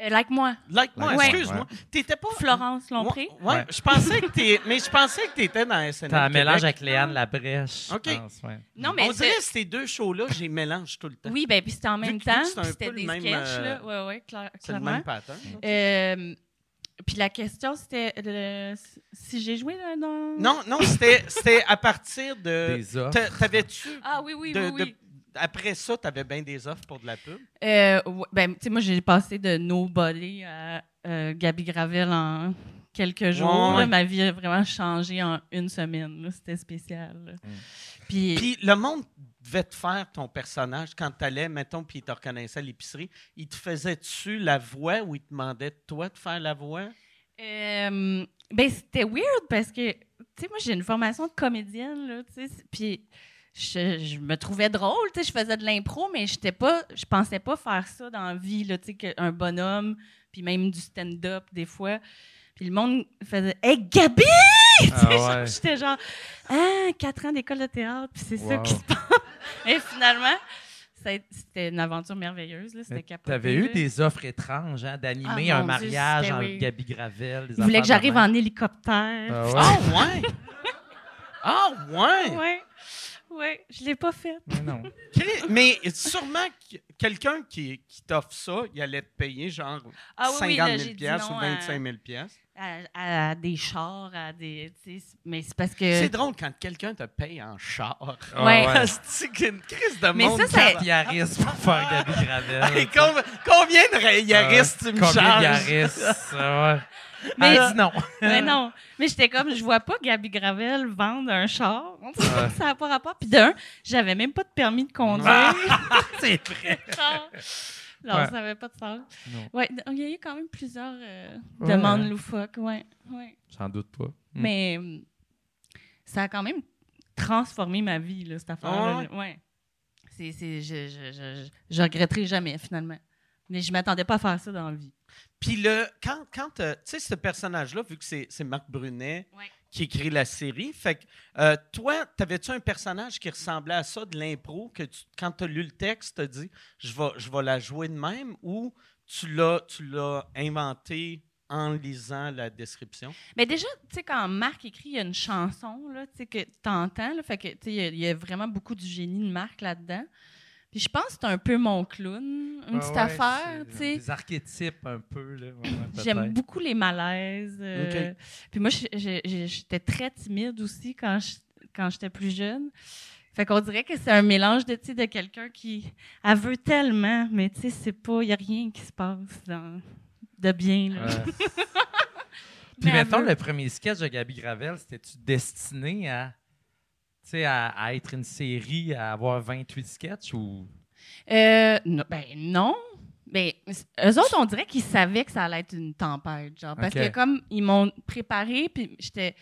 Speaker 5: Euh, like moi,
Speaker 3: Like moi,
Speaker 5: Ouais.
Speaker 3: excuse-moi. T'étais pas.
Speaker 5: Florence
Speaker 3: Ouais,
Speaker 5: Lompré.
Speaker 3: Ouais,
Speaker 4: Ouais.
Speaker 3: je pensais que t'es. Mais je pensais que t'étais dans SNL.
Speaker 4: T'as un
Speaker 3: Québec.
Speaker 4: mélange avec Léane Labrèche. je
Speaker 3: OK.
Speaker 4: pense, ouais.
Speaker 5: Non, mais
Speaker 3: On
Speaker 5: c'est-
Speaker 3: dirait que ces deux shows-là, j'ai mélange tout le temps.
Speaker 5: Oui, ben puis c'était en même
Speaker 3: que- vu que
Speaker 5: temps,
Speaker 3: c'est un
Speaker 5: puis c'était
Speaker 3: peu le
Speaker 5: des
Speaker 3: même,
Speaker 5: sketchs
Speaker 3: euh,
Speaker 5: là, ouais ouais, clair-
Speaker 3: C'est le
Speaker 5: clairement.
Speaker 3: même pattern.
Speaker 5: Euh, Puis la question, c'était le- si j'ai joué là, dans.
Speaker 3: Non, non, c'était c'était à partir de.
Speaker 4: Des offres.
Speaker 3: T'a- T'avais-tu.
Speaker 5: Ah oui, oui,
Speaker 3: de-
Speaker 5: oui. oui.
Speaker 3: de- après ça, t'avais bien des offres pour de la pub.
Speaker 5: Euh, ouais, ben, tu sais, moi, j'ai passé de Nobody à euh, Gabi Gravel en quelques jours.
Speaker 3: Ouais.
Speaker 5: là. Ma vie a vraiment changé en une semaine. là. C'était spécial. là. Puis,
Speaker 3: Mm. Puis le monde devait te faire ton personnage quand t'allais, mettons, puis ils te reconnaissaient à l'épicerie. Ils te faisaient-tu la voix ou ils te demandaient, toi, de faire la voix?
Speaker 5: euh, ben, c'était weird parce que, tu sais, moi, j'ai une formation de comédienne, là, tu sais. c'est- Puis, je, je me trouvais drôle, tu sais, je faisais de l'impro, mais j'étais pas, je pensais pas faire ça dans la vie, là, tu sais, qu'un bonhomme, puis même du stand-up, des fois. Puis le monde faisait « Hey, Gabi! Tu sais,
Speaker 4: Ah ouais.
Speaker 5: J'étais genre « Ah, quatre ans d'école de théâtre, puis c'est ça
Speaker 4: Wow.
Speaker 5: qui se passe! » Et finalement, ça a été- c'était une aventure merveilleuse, là, c'était capoté.
Speaker 4: T'avais
Speaker 5: là.
Speaker 4: eu des offres étranges, hein, d'animer
Speaker 5: Ah,
Speaker 4: un
Speaker 5: mon Dieu,
Speaker 4: mariage
Speaker 5: c'était
Speaker 4: en
Speaker 5: oui.
Speaker 4: Gabi Gravel. des
Speaker 5: Ils voulaient
Speaker 4: affaires
Speaker 5: que j'arrive
Speaker 4: de même.
Speaker 5: en hélicoptère.
Speaker 4: Ah ouais.
Speaker 3: Ah ouais! Ah ouais!
Speaker 5: Ouais. Ouais, je l'ai pas fait.
Speaker 4: Mais non.
Speaker 3: Cri- Mais sûrement, que- quelqu'un qui, qui t'offre ça, il allait te payer genre
Speaker 5: Ah oui, oui,
Speaker 3: 50
Speaker 5: là,
Speaker 3: 000
Speaker 5: j'ai dit
Speaker 3: piastres
Speaker 5: non hein.
Speaker 3: ou
Speaker 5: à-
Speaker 3: 25 000 piastres.
Speaker 5: À, à des chars, à des. tu sais, Mais c'est parce
Speaker 4: Euh.
Speaker 3: C'est
Speaker 5: que.
Speaker 3: drôle quand quelqu'un te paye en char.
Speaker 5: Ah ouais.
Speaker 4: Ah
Speaker 3: C'est une crise de
Speaker 5: Mais
Speaker 3: monde.
Speaker 5: ça, ça-
Speaker 3: qui-
Speaker 4: Yaris pour faire Gabi
Speaker 3: Ah. Hey,
Speaker 4: Gravel.
Speaker 3: com- combien de Yaris
Speaker 4: Ah,
Speaker 3: tu me
Speaker 4: combien de
Speaker 3: charges?
Speaker 4: Yaris? Ah ouais.
Speaker 5: Mais-
Speaker 4: Elle dit non.
Speaker 5: Mais non. Mais j'étais comme, je vois pas Gabi Gravel vendre un char.
Speaker 3: Ah.
Speaker 5: ça n'a pas rapport. Puis d'un, j'avais même pas de permis de
Speaker 3: Ah.
Speaker 5: conduire.
Speaker 4: C'est vrai.
Speaker 5: Genre, Non,
Speaker 4: Ouais.
Speaker 5: ça n'avait pas de sens.
Speaker 4: Non.
Speaker 5: Ouais, d- il y a eu quand même plusieurs euh,
Speaker 4: Ouais.
Speaker 5: demandes loufoques. Ouais, ouais.
Speaker 4: J'en doute pas. Mm.
Speaker 5: Mais euh, ça a quand même transformé ma vie, là, cette
Speaker 4: Ah
Speaker 5: affaire-là. là. Ouais. C'est, c'est- je, je, je, je- je regretterai jamais, finalement. Mais je m'attendais pas à faire ça dans la vie.
Speaker 3: Puis le, quand, quand euh, tu sais, ce personnage-là, vu que c'est c'est Marc Brunet
Speaker 5: Ouais.
Speaker 3: qui écrit la série, fait que euh, toi, t'avais-tu un personnage qui ressemblait à ça de l'impro, que tu, quand t'as lu le texte, t'as dit « je vais, je vais la jouer de même » ou tu l'as tu l'as inventé en lisant la description?
Speaker 5: Mais déjà, tu sais, quand Marc écrit, il y a une chanson, là, tu sais, que t'entends, là, fait que, tu sais, il y a- il y, a vraiment beaucoup du génie de Marc là-dedans. Puis je pense que c'est un peu mon clown, une
Speaker 4: Ah
Speaker 5: petite
Speaker 4: ouais,
Speaker 5: affaire,
Speaker 4: c'est
Speaker 5: tu sais.
Speaker 4: Des archétypes un peu. là, ouais, ouais,
Speaker 5: J'aime
Speaker 4: peut-être.
Speaker 5: beaucoup les malaises. euh,
Speaker 3: Ok.
Speaker 5: Puis moi, je- je- je- j'étais très timide aussi quand je- quand j'étais plus jeune. Fait qu'on dirait que c'est un mélange de, tu sais, de quelqu'un qui elle veut tellement, mais tu sais, c'est pas, il n'y a rien qui se passe dans- de bien. Là.
Speaker 4: Ouais.
Speaker 5: Mais
Speaker 4: Puis mettons,
Speaker 5: elle veut-
Speaker 4: le premier sketch de Gabi Gravel, c'était-tu destiné à, tu sais, à, à être une série, à avoir 28 sketchs ou.
Speaker 5: Euh, non, ben non. Ben, c- eux autres, on dirait qu'ils savaient que ça allait être une tempête, genre. Parce
Speaker 4: Ok.
Speaker 5: que comme ils m'ont préparé, puis j'étais...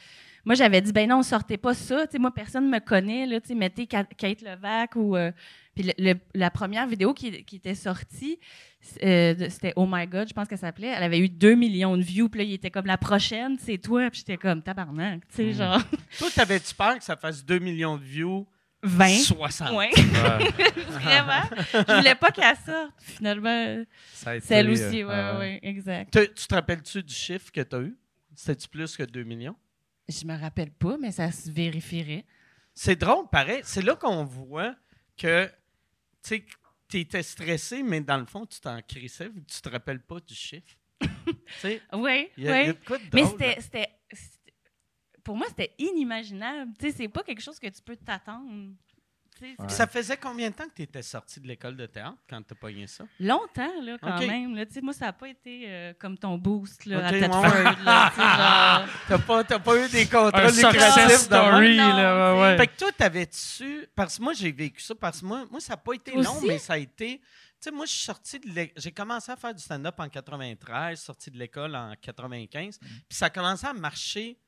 Speaker 5: Moi, j'avais dit, ben non, sortez pas ça. Tu sais moi, personne me connaît, là. Tu sais, mettez Ka- Kate Levac ou... euh, Puis le- le- la première vidéo qui, qui était sortie, c- euh, de- c'était Oh My God, je pense qu'elle s'appelait. Elle avait eu 2 millions de views. Puis là, il était comme, la prochaine, c'est toi. Puis j'étais comme, tabarnak, tu sais,
Speaker 4: Mm.
Speaker 5: genre
Speaker 3: Toi, t'avais-tu peur que ça fasse 2 millions de views?
Speaker 5: 20.
Speaker 3: 60.
Speaker 5: Hein? Ouais,
Speaker 4: Ouais,
Speaker 5: vraiment. Je voulais pas qu'elle sorte. Finalement, euh,
Speaker 4: ça a été,
Speaker 5: celle
Speaker 4: euh,
Speaker 5: aussi, ouais,
Speaker 4: ah
Speaker 5: ouais, exact.
Speaker 3: Te- tu te rappelles-tu du chiffre que t'as eu? C'était-tu plus que 2 millions?
Speaker 5: Je me rappelle pas, mais ça se vérifierait.
Speaker 3: C'est drôle, pareil. C'est là qu'on voit que tu étais stressé, mais dans le fond, tu t'en crissais vu que tu te rappelles pas du chiffre. Tu sais,
Speaker 5: Oui,
Speaker 3: il y a- il y a
Speaker 5: oui.
Speaker 3: de quoi de
Speaker 5: Mais
Speaker 3: drôle, là.
Speaker 5: c'était, c'était, c'était- Pour moi, c'était inimaginable. Tu sais, c'est pas quelque chose que tu peux t'attendre. Tu sais, c'est-
Speaker 4: Ouais.
Speaker 3: Ça faisait combien de temps que tu étais sorti de l'école de théâtre quand tu as pogné ça?
Speaker 5: Longtemps, là, quand
Speaker 3: Ok.
Speaker 5: même. Là, Tu sais, moi, ça n'a pas été euh, comme ton boost là,
Speaker 3: Ok,
Speaker 5: à Thetford.
Speaker 3: ouais,
Speaker 5: là, tu sais, genre.
Speaker 3: T'as pas, t'as pas eu des contrats
Speaker 4: Un success
Speaker 3: lucratifs de même?
Speaker 4: story,
Speaker 5: Oh, Non,
Speaker 4: là,
Speaker 5: tu
Speaker 4: ouais,
Speaker 5: sais.
Speaker 4: ouais.
Speaker 3: Fait que toi, t'avais-tu. Parce que moi, j'ai vécu ça. Parce que moi, moi ça n'a pas été
Speaker 5: Toi
Speaker 3: long,
Speaker 5: aussi?
Speaker 3: mais ça a été. Tu sais, moi, je suis sorti de l'é- J'ai commencé à faire du stand-up en 93, sorti de l'école en 95.
Speaker 4: Mm.
Speaker 3: Puis ça a commencé à marcher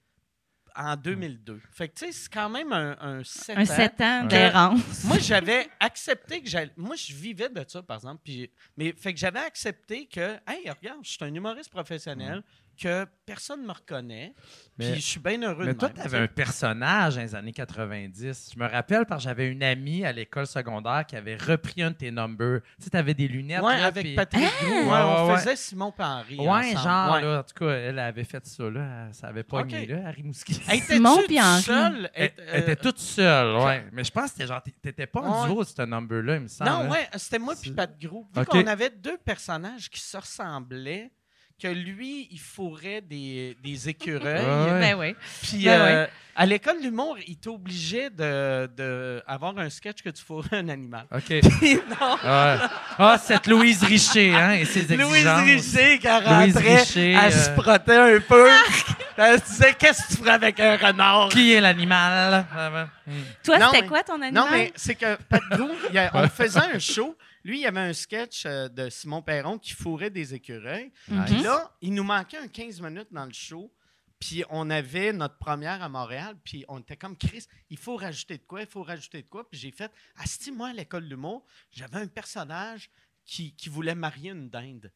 Speaker 3: en 2002. Fait que, tu sais, c'est quand même un, un sept
Speaker 5: Un
Speaker 3: ans.
Speaker 5: 7 ans
Speaker 4: Ouais.
Speaker 5: d'errance.
Speaker 3: Moi, j'avais accepté que j'allais. Moi, je vivais de ça, par exemple. Puis, mais fait que j'avais accepté que, hey, regarde, je suis un humoriste professionnel, que personne ne me reconnaît.
Speaker 4: Mm. Mais-
Speaker 3: puis je suis bien heureux
Speaker 4: Mais
Speaker 3: de
Speaker 4: toi,
Speaker 3: même,
Speaker 4: tu avais
Speaker 3: tu sais.
Speaker 4: un personnage dans les années 90. Je me rappelle parce que j'avais une amie à l'école secondaire qui avait repris un de tes numbers. Tu sais, t'avais des lunettes.
Speaker 3: Ouais,
Speaker 4: là,
Speaker 3: avec
Speaker 4: puis- Hein?
Speaker 3: Patrick Roux, ouais,
Speaker 4: Ouais,
Speaker 3: on
Speaker 4: ouais, ouais.
Speaker 3: faisait Simon Paris.
Speaker 4: Ouais,
Speaker 3: ensemble.
Speaker 4: genre,
Speaker 3: Ouais.
Speaker 4: là, en tout cas, elle avait fait ça, là. Ça avait pas mis, là, à Rimouski.
Speaker 3: Hey, t'es-tu
Speaker 5: Simon puis
Speaker 3: tout
Speaker 5: Henri.
Speaker 3: seul?
Speaker 4: Elle,
Speaker 3: Euh,
Speaker 4: elle était toute seule, ouais. Mais je pense que c'était genre, t'- t'étais pas en
Speaker 3: Ouais.
Speaker 4: duo, ce number-là, il me semble.
Speaker 3: Non,
Speaker 4: hein.
Speaker 3: ouais, c'était moi puis
Speaker 4: C'est-
Speaker 3: Pat Gros. Vu
Speaker 4: Ok.
Speaker 3: qu'on avait deux personnages qui se ressemblaient, que lui, il fourrait des, des
Speaker 2: Ah
Speaker 3: écureuils.
Speaker 2: ouais.
Speaker 5: Ben oui.
Speaker 3: Puis
Speaker 5: Ben
Speaker 3: euh, à l'école de l'humour, il t'obligeait de, de avoir un sketch que tu fourrais un animal.
Speaker 4: OK.
Speaker 3: Puis non,
Speaker 4: Ah, ah, cette Louise Richer, hein, et ses
Speaker 3: Louise
Speaker 4: exigences.
Speaker 3: Richer, quand elle
Speaker 4: Louise
Speaker 3: rentrait,
Speaker 4: Richer,
Speaker 3: elle se
Speaker 4: euh,
Speaker 3: frottait un peu. elle se disait Qu'est-ce que tu ferais avec un renard
Speaker 4: Qui est l'animal? Ah, ben, hmm.
Speaker 5: Toi,
Speaker 3: Non,
Speaker 5: c'était
Speaker 3: mais-
Speaker 5: quoi ton animal?
Speaker 3: Non, mais c'est que Pat Grou, il a- on faisait un show. Lui, il y avait un sketch euh, de Simon Perron qui fourrait des écureuils.
Speaker 5: Mhm.
Speaker 3: Puis là, il nous manquait un 15 minutes dans le show. Puis on avait notre première à Montréal. Puis on était comme Chris, il faut rajouter de quoi, il faut rajouter de quoi. Puis j'ai fait Asti, moi, à l'école de l'humour, j'avais un personnage qui, qui voulait marier une dinde.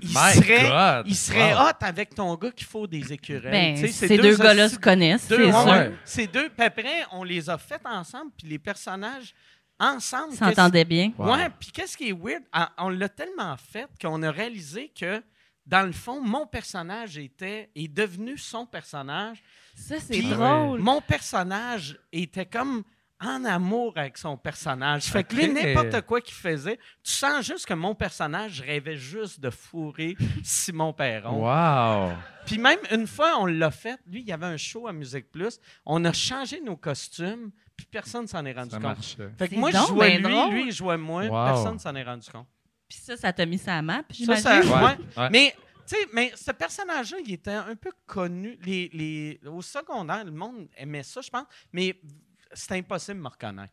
Speaker 3: Il
Speaker 4: My
Speaker 3: serait,
Speaker 4: God.
Speaker 3: il serait
Speaker 4: Wow.
Speaker 3: hot avec ton gars qui faut des écureuils.
Speaker 5: Ben,
Speaker 3: Tu sais,
Speaker 5: ces deux gars-là
Speaker 3: hosties
Speaker 5: se connaissent,
Speaker 3: deux,
Speaker 5: c'est
Speaker 3: ouais,
Speaker 5: sûr.
Speaker 3: ouais. Ces deux. Puis après, on les a faites ensemble, puis les personnages ensemble.
Speaker 5: Ils s'entendaient bien.
Speaker 3: qu'est-ce- Ouais, puis qu'est-ce qui est weird? ah, On l'a tellement fait qu'on a réalisé que, dans le fond, mon personnage était, est devenu son personnage.
Speaker 5: Ça, c'est
Speaker 3: Puis
Speaker 5: drôle.
Speaker 3: Mon personnage était comme en amour avec son personnage. Fait que lui,
Speaker 4: Ok.
Speaker 3: n'importe quoi qu'il faisait, tu sens juste que mon personnage rêvait juste de fourrer Simon Perron.
Speaker 4: Wow.
Speaker 3: Puis même une fois, on l'a fait. Lui, il y avait un show à Musique Plus. On a changé nos costumes, puis personne s'en est rendu
Speaker 4: Ça
Speaker 3: compte.
Speaker 4: marche. ça.
Speaker 3: Fait que
Speaker 5: C'est
Speaker 3: moi, je
Speaker 5: donc
Speaker 3: jouais
Speaker 5: ben
Speaker 3: lui,
Speaker 5: drôle.
Speaker 3: lui, il jouait moi,
Speaker 4: Wow.
Speaker 3: personne s'en est rendu compte.
Speaker 5: Puis ça, ça t'a mis ça à map,
Speaker 3: Ça,
Speaker 5: j'imagine.
Speaker 3: ça- ouais.
Speaker 4: Ouais.
Speaker 3: Mais, tu sais, mais ce personnage-là, il était un peu connu. Les, les, au secondaire, le monde aimait ça, je pense, mais c'était impossible de me reconnaître.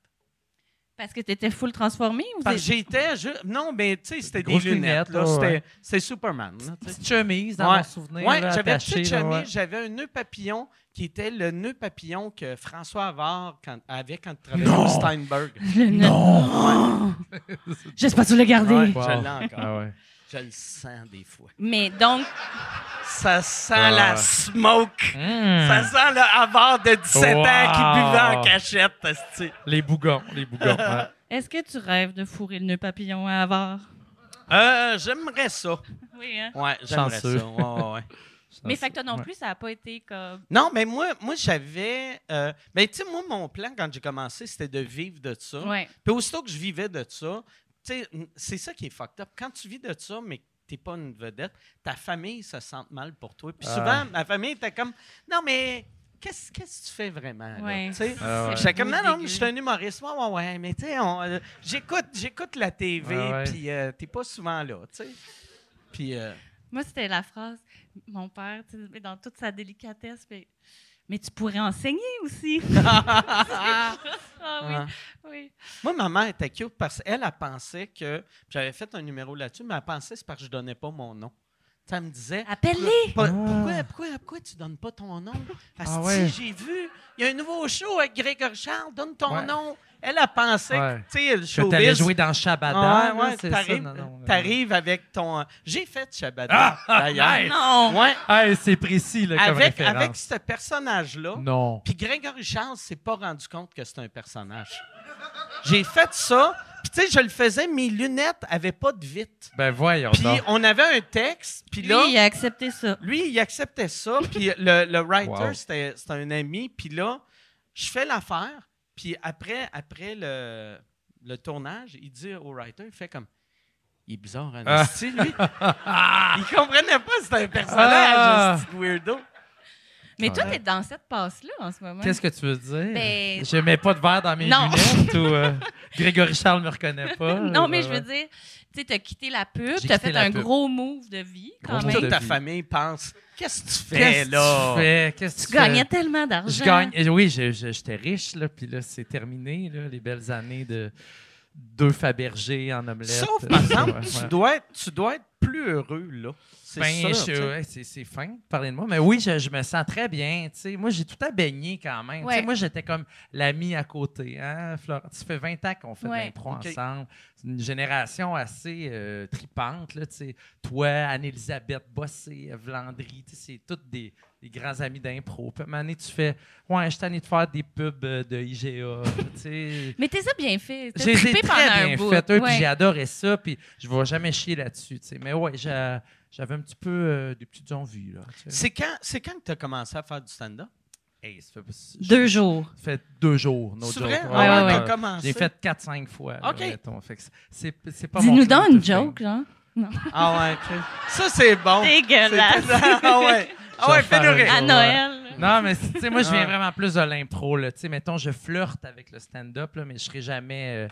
Speaker 5: Parce que t'étais full transformé ou
Speaker 3: Parce que
Speaker 5: c'est-
Speaker 3: j'étais juste... Non, mais tu sais, c'était des
Speaker 4: Grosses
Speaker 3: lunettes.
Speaker 4: lunettes,
Speaker 3: là,
Speaker 4: ouais,
Speaker 3: c'était-
Speaker 4: ouais.
Speaker 3: C'était Superman. là, tu sais.
Speaker 4: Petite chemise, dans
Speaker 3: Ouais.
Speaker 4: mon souvenir.
Speaker 3: Oui,
Speaker 4: là,
Speaker 3: j'avais une
Speaker 4: attachée,
Speaker 3: petite
Speaker 4: là, ouais.
Speaker 3: chemise, j'avais un nœud papillon qui était le nœud papillon que François Havard quand- avait quand il travaillait
Speaker 4: Non!
Speaker 3: au Steinberg.
Speaker 5: Le Non! J'espère que tu l'as gardé.
Speaker 3: Ouais,
Speaker 4: Wow.
Speaker 3: Je l'ai encore.
Speaker 4: Ah ouais.
Speaker 3: Je le sens des fois.
Speaker 5: Mais donc,
Speaker 3: Ça sent
Speaker 4: Ah.
Speaker 3: la smoke.
Speaker 4: Hmm.
Speaker 3: Ça sent le Havard de 17 ans qui
Speaker 4: Wow.
Speaker 3: buvait en cachette. esti.
Speaker 4: Les bougons, les bougons. ouais.
Speaker 5: est-ce que tu rêves de fourrer le nœud papillon à avare?
Speaker 3: Euh, j'aimerais ça.
Speaker 5: Oui, hein?
Speaker 3: Ouais, j'aimerais ça.
Speaker 4: Chanceux.
Speaker 3: Ouais, ouais, ouais.
Speaker 5: Mais fait que toi non plus, ça n'a pas été comme.
Speaker 3: Non, mais moi, moi j'avais. euh, ben, tu sais, moi, mon plan quand j'ai commencé, c'était de vivre de ça.
Speaker 5: Ouais.
Speaker 3: Puis aussitôt que je vivais de ça, tu sais, n- c'est ça qui est fucked up. Quand tu vis de ça, mais que t'es pas une vedette, ta famille se sent mal pour toi. Puis souvent,
Speaker 4: Ah.
Speaker 3: ma famille était comme Non, mais qu'est-ce qu'est-ce que tu fais vraiment? là?
Speaker 5: Ouais.
Speaker 3: Tu sais?
Speaker 4: Ah ouais.
Speaker 3: J'étais comme, non, non, mais je suis
Speaker 5: Dégueu.
Speaker 3: un humoriste. Ouais, ouais, ouais, mais tu sais, on, euh, j'écoute, j'écoute la TV,
Speaker 4: Ah Ouais, ouais.
Speaker 3: puis euh, t'es pas souvent là, tu sais. Puis, euh,
Speaker 5: Moi, c'était la phrase, mon père, tu sais, mais dans toute sa délicatesse, mais, mais tu pourrais enseigner aussi. ah oui,
Speaker 3: hein.
Speaker 5: oui.
Speaker 3: moi, ma mère était cute parce qu'elle, elle pensait que, j'avais fait un numéro là-dessus, mais elle pensait que c'est parce que je donnais pas mon nom. Tu sais, elle me disait,
Speaker 5: Appelle-les!
Speaker 3: Pas-
Speaker 4: Ah.
Speaker 3: pourquoi, pourquoi, pourquoi tu donnes pas ton nom? Parce
Speaker 4: Ah
Speaker 3: que
Speaker 4: ouais.
Speaker 3: j'ai vu, il y a un nouveau show avec Grégory Charles, donne ton
Speaker 4: Ouais.
Speaker 3: nom. Elle a pensé, que,
Speaker 4: Ouais.
Speaker 3: tu sais, le
Speaker 4: Que
Speaker 3: showbiz...
Speaker 4: t'allais jouer dans Shabada.
Speaker 3: Ah ouais, ouais, t'arrives- T'arrives avec ton... J'ai fait Shabada,
Speaker 4: Ah,
Speaker 3: d'ailleurs.
Speaker 4: nice!
Speaker 5: Non!
Speaker 3: Ouais,
Speaker 4: Ah, c'est précis, là, comme
Speaker 3: avec,
Speaker 4: référence.
Speaker 3: avec ce personnage-là.
Speaker 4: Non.
Speaker 3: Puis Grégory Charles s'est pas rendu compte que c'est un personnage. J'ai fait ça, puis tu sais, je le faisais, mes lunettes avaient pas de vitre.
Speaker 4: Ben voyons
Speaker 3: Puis
Speaker 4: donc.
Speaker 3: on avait un texte, puis
Speaker 5: Lui,
Speaker 3: là...
Speaker 5: il a accepté ça.
Speaker 3: Lui, il acceptait ça. Puis le, le writer,
Speaker 4: Wow.
Speaker 3: c'était, c'était un ami. Puis là, je fais l'affaire. Puis après, après le, le tournage, il dit au writer, il fait comme... Il est bizarre, hein,
Speaker 4: Ah.
Speaker 3: esti, lui. il comprenait pas, c'était un
Speaker 4: Ah.
Speaker 3: personnage, esti de weirdo. Ah
Speaker 5: Mais toi,
Speaker 4: Ouais.
Speaker 5: t'es dans cette passe-là en ce moment.
Speaker 4: Qu'est-ce que tu veux dire?
Speaker 5: Ben-
Speaker 4: Je mets pas de verre dans mes
Speaker 5: Non.
Speaker 4: lunettes ou euh, Grégory Charles me reconnaît pas?
Speaker 5: Non, mais je veux dire, tu sais, t'as quitté la pub,
Speaker 4: Ah, J'ai
Speaker 5: t'as
Speaker 4: quitté
Speaker 5: fait
Speaker 4: la
Speaker 5: un
Speaker 4: pub.
Speaker 5: gros move de vie quand
Speaker 4: Gros
Speaker 5: même.
Speaker 4: move de
Speaker 3: Toute ta
Speaker 4: vie.
Speaker 3: famille pense, qu'est-ce que tu fais,
Speaker 4: Qu'est-ce
Speaker 3: là?
Speaker 4: que Ben tu fais? Qu'est-ce que
Speaker 5: Tu
Speaker 4: fais?
Speaker 5: gagnais tellement d'argent.
Speaker 4: Je gagne. eh Oui, je- je- j'étais riche, là, puis là, c'est terminé, là, les belles années de deux Fabergé en omelette.
Speaker 3: Sauf, par exemple,
Speaker 4: Ouais,
Speaker 3: tu,
Speaker 4: ouais.
Speaker 3: dois être, tu dois être plus heureux, là. C'est
Speaker 4: Ben,
Speaker 3: sûr,
Speaker 4: je-
Speaker 3: tu sais.
Speaker 4: ouais, c'est c'est fin de parler de moi, mais oui, je, je me sens très bien. tu sais. Moi, j'ai tout à baigner quand même. Tu sais,
Speaker 5: Ouais.
Speaker 4: Moi, j'étais comme l'ami à côté. Hein, Florent? Ça fait 20 ans qu'on fait
Speaker 5: Ouais.
Speaker 4: de l'impro
Speaker 3: Ok.
Speaker 4: ensemble. C'est une génération assez euh, tripante. Là, tu sais. Toi, Anne-Elisabeth Bossé, Ève Landry, tu sais, c'est toutes des, des grands amis d'impro. Puis à un moment donné, tu fais Ouais, je suis tanné de faire des pubs euh, de IGA. tu sais.
Speaker 5: Mais t'es ça bien fait. T'as
Speaker 4: J'ai été
Speaker 5: trippé pendant
Speaker 4: très
Speaker 5: un
Speaker 4: bien
Speaker 5: bout.
Speaker 4: fait, eux,
Speaker 5: Ouais.
Speaker 4: puis j'ai adoré ça, puis je vais jamais chier là-dessus, tu sais. Mais ouais, j'a- j'avais un petit peu euh, des petites envies, là. tu sais.
Speaker 3: C'est quand, c'est quand que tu as commencé à faire du stand-up?
Speaker 4: Hey, ça fait,
Speaker 5: Deux jours.
Speaker 4: ça fait deux jours, no
Speaker 3: c'est
Speaker 4: joke.
Speaker 3: vrai?
Speaker 4: Ouais,
Speaker 3: Ah ouais,
Speaker 4: ouais,
Speaker 3: t'as
Speaker 4: ouais.
Speaker 3: commencé.
Speaker 4: J'ai fait 4-5 fois. là,
Speaker 3: OK.
Speaker 4: mettons. Fait que c'est- c'est c'est pas mon
Speaker 5: Dis-nous
Speaker 4: truc
Speaker 5: donc
Speaker 4: de
Speaker 5: une
Speaker 4: fin.
Speaker 5: joke, genre. Non.
Speaker 3: Ah ouais, ok. Ça, c'est bon.
Speaker 5: Dégueulasse.
Speaker 3: C'est- Ah ouais. Ah ouais,
Speaker 4: Je vais faire
Speaker 3: fais-nous
Speaker 4: un-
Speaker 5: À
Speaker 3: rire.
Speaker 4: Ouais.
Speaker 5: Noël. là.
Speaker 4: Non, mais tu sais, moi, je viens
Speaker 3: Ouais.
Speaker 4: vraiment plus de l'impro. là. Tu sais, mettons, je flirte avec le stand-up, là, mais je serai jamais, euh,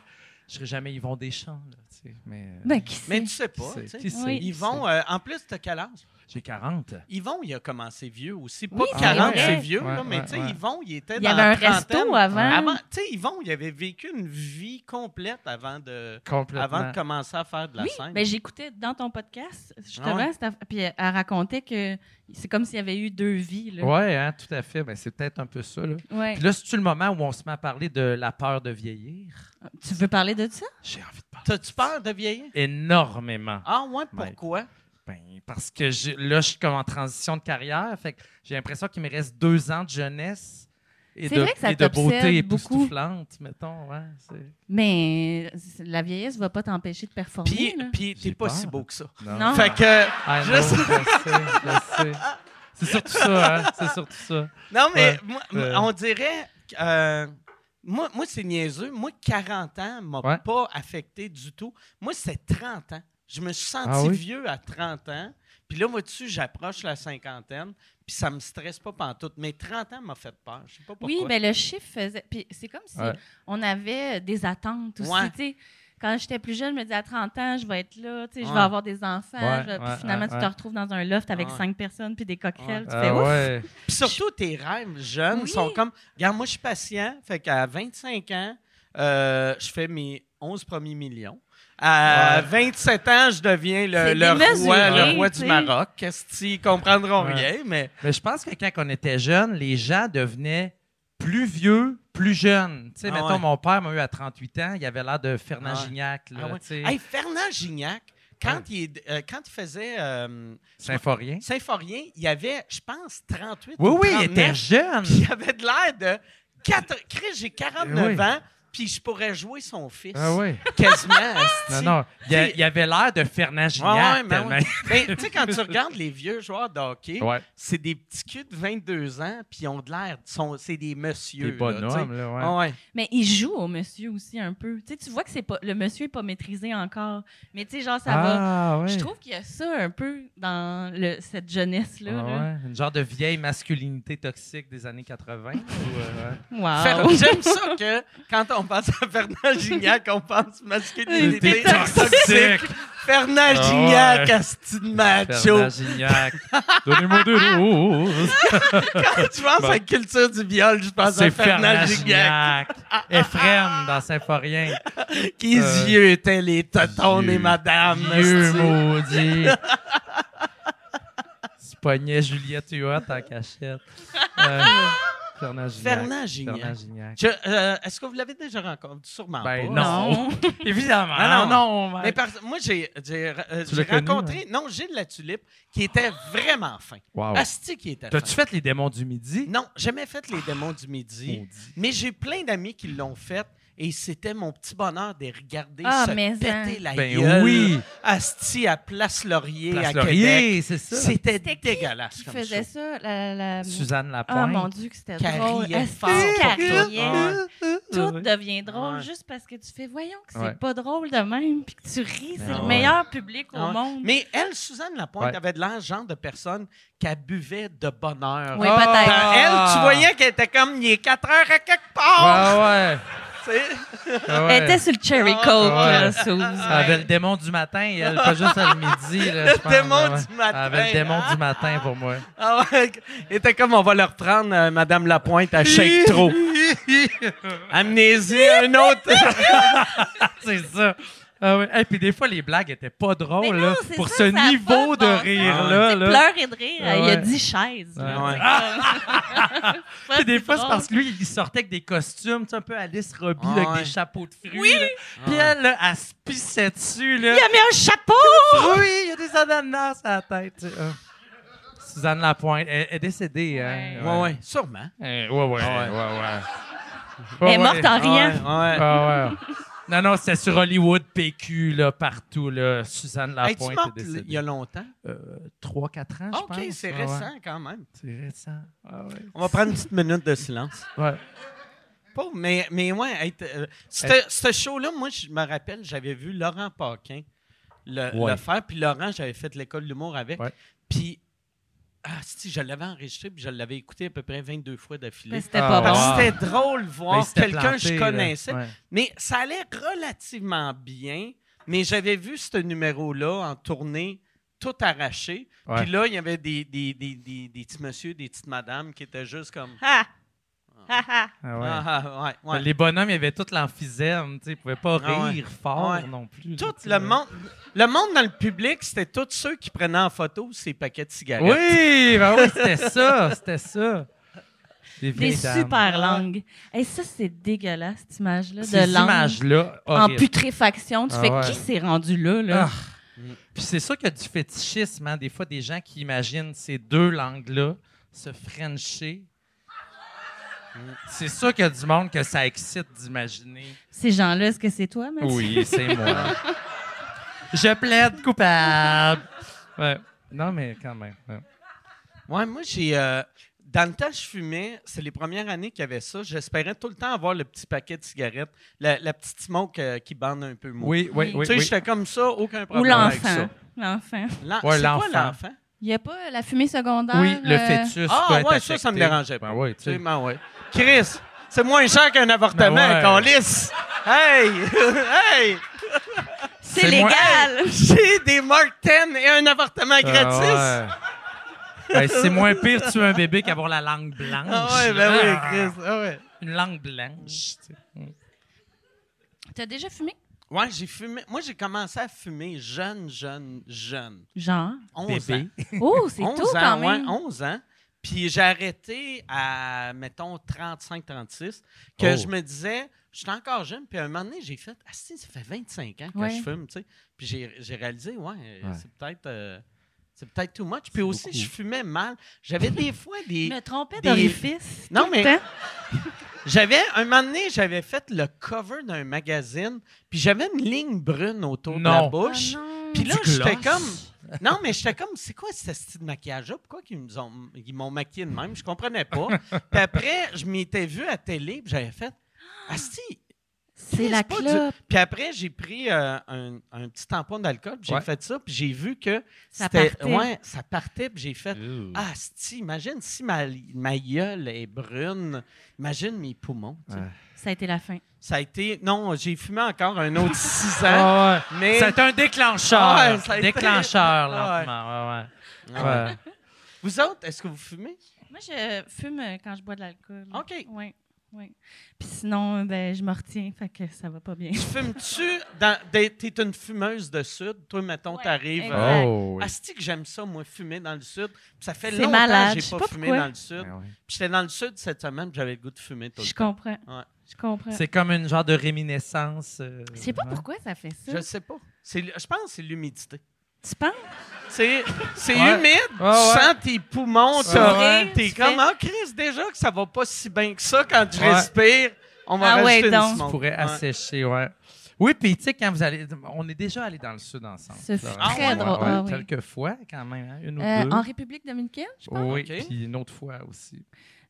Speaker 4: je serai jamais Yvon Deschamps. Là, tu sais. mais, euh,
Speaker 5: Ben, qui
Speaker 3: Mais
Speaker 5: sait?
Speaker 3: tu sais pas,
Speaker 4: qui sait,
Speaker 3: tu sais.
Speaker 4: qui sait,
Speaker 5: Oui.
Speaker 4: qui sait.
Speaker 3: Yvon, euh, en plus, t'as quel âge?
Speaker 4: J'ai 40.
Speaker 3: Yvon, il a commencé vieux aussi. Pas
Speaker 5: Oui, c'est
Speaker 3: 40,
Speaker 5: vrai.
Speaker 3: c'est vieux, là,
Speaker 4: Ouais,
Speaker 3: mais
Speaker 4: ouais,
Speaker 3: tu sais,
Speaker 4: ouais.
Speaker 3: Yvon, il était
Speaker 5: Il y
Speaker 3: dans
Speaker 5: avait
Speaker 3: la
Speaker 5: un
Speaker 3: trentaine.
Speaker 5: resto avant.
Speaker 3: Avant, tu sais, Yvon, il avait vécu une vie complète avant de,
Speaker 4: Complètement.
Speaker 3: avant de commencer à faire de la
Speaker 5: oui,
Speaker 3: scène.
Speaker 5: mais Ben, j'écoutais dans ton podcast, justement,
Speaker 3: Ah ouais?
Speaker 5: cette aff- puis elle elle racontait que c'est comme s'il y avait eu deux vies. Là.
Speaker 4: Ouais, hein, tout à fait. Ben, c'est peut-être un peu ça. Là,
Speaker 5: Ouais.
Speaker 4: Puis là c'est-tu le moment où on se met à parler de la peur de vieillir?
Speaker 5: Tu veux parler de ça?
Speaker 4: J'ai envie de parler
Speaker 3: T'as-tu peur de vieillir?
Speaker 4: énormément.
Speaker 3: Ah ouais,
Speaker 4: Ouais.
Speaker 3: pourquoi?
Speaker 4: Ben, parce que j'ai- là, je suis comme en transition de carrière. Fait que j'ai l'impression qu'il me reste deux ans de jeunesse et
Speaker 5: C'est
Speaker 4: de,
Speaker 5: vrai que ça
Speaker 4: et de
Speaker 5: t'obsède
Speaker 4: beauté
Speaker 5: beaucoup.
Speaker 4: époustouflante, mettons. ouais, c'est-
Speaker 5: Mais euh, la vieillesse va pas t'empêcher de performer.
Speaker 3: Puis,
Speaker 5: là.
Speaker 3: puis t'es
Speaker 4: J'ai
Speaker 3: pas
Speaker 4: peur.
Speaker 3: si beau que ça.
Speaker 5: Non.
Speaker 3: Fait que...
Speaker 4: Ah,
Speaker 3: Je
Speaker 4: non,
Speaker 3: sais.
Speaker 4: je sais, je sais. C'est surtout ça, hein? C'est surtout ça.
Speaker 3: Non, mais
Speaker 4: Ouais.
Speaker 3: moi,
Speaker 4: Euh.
Speaker 3: on dirait. que, euh, moi, moi c'est niaiseux. Moi, 40 ans m'a
Speaker 4: Ouais.
Speaker 3: pas affecté du tout. Moi, c'est 30 ans. Je me suis senti
Speaker 4: Ah oui?
Speaker 3: vieux à 30 ans. Puis là, vois-tu, j'approche la cinquantaine. Puis ça me stresse pas pantoute. Mais 30 ans m'a fait peur. Je sais pas pourquoi.
Speaker 5: Oui, ben le chiffre faisait. Puis c'est comme si
Speaker 4: Ouais.
Speaker 5: on avait euh, des attentes aussi.
Speaker 3: Ouais.
Speaker 5: tu sais. Quand j'étais plus jeune, je me disais à 30 ans, je vais être là, tu sais, je
Speaker 3: Ouais.
Speaker 5: vais avoir des enfants.
Speaker 4: Ouais,
Speaker 5: je vais- puis
Speaker 4: ouais,
Speaker 5: finalement,
Speaker 4: ouais,
Speaker 5: tu te
Speaker 4: ouais.
Speaker 5: retrouves dans un loft avec
Speaker 3: Ouais.
Speaker 5: cinq personnes puis des cocktails.
Speaker 3: Ouais.
Speaker 5: Tu fais
Speaker 4: Ah
Speaker 5: ouf.
Speaker 4: ouais.
Speaker 3: Puis surtout, tes rêves jeunes
Speaker 5: Oui.
Speaker 3: sont comme. Regarde, moi, je suis patient. Fait qu'à 25 ans, euh, je fais mes 11 premiers millions. À
Speaker 4: Ouais.
Speaker 3: 27 ans, je deviens le,
Speaker 5: C'est
Speaker 3: le roi,
Speaker 5: démesuré,
Speaker 3: le roi
Speaker 5: tu
Speaker 3: du
Speaker 5: sais.
Speaker 3: Maroc. Qu'est-ce qu'ils comprendront
Speaker 4: Ouais.
Speaker 3: rien, mais.
Speaker 4: Mais je pense que quand on était jeune, les gens devenaient plus vieux, plus jeunes. Tu sais,
Speaker 3: Ah
Speaker 4: mettons,
Speaker 3: ouais.
Speaker 4: mon père m'a eu à 38 ans, il avait l'air de Fernand
Speaker 3: Ah ouais.
Speaker 4: Gignac, là,
Speaker 3: Ah ouais.
Speaker 4: tu sais,
Speaker 3: Hey, Fernand Gignac, quand, il, est- euh, quand il faisait euh,
Speaker 4: Symphorien.
Speaker 3: Symphorien, il avait, je pense, 38
Speaker 4: Oui,
Speaker 3: ou
Speaker 4: oui, il était
Speaker 3: 39,
Speaker 4: jeune.
Speaker 3: puis il avait de l'air de... quatre- Chris, j'ai 49
Speaker 4: Oui.
Speaker 3: ans, puis je pourrais jouer son fils.
Speaker 4: Ah oui.
Speaker 3: Quasiment.
Speaker 4: Non,
Speaker 3: asti.
Speaker 4: non. Il, a-
Speaker 3: Tu sais-
Speaker 4: il avait l'air de
Speaker 3: Ouais,
Speaker 4: Fernand
Speaker 3: ouais,
Speaker 4: Gignac.
Speaker 3: mais
Speaker 4: tellement-
Speaker 3: ouais. Ben, tu sais, quand tu regardes les vieux joueurs de hockey,
Speaker 4: Ouais,
Speaker 3: c'est des petits culs de 22 ans, puis ils ont de l'air... sont- C'est des
Speaker 4: des
Speaker 3: messieurs. là, tu sais.
Speaker 4: bonhommes, là, ouais.
Speaker 3: Ah ouais.
Speaker 5: Mais il joue au monsieur aussi un peu. Tu sais, tu vois que c'est pas le monsieur est pas maîtrisé encore. Mais tu sais, genre ça va.
Speaker 4: Ah, ouais.
Speaker 5: Je trouve qu'il y a ça un peu dans le, cette jeunesse-là.
Speaker 4: Ah
Speaker 5: là.
Speaker 4: ouais, Une genre de vieille masculinité toxique des années 80. ou, euh, ouais.
Speaker 5: Wow.
Speaker 3: Fer- J'aime ça que quand on pense à Fernand Gignac, on pense masculinité
Speaker 4: T'es toxique.
Speaker 3: toxique. Fernand
Speaker 4: Ah
Speaker 3: Gignac,
Speaker 4: ouais.
Speaker 3: asti de macho.
Speaker 4: Fernand Gignac. Donnez-moi deux Oh, roues.
Speaker 3: Quand tu penses à la culture du viol, je pense à
Speaker 4: C'est
Speaker 3: Fernand
Speaker 4: Fernand
Speaker 3: Gignac.
Speaker 4: Gignac. Ephraim dans Symphorien.
Speaker 3: Qui
Speaker 4: Euh,
Speaker 3: yeux étaient les totons
Speaker 4: vieux.
Speaker 3: des madames.
Speaker 4: Dieu
Speaker 3: asti.
Speaker 4: maudit. Tu pognais Juliette Huot en cachette. Euh, Fernand Gignac.
Speaker 3: Fernand Gignac.
Speaker 4: Fernand Gignac.
Speaker 3: Je- euh, Est-ce que vous l'avez déjà rencontré? Sûrement
Speaker 4: Ben,
Speaker 3: pas.
Speaker 4: Non. Évidemment.
Speaker 3: Ah non.
Speaker 4: non,
Speaker 3: Mais par- moi, j'ai j'ai, euh,
Speaker 4: Tu
Speaker 3: j'ai
Speaker 4: l'as connu, hein?
Speaker 3: rencontré, non, Gilles La Tulipe, qui était vraiment fin.
Speaker 4: Wow.
Speaker 3: Asti qui était fin.
Speaker 4: T'as-tu fait les démons du midi?
Speaker 3: Non, jamais fait les démons du midi.
Speaker 4: Maudit.
Speaker 3: Mais j'ai plein d'amis qui l'ont fait et c'était mon petit bonheur de les regarder
Speaker 5: Ah,
Speaker 3: se
Speaker 5: mais
Speaker 3: péter
Speaker 5: hein.
Speaker 3: la
Speaker 4: Ben
Speaker 3: gueule.
Speaker 4: oui.
Speaker 3: Asti à Place Laurier à
Speaker 4: Place
Speaker 3: Québec.
Speaker 4: Laurier, c'est ça.
Speaker 3: C'était
Speaker 5: C'était qui
Speaker 3: dégueulasse
Speaker 5: Qui
Speaker 3: comme
Speaker 5: faisait
Speaker 3: ça.
Speaker 5: ça? La, la...
Speaker 4: Suzanne Lapointe.
Speaker 5: Ah mon Dieu, que c'était
Speaker 3: Qu'elle
Speaker 5: drôle.
Speaker 3: riait
Speaker 5: Est-ce
Speaker 3: fort,
Speaker 5: qu'elle
Speaker 3: pour tout.
Speaker 5: riait?
Speaker 3: Ah
Speaker 5: Tout devient drôle
Speaker 3: Ouais.
Speaker 5: juste parce que tu fais voyons que c'est
Speaker 4: Ouais.
Speaker 5: pas drôle de même puis que tu ris. C'est
Speaker 4: Ah
Speaker 5: le
Speaker 4: ouais.
Speaker 5: meilleur public au
Speaker 3: Ah ouais.
Speaker 5: monde.
Speaker 3: Mais elle, Suzanne Lapointe,
Speaker 4: Ouais.
Speaker 3: avait de l'air le genre de personne qui buvait de bonheur.
Speaker 5: Oui, peut-être.
Speaker 4: ben,
Speaker 3: Dans Elle, tu voyais qu'elle était comme, il est 4 heures à quelque part.
Speaker 4: Ah! Ouais,
Speaker 3: Tu sais.
Speaker 4: ouais. ouais.
Speaker 5: Elle était sur le Cherry
Speaker 3: Ah,
Speaker 5: Coke, là, Suze.
Speaker 4: Ah, Elle avait le démon du matin et elle, pas juste à le midi. là,
Speaker 3: Le
Speaker 4: je pense,
Speaker 3: démon
Speaker 4: ouais.
Speaker 3: du matin.
Speaker 4: Elle avait le démon du matin pour moi.
Speaker 3: Ah ouais, elle était comme, on va leur prendre euh, Madame Lapointe à shake trop. Amenez-y un autre.
Speaker 4: c'est ça. Ah ouais. Et puis des fois, les blagues étaient pas drôles
Speaker 5: Mais
Speaker 4: là,
Speaker 5: non, c'est
Speaker 4: pour
Speaker 5: ça,
Speaker 4: ce
Speaker 5: ça a
Speaker 4: niveau
Speaker 5: pas de
Speaker 4: de
Speaker 5: bon
Speaker 3: sens.
Speaker 4: rire-là.
Speaker 5: Tu sais,
Speaker 4: là.
Speaker 5: pleurer de rire,
Speaker 4: Ah
Speaker 5: il y a
Speaker 4: ouais.
Speaker 5: 10 chaises. là,
Speaker 3: Ouais.
Speaker 5: c'est comme- Ouais,
Speaker 4: Puis des fois, c'est
Speaker 5: drôle.
Speaker 4: parce que lui, il sortait avec des costumes, tu sais, un peu Alice Robbie,
Speaker 3: Ah
Speaker 4: là, avec
Speaker 3: ouais.
Speaker 4: des chapeaux de fruits.
Speaker 5: Oui. Ah.
Speaker 4: là. Puis elle, là, elle se pissait dessus. Là.
Speaker 5: Il a mis un chapeau!
Speaker 4: Oui, il y a des ananas à la tête. tu sais. Ah. Suzanne Lapointe, elle elle est décédée. Hein?
Speaker 3: Ouais, ouais, sûrement.
Speaker 4: Euh, ouais, ouais,
Speaker 3: Ah ouais.
Speaker 4: ouais, ouais.
Speaker 5: Elle est
Speaker 4: Ouais,
Speaker 5: morte
Speaker 4: ouais.
Speaker 5: en riant.
Speaker 3: Ouais, ouais.
Speaker 4: Ah ouais. Non, non, c'était sur Hollywood, PQ, là, partout, là. Suzanne
Speaker 3: Es-tu
Speaker 4: Lapointe
Speaker 3: morte
Speaker 4: est décédée.
Speaker 3: il y a longtemps?
Speaker 4: Euh, 3-4 ans, je
Speaker 3: OK,
Speaker 4: pense.
Speaker 3: c'est
Speaker 4: Ouais, ouais.
Speaker 3: récent quand même.
Speaker 4: C'est récent. Ah ouais.
Speaker 3: On va prendre une petite minute de silence.
Speaker 4: Ouais.
Speaker 3: Pauvre, mais, mais ouais, hey, t- euh, c'était- ce show-là, moi, je me rappelle, j'avais vu Laurent Paquin le,
Speaker 4: Ouais.
Speaker 3: le faire. Puis Laurent, j'avais fait l'école de l'humour avec.
Speaker 4: Ouais.
Speaker 3: Puis, ah, si, je l'avais enregistré, puis je l'avais écouté à peu près 22 fois d'affilée.
Speaker 5: Mais c'était
Speaker 4: Ah,
Speaker 5: pas
Speaker 4: ouais.
Speaker 5: bon.
Speaker 3: Parce que c'était drôle de
Speaker 4: Ben, il
Speaker 3: voir
Speaker 4: s'était
Speaker 3: quelqu'un que
Speaker 4: planté,
Speaker 3: je
Speaker 4: là.
Speaker 3: connaissais.
Speaker 4: Ouais.
Speaker 3: Mais ça allait relativement bien. Mais j'avais vu ce numéro-là en tournée, tout arraché.
Speaker 4: Ouais.
Speaker 3: Puis là, il y avait des, des, des, des, des petits messieurs, des petites madames qui étaient juste comme.
Speaker 5: Ha! Ha, ha.
Speaker 4: Ah ouais.
Speaker 3: Ah, ah, ouais, ouais.
Speaker 4: Les bonhommes, ils avaient tout l'emphysème, tu sais, ils pouvaient pas
Speaker 3: Ah ouais.
Speaker 4: rire fort
Speaker 3: Ouais.
Speaker 4: non plus. là,
Speaker 3: Tout
Speaker 4: tu sais,
Speaker 3: le
Speaker 4: là.
Speaker 3: monde, le monde dans le public, c'était tous ceux qui prenaient en photo ces paquets de cigarettes.
Speaker 4: Oui, ben oui, c'était ça, c'était ça.
Speaker 5: Des
Speaker 4: vieilles dames.
Speaker 5: super langues. Et ça, c'est dégueulasse, cette image-là
Speaker 4: Ces
Speaker 5: de langue.
Speaker 4: images-là,
Speaker 5: en
Speaker 4: horribles.
Speaker 5: putréfaction. Tu
Speaker 4: Ah
Speaker 5: fais
Speaker 4: ouais.
Speaker 5: qui s'est rendu là, là?
Speaker 3: Ah.
Speaker 4: Puis c'est ça qu'il y a du fétichisme, hein, des fois, des gens qui imaginent ces deux langues-là se frencher. C'est sûr qu'il y a du monde que ça excite d'imaginer.
Speaker 5: Ces gens-là, est-ce que c'est toi, Mathieu?
Speaker 4: Oui, c'est moi. Je plaide coupable. Ouais. Non, mais quand même. ouais.
Speaker 3: Ouais, moi, j'ai. euh, dans le temps, je fumais. C'est les premières années qu'il y avait ça. J'espérais tout le temps avoir le petit paquet de cigarettes, la, la petite smoke euh, qui bande un peu mou.
Speaker 4: Oui, oui,
Speaker 5: Tu
Speaker 4: oui.
Speaker 3: tu sais,
Speaker 4: oui.
Speaker 3: j'étais comme ça, aucun
Speaker 5: Ou
Speaker 3: problème avec
Speaker 5: l'enfant?
Speaker 3: ça.
Speaker 5: L'enfant.
Speaker 3: L'en-
Speaker 4: Ouais,
Speaker 3: c'est quoi
Speaker 4: l'enfant.
Speaker 3: l'enfant?
Speaker 5: Il n'y a pas la fumée secondaire?
Speaker 4: Oui, le
Speaker 5: euh,
Speaker 4: fœtus.
Speaker 3: Ah,
Speaker 4: peut être
Speaker 3: ouais, ça, ça me
Speaker 4: affecté.
Speaker 3: dérangeait pas.
Speaker 4: Ben ouais, tu sais.
Speaker 3: Absolument, ouais. Chris, c'est moins cher qu'un avortement,
Speaker 4: Ben ouais.
Speaker 3: câlisse. Hey! hey!
Speaker 5: C'est
Speaker 4: C'est moi.
Speaker 5: légal!
Speaker 3: J'ai des Mark 10 et un avortement gratis!
Speaker 4: Ah ouais. Ben, c'est moins pire tuer un bébé qu'avoir la langue blanche.
Speaker 3: Ah ouais, ben
Speaker 4: là.
Speaker 3: oui, Chris. Hein? Ah ouais.
Speaker 4: Une langue blanche. tu sais.
Speaker 5: T'as déjà fumé?
Speaker 3: Ouais, j'ai fumé. Moi, j'ai commencé à fumer jeune, jeune, jeune.
Speaker 5: Genre.
Speaker 3: 11 ans.
Speaker 4: Bébé.
Speaker 5: Oh, c'est
Speaker 3: 11
Speaker 5: tout
Speaker 3: ans,
Speaker 5: quand
Speaker 3: ouais,
Speaker 5: même.
Speaker 3: 11 ans. Puis j'ai arrêté à, mettons, 35, 36, que
Speaker 4: Oh.
Speaker 3: je me disais, je suis encore jeune. Puis à un moment donné, j'ai fait, ah, si, ça fait 25 ans que
Speaker 5: Ouais.
Speaker 3: je fume, tu sais. Puis j'ai j'ai réalisé, ouais, euh,
Speaker 2: Ouais.
Speaker 3: c'est peut-être. euh, c'est peut-être too much. Puis aussi, je fumais mal. J'avais des fois des.
Speaker 5: Je me trompais
Speaker 3: Des-
Speaker 5: d'orifice.
Speaker 3: Non,
Speaker 5: tout
Speaker 3: mais-
Speaker 5: le temps.
Speaker 3: J'avais, un moment donné, j'avais fait le cover d'un magazine, puis j'avais une ligne brune autour de la
Speaker 4: Non.
Speaker 3: bouche.
Speaker 5: Ah non.
Speaker 3: Puis là,
Speaker 4: Du
Speaker 3: j'étais
Speaker 4: gloss.
Speaker 3: comme. Non, mais j'étais comme, c'est quoi ce style de maquillage-là? Pourquoi ils nous ont- ils m'ont maquillé de même? Je comprenais pas. Puis après, je m'étais vu à télé, puis j'avais fait. Asti!
Speaker 5: c'est la
Speaker 3: pas
Speaker 5: clope.
Speaker 3: du- Puis après, j'ai pris euh, un, un petit tampon d'alcool, puis j'ai
Speaker 4: Ouais.
Speaker 3: fait ça, puis j'ai vu que
Speaker 5: Ça
Speaker 3: c'était-
Speaker 5: partait.
Speaker 3: Ouais, ça partait, puis j'ai fait. Ah, asti, imagine si ma, ma gueule est brune, imagine mes poumons. tu sais.
Speaker 5: Ça a été la fin.
Speaker 3: Ça a été. Non, j'ai fumé encore un autre 6 ans.
Speaker 4: Ah ouais.
Speaker 3: Mais.
Speaker 4: C'est un
Speaker 3: Ah ouais,
Speaker 4: déclencheur.
Speaker 3: ça a été-
Speaker 4: déclencheur,
Speaker 3: Ah ouais.
Speaker 4: lentement. Ouais,
Speaker 3: Ah
Speaker 4: ouais.
Speaker 3: ouais.
Speaker 4: Ouais.
Speaker 3: Vous autres, est-ce que vous fumez?
Speaker 5: Moi, je fume euh, quand je bois de l'alcool.
Speaker 3: OK.
Speaker 5: Oui, oui. Puis sinon, euh, ben, je me retiens, fait que ça va pas bien.
Speaker 3: Tu fumes-tu? dans- des- T'es une fumeuse de Sud. Toi, mettons,
Speaker 5: Ouais,
Speaker 3: t'arrives.
Speaker 5: exact.
Speaker 3: euh,
Speaker 4: Oh, oui.
Speaker 3: Asti que j'aime ça, moi, fumer dans le Sud. Puis Ça fait
Speaker 5: C'est
Speaker 3: longtemps
Speaker 5: malade,
Speaker 3: que
Speaker 5: je
Speaker 3: j'ai
Speaker 5: sais
Speaker 3: pas,
Speaker 5: pas
Speaker 3: fumé
Speaker 5: pourquoi.
Speaker 3: dans le Sud.
Speaker 2: Ben ouais.
Speaker 3: Puis J'étais dans le Sud cette semaine, puis j'avais le goût de fumer tout le
Speaker 5: Je
Speaker 3: temps.
Speaker 5: comprends.
Speaker 3: Ouais.
Speaker 5: Je comprends.
Speaker 4: C'est comme une genre de réminiscence. euh,
Speaker 5: Je sais pas
Speaker 4: ouais.
Speaker 5: pourquoi ça fait ça.
Speaker 3: Je sais pas. C'est l- Je pense que c'est l'humidité.
Speaker 5: Tu penses?
Speaker 3: C'est c'est
Speaker 4: Ouais.
Speaker 3: humide, tu
Speaker 4: Ouais, ouais. Ah
Speaker 3: sens tes poumons,
Speaker 4: Ouais,
Speaker 3: t'as-
Speaker 5: ouais.
Speaker 3: t'es
Speaker 5: Tu
Speaker 3: comme
Speaker 5: fais-
Speaker 3: Ah, Chris, déjà que ça va pas si bien que ça quand tu
Speaker 4: Ouais.
Speaker 3: respires. On va
Speaker 5: Ah ouais,
Speaker 3: rajouter une
Speaker 5: donc.
Speaker 3: smoke.
Speaker 4: pourrait
Speaker 3: Ouais.
Speaker 4: assécher, ouais. Oui, puis tu sais, quand vous allez. On est déjà allé dans le sud ensemble.
Speaker 5: Ce fut
Speaker 4: Florence.
Speaker 5: très
Speaker 4: Ouais,
Speaker 5: drôle.
Speaker 4: ouais,
Speaker 5: Ah oui.
Speaker 4: Quelques fois, quand même, hein, une ou
Speaker 5: Euh,
Speaker 4: deux. Oh
Speaker 5: en République dominicaine, je pense.
Speaker 4: Oui,
Speaker 3: Ok.
Speaker 4: puis une autre fois aussi.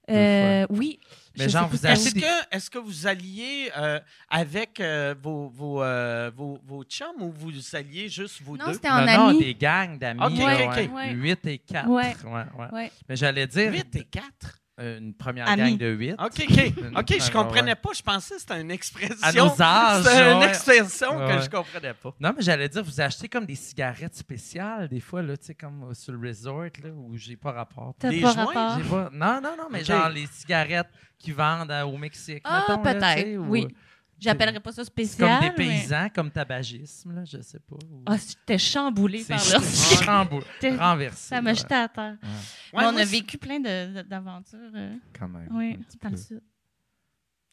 Speaker 5: Euh, oui.
Speaker 4: Mais
Speaker 5: Je
Speaker 4: genre,
Speaker 5: sais plus
Speaker 4: vous
Speaker 5: quand-
Speaker 4: avez-
Speaker 3: Est-ce que, est-ce que vous alliez euh, avec euh, vos, vos, euh, vos, vos chums ou vous alliez juste vous
Speaker 5: Non,
Speaker 3: deux?
Speaker 5: c'était
Speaker 4: non,
Speaker 5: en
Speaker 4: non,
Speaker 5: ami.
Speaker 4: des gangs d'amis.
Speaker 3: Ok,
Speaker 4: là,
Speaker 3: ok,
Speaker 4: ouais.
Speaker 3: ok.
Speaker 5: Ouais.
Speaker 4: 8 et 4.
Speaker 5: Ouais. Ouais.
Speaker 4: Mais j'allais dire
Speaker 3: 8 et 4?
Speaker 4: euh, une première
Speaker 5: Amis.
Speaker 4: gang de 8.
Speaker 3: OK, OK.
Speaker 4: Une-
Speaker 3: OK, je
Speaker 4: Ah, ouais,
Speaker 3: comprenais
Speaker 4: ouais.
Speaker 3: pas. Je pensais que c'était une expression.
Speaker 4: À nos âges,
Speaker 3: C'était une
Speaker 4: ouais.
Speaker 3: expression
Speaker 4: Ouais.
Speaker 3: que je comprenais pas.
Speaker 4: Non, mais j'allais dire, vous achetez comme des cigarettes spéciales, des fois, là, tu sais, comme euh, sur le resort, là, où j'ai pas rapport.
Speaker 5: T'as
Speaker 3: des
Speaker 5: pas
Speaker 3: joints,
Speaker 5: rapport.
Speaker 4: J'ai pas- Non, non, non, mais
Speaker 3: Ok.
Speaker 4: genre les cigarettes qu'ils vendent à- au Mexique.
Speaker 5: Ah,
Speaker 4: mettons, là, tu
Speaker 5: peut-être,
Speaker 4: sais, ou- euh,
Speaker 5: oui. J'appellerais pas ça
Speaker 4: C'est comme
Speaker 5: spécial.
Speaker 4: des
Speaker 5: mais-
Speaker 4: paysans, comme tabagisme, là, je sais pas. ou-
Speaker 5: Ah, j'étais chamboulée
Speaker 4: c'est
Speaker 5: par leur
Speaker 4: ch- rembou-
Speaker 5: T'es-
Speaker 4: renversé.
Speaker 5: Ça m'a
Speaker 4: ouais.
Speaker 5: jeté à terre.
Speaker 3: Ouais,
Speaker 5: Mais on
Speaker 3: moi,
Speaker 5: a
Speaker 3: c'est-
Speaker 5: vécu plein de- de- d'aventures. euh,
Speaker 2: Quand même.
Speaker 5: oui,
Speaker 2: un petit
Speaker 5: dans le
Speaker 2: peu.
Speaker 5: sud.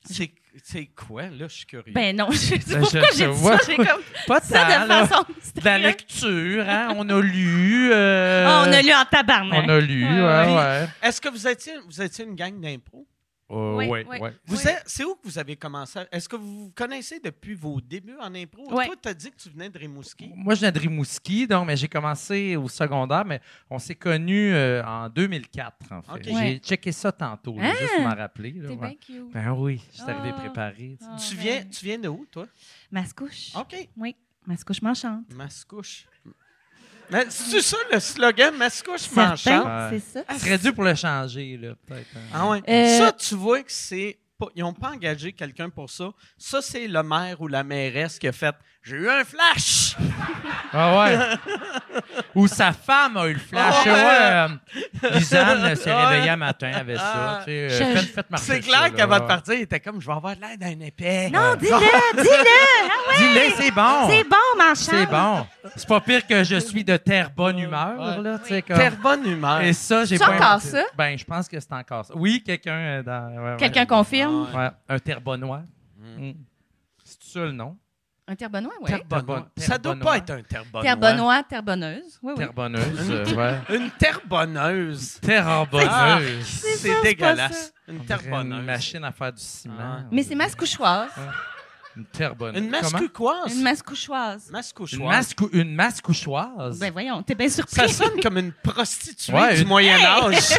Speaker 3: C'est, c'est quoi, là? Je suis curieux.
Speaker 5: Ben non, je sais pas
Speaker 4: Ben,
Speaker 5: pourquoi
Speaker 4: je-
Speaker 5: j'ai
Speaker 4: je
Speaker 5: dit
Speaker 4: vois.
Speaker 5: ça. J'ai comme
Speaker 4: Pas
Speaker 5: ça de
Speaker 4: là.
Speaker 5: façon.
Speaker 4: De la lecture, hein, on a lu. euh,
Speaker 5: Ah, on a lu en tabarnak.
Speaker 4: On a lu,
Speaker 5: Ouais,
Speaker 4: ouais,
Speaker 3: ouais.
Speaker 4: ouais.
Speaker 3: Est-ce que vous étiez, vous étiez une gang d'impro?
Speaker 4: Euh,
Speaker 5: Oui,
Speaker 4: ouais,
Speaker 5: oui.
Speaker 4: ouais.
Speaker 3: Vous
Speaker 5: Oui.
Speaker 3: êtes- c'est où que vous avez commencé? à- Est-ce que vous vous connaissez depuis vos débuts en impro?
Speaker 5: Ouais.
Speaker 3: Toi, tu as dit que tu venais de Rimouski.
Speaker 4: Moi, je viens de Rimouski, donc, mais j'ai commencé au secondaire, mais on s'est connus euh, en 2004, en fait.
Speaker 3: Ok.
Speaker 4: J'ai
Speaker 5: Ouais.
Speaker 4: checké ça tantôt, là,
Speaker 5: Ah!
Speaker 4: juste pour m'en rappeler. là,
Speaker 5: T'es
Speaker 4: ouais.
Speaker 5: bien cute.
Speaker 4: Ben oui, je suis arrivé
Speaker 5: Ah.
Speaker 4: préparé. tu Oh. sais.
Speaker 5: Ah,
Speaker 3: Tu
Speaker 5: ben,
Speaker 3: viens, tu viens de où, toi?
Speaker 5: Mascouche.
Speaker 3: OK.
Speaker 5: Oui. Mascouche m'enchante.
Speaker 3: Mascouche. Mais c'est ça le slogan, Mascouche m'enchante?
Speaker 5: Certain, c'est ça.
Speaker 4: Ce serait dû pour le changer, là, peut-être. hein.
Speaker 3: Ah ouais.
Speaker 5: Euh,
Speaker 3: Ça, tu vois que c'est. pas- Ils n'ont pas engagé quelqu'un pour ça. Ça, c'est le maire ou la mairesse qui a fait J'ai eu un flash!
Speaker 4: Ah ouais. Ou sa femme a eu le flash.
Speaker 3: Ah ouais.
Speaker 4: ouais. euh, Lisanne s'est
Speaker 3: Ah ouais. Ah.
Speaker 4: réveillée un matin avec ça. tu sais, euh,
Speaker 5: Je-
Speaker 4: faites, faites marcher
Speaker 3: C'est
Speaker 4: ça,
Speaker 3: clair
Speaker 4: là,
Speaker 3: qu'avant de
Speaker 4: ouais.
Speaker 3: partir, il était comme Je vais avoir l'air d'un épais. Ah,
Speaker 5: Non, dis-le, dis-le! Ah ouais!
Speaker 4: Dis-le, c'est bon.
Speaker 5: C'est bon, m'enchante!
Speaker 4: C'est bon. C'est pas pire que je suis de terre bonne humeur, là, tu sais, comme-
Speaker 3: Terre bonne humeur.
Speaker 4: Et ça, j'ai
Speaker 5: C'est
Speaker 4: pas
Speaker 5: encore
Speaker 4: inventé.
Speaker 5: ça?
Speaker 4: Ben, je pense que c'est encore ça. Oui, quelqu'un euh, dans. ouais, ouais.
Speaker 5: Quelqu'un confirme?
Speaker 4: Ouais, un terrebonnois. Mm. C'est ça le nom?
Speaker 5: Un terre-bonnois, oui.
Speaker 3: Terre bonne.
Speaker 4: Terre bonne-
Speaker 3: Ça
Speaker 4: terre
Speaker 3: doit
Speaker 4: bonne
Speaker 3: pas
Speaker 4: humeur.
Speaker 3: être un terre bonne.
Speaker 5: Terre-bonnois, terre-bonneuse. Oui, oui.
Speaker 3: Mm.
Speaker 4: Terrebonneuse, euh, ouais.
Speaker 3: Une terre bonneuse.
Speaker 4: Terrebonneuse.
Speaker 3: C'est
Speaker 5: ça, c'est pas
Speaker 3: dégueulasse. Une
Speaker 4: On
Speaker 3: terre
Speaker 4: dirait Une
Speaker 3: bonneuse.
Speaker 4: machine à faire du ciment.
Speaker 3: Ah.
Speaker 5: Mais c'est mascouchoise.
Speaker 4: Une terrebonneuse.
Speaker 3: Une
Speaker 4: Comment?
Speaker 3: mascucoise.
Speaker 5: Une mascouchoise.
Speaker 3: Mascouchoise.
Speaker 4: Une, mascou- une mascouchoise.
Speaker 5: Ben voyons, t'es bien surpris.
Speaker 3: Ça sonne comme une prostituée
Speaker 4: Ouais,
Speaker 3: du
Speaker 4: une-
Speaker 3: Moyen Âge.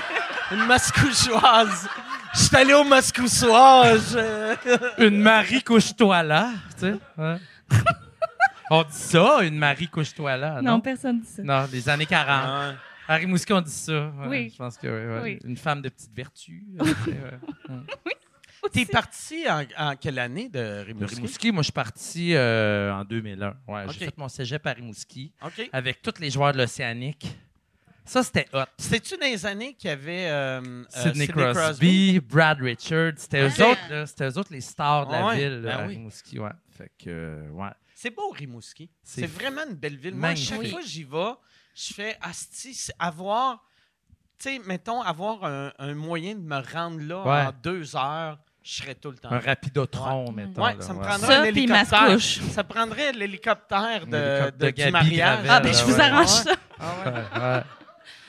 Speaker 3: une mascouchoise. Je suis allé au mascouchoise. euh.
Speaker 4: Une Marie couche-toi là. Tu sais? ouais. on dit ça, une Marie couche-toi là.
Speaker 5: non,
Speaker 4: Non,
Speaker 5: personne dit ça.
Speaker 4: non, les années 40.
Speaker 3: Ah.
Speaker 4: À Rimouski, on dit ça. Ouais,
Speaker 5: Oui.
Speaker 4: Je pense que oui, ouais.
Speaker 5: Oui.
Speaker 4: Une femme de petite vertu. euh, tu sais, ouais.
Speaker 3: T'es parti en, en quelle année de
Speaker 4: De
Speaker 3: Rimouski?
Speaker 4: Rimouski, moi, je suis parti euh, en 2001. Ouais,
Speaker 3: Ok.
Speaker 4: J'ai fait mon cégep à Rimouski
Speaker 3: OK.
Speaker 4: avec tous les joueurs de l'Océanique. Ça, c'était hot. Euh,
Speaker 3: C'était-tu dans les années qu'il y avait euh, euh,
Speaker 4: Sidney Crosby, Brad Richards, c'était eux
Speaker 5: Ah.
Speaker 4: autres, là, c'était eux autres les stars de la
Speaker 3: Ouais,
Speaker 4: ville euh,
Speaker 3: ben
Speaker 4: à
Speaker 3: oui.
Speaker 4: Rimouski, ouais. Fait que, euh, ouais.
Speaker 3: C'est beau, Rimouski.
Speaker 4: C'est
Speaker 3: C'est vraiment une belle ville. Moi, à chaque
Speaker 5: magnifique.
Speaker 3: fois que j'y vais, je fais Asti, c'est avoir. Tu sais, mettons, avoir un, un moyen de me rendre là
Speaker 4: Ouais.
Speaker 3: en deux heures, je serais tout le temps.
Speaker 4: Un
Speaker 3: là.
Speaker 4: rapidotron, mettons.
Speaker 3: Ah. Ouais,
Speaker 4: là,
Speaker 3: ça me
Speaker 4: ouais.
Speaker 3: prendrait
Speaker 5: Ça,
Speaker 3: un
Speaker 5: puis
Speaker 3: hélicoptère.
Speaker 5: Mascouche.
Speaker 3: Ça prendrait l'hélicoptère de,
Speaker 4: L'hélicoptère
Speaker 3: de,
Speaker 4: de
Speaker 3: du
Speaker 4: Gabi
Speaker 3: mariage.
Speaker 4: Gravel,
Speaker 5: Ah, ben je
Speaker 4: Ah
Speaker 5: vous
Speaker 4: ouais.
Speaker 5: arrange ça.
Speaker 3: Ah
Speaker 4: Ouais, ouais.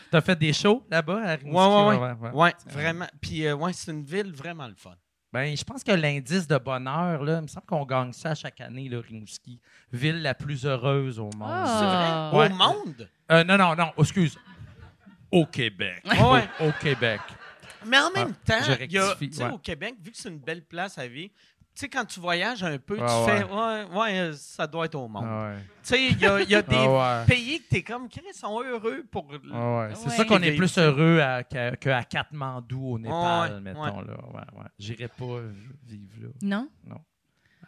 Speaker 4: T'as fait des shows là-bas à Rimouski?
Speaker 3: ouais,
Speaker 4: ouais, ouais.
Speaker 3: Ouais, vraiment. Puis, euh, ouais, c'est une ville vraiment le fun.
Speaker 4: Ben, je pense que l'indice de bonheur, là, il me semble qu'on gagne ça chaque année, là, Rimouski. Ville la plus heureuse au monde.
Speaker 5: Ah.
Speaker 3: Au
Speaker 4: Ouais.
Speaker 3: monde.
Speaker 4: Euh, non, non, non, excuse. Au Québec.
Speaker 3: Ouais.
Speaker 4: Au, au Québec.
Speaker 3: Mais en
Speaker 4: Ah,
Speaker 3: même temps,
Speaker 4: je
Speaker 3: il y a-
Speaker 4: rectifie,
Speaker 3: tu sais,
Speaker 4: ouais.
Speaker 3: au Québec, vu que c'est une belle place à vivre, tu sais, quand tu voyages un peu,
Speaker 4: Ouais,
Speaker 3: tu
Speaker 4: Ah, ouais.
Speaker 3: fais Ouais, ouais, euh, ça doit être au monde.
Speaker 4: Ah ouais.
Speaker 3: Tu sais, il y a, il y a des
Speaker 4: Ah ouais.
Speaker 3: pays que t'es comme Chris, ils sont heureux pour. l-
Speaker 4: Ah ouais, C'est
Speaker 5: Ouais.
Speaker 4: ça qu'on est plus heureux à- qu'à qu'à Katmandou au Népal,
Speaker 3: Ouais,
Speaker 4: mettons. là. Ouais, ouais. J'irais pas euh, vivre là.
Speaker 5: Non,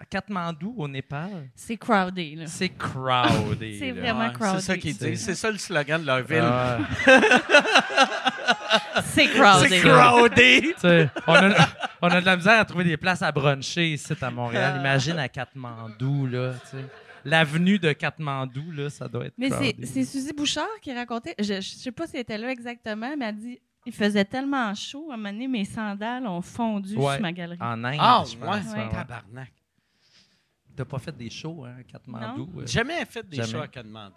Speaker 4: À Katmandou au Népal,
Speaker 5: c'est crowded. Là.
Speaker 4: c'est crowded.
Speaker 5: C'est
Speaker 4: là.
Speaker 5: vraiment
Speaker 3: Ouais, c'est
Speaker 5: crowded.
Speaker 3: ça qu'ils
Speaker 4: C'est-
Speaker 3: disent. C'est ça le slogan de leur ville.
Speaker 4: Ah ouais.
Speaker 5: C'est crowded.
Speaker 3: c'est crowded.
Speaker 4: Tu sais, on, a, on a de la misère à trouver des places à bruncher ici à Montréal. Imagine à Katmandou, là. tu sais. L'avenue de Katmandou, là, ça doit être.
Speaker 5: Mais c'est-
Speaker 4: crowded.
Speaker 5: c'est Suzy Bouchard qui racontait, je, je sais pas si elle était là exactement, mais elle dit il faisait tellement chaud, à un moment donné, mes sandales ont fondu
Speaker 4: Ouais.
Speaker 5: sur ma galerie.
Speaker 4: En Inde.
Speaker 3: Ah,
Speaker 4: je
Speaker 3: ouais,
Speaker 4: pense,
Speaker 5: Ouais.
Speaker 4: ouais.
Speaker 3: tabarnak.
Speaker 4: T'as pas fait des shows, hein, à Katmandou? euh?
Speaker 3: Jamais fait des
Speaker 4: Jamais.
Speaker 3: choix à demander.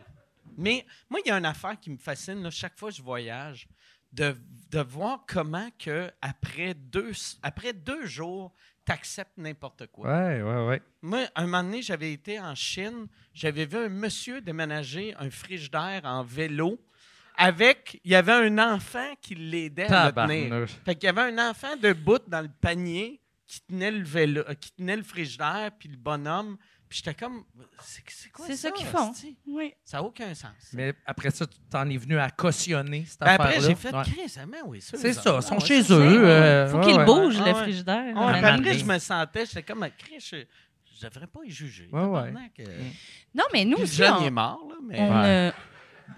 Speaker 3: Mais moi, il y a une affaire qui me fascine là, chaque fois que je voyage, de, de voir comment que après deux, après deux jours, t'acceptes n'importe quoi.
Speaker 4: Ouais, ouais, ouais.
Speaker 3: Moi, un moment donné, j'avais été en Chine, j'avais vu un monsieur déménager un frigidaire en vélo avec. Il y avait un enfant qui l'aidait à le tenir.
Speaker 4: Tabarnouche.
Speaker 3: Fait qu'il y avait un enfant de bout dans le panier qui tenait le vélo, euh, qui tenait le frigidaire, puis le bonhomme. Puis j'étais comme, c'est c'est quoi ça?
Speaker 5: C'est ça qu'ils font.
Speaker 3: hostie?
Speaker 5: Oui.
Speaker 3: Ça n'a aucun sens.
Speaker 4: Mais après ça, tu t'en es venu à cautionner cette
Speaker 3: Ben
Speaker 4: affaire-là.
Speaker 3: après, j'ai fait,
Speaker 4: Ouais.
Speaker 3: Chris, ah, mais oui, ça,
Speaker 4: C'est
Speaker 3: eux
Speaker 4: ça,
Speaker 3: autres.
Speaker 4: sont
Speaker 3: Ah ouais,
Speaker 4: chez
Speaker 3: ça,
Speaker 4: eux.
Speaker 3: c'est-
Speaker 4: euh,
Speaker 5: Faut
Speaker 4: ouais,
Speaker 5: qu'il
Speaker 4: ouais.
Speaker 5: bouge,
Speaker 3: Ah
Speaker 5: le
Speaker 3: ouais.
Speaker 5: frigidaire.
Speaker 3: Ah ouais, puis
Speaker 5: Vraiment.
Speaker 3: après,
Speaker 4: donné.
Speaker 3: je me sentais, j'étais comme, ah, Chris, je, je devrais pas y juger.
Speaker 4: Ouais, ouais.
Speaker 3: tabarnak, euh.
Speaker 5: Non, mais Mm. nous
Speaker 3: Puis le
Speaker 5: aussi,
Speaker 3: jeune
Speaker 5: on-
Speaker 3: il est mort, là, mais...
Speaker 5: on,
Speaker 4: Ouais.
Speaker 5: euh,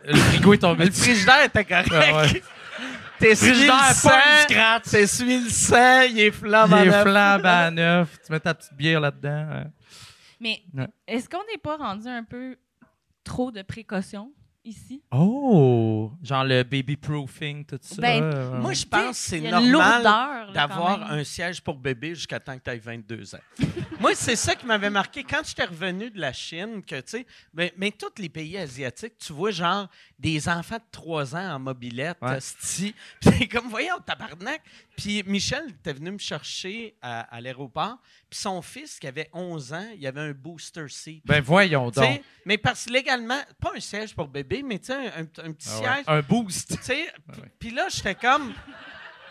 Speaker 4: Le frigo est tombé.
Speaker 3: Mais le frigidaire était correct.
Speaker 4: Ouais, ouais.
Speaker 3: T'es
Speaker 4: frigidaire, pas du
Speaker 3: scratch. T'es suivi le sang, il est
Speaker 4: Il
Speaker 3: flambant.
Speaker 4: est
Speaker 3: neuf.
Speaker 4: flambant à neuf. Tu mets ta petite bière là-dedans. ouais.
Speaker 5: Mais
Speaker 4: Ouais.
Speaker 5: est-ce qu'on n'est pas rendu un peu trop de précautions ici?
Speaker 4: Oh! Genre le baby proofing, tout ça.
Speaker 5: Ben,
Speaker 4: Ouais, ouais.
Speaker 3: Moi, je pense que c'est
Speaker 5: Il y a une
Speaker 3: normal
Speaker 5: lourdeur, là, quand
Speaker 3: d'avoir
Speaker 5: même.
Speaker 3: un siège pour bébé jusqu'à temps que tu aies 22 ans. Moi, c'est ça qui m'avait marqué quand j'étais revenu de la Chine, que tu sais, mais, mais tous les pays asiatiques, tu vois genre des enfants de 3 ans en mobilette,
Speaker 4: Ouais.
Speaker 3: hostie. Puis t'es comme, voyons, tabarnak. Puis Michel était venu me chercher à, à l'aéroport, puis son fils qui avait 11 ans, il avait un booster seat.
Speaker 4: Ben, voyons
Speaker 3: Tu sais,
Speaker 4: donc.
Speaker 3: mais parce que légalement, pas un siège pour bébé, mais tu sais, un, un- un petit
Speaker 4: Ah ouais.
Speaker 3: siège
Speaker 4: Un boost.
Speaker 3: tu sais,
Speaker 2: Ah
Speaker 3: p-
Speaker 4: ouais.
Speaker 3: puis là, j'étais comme.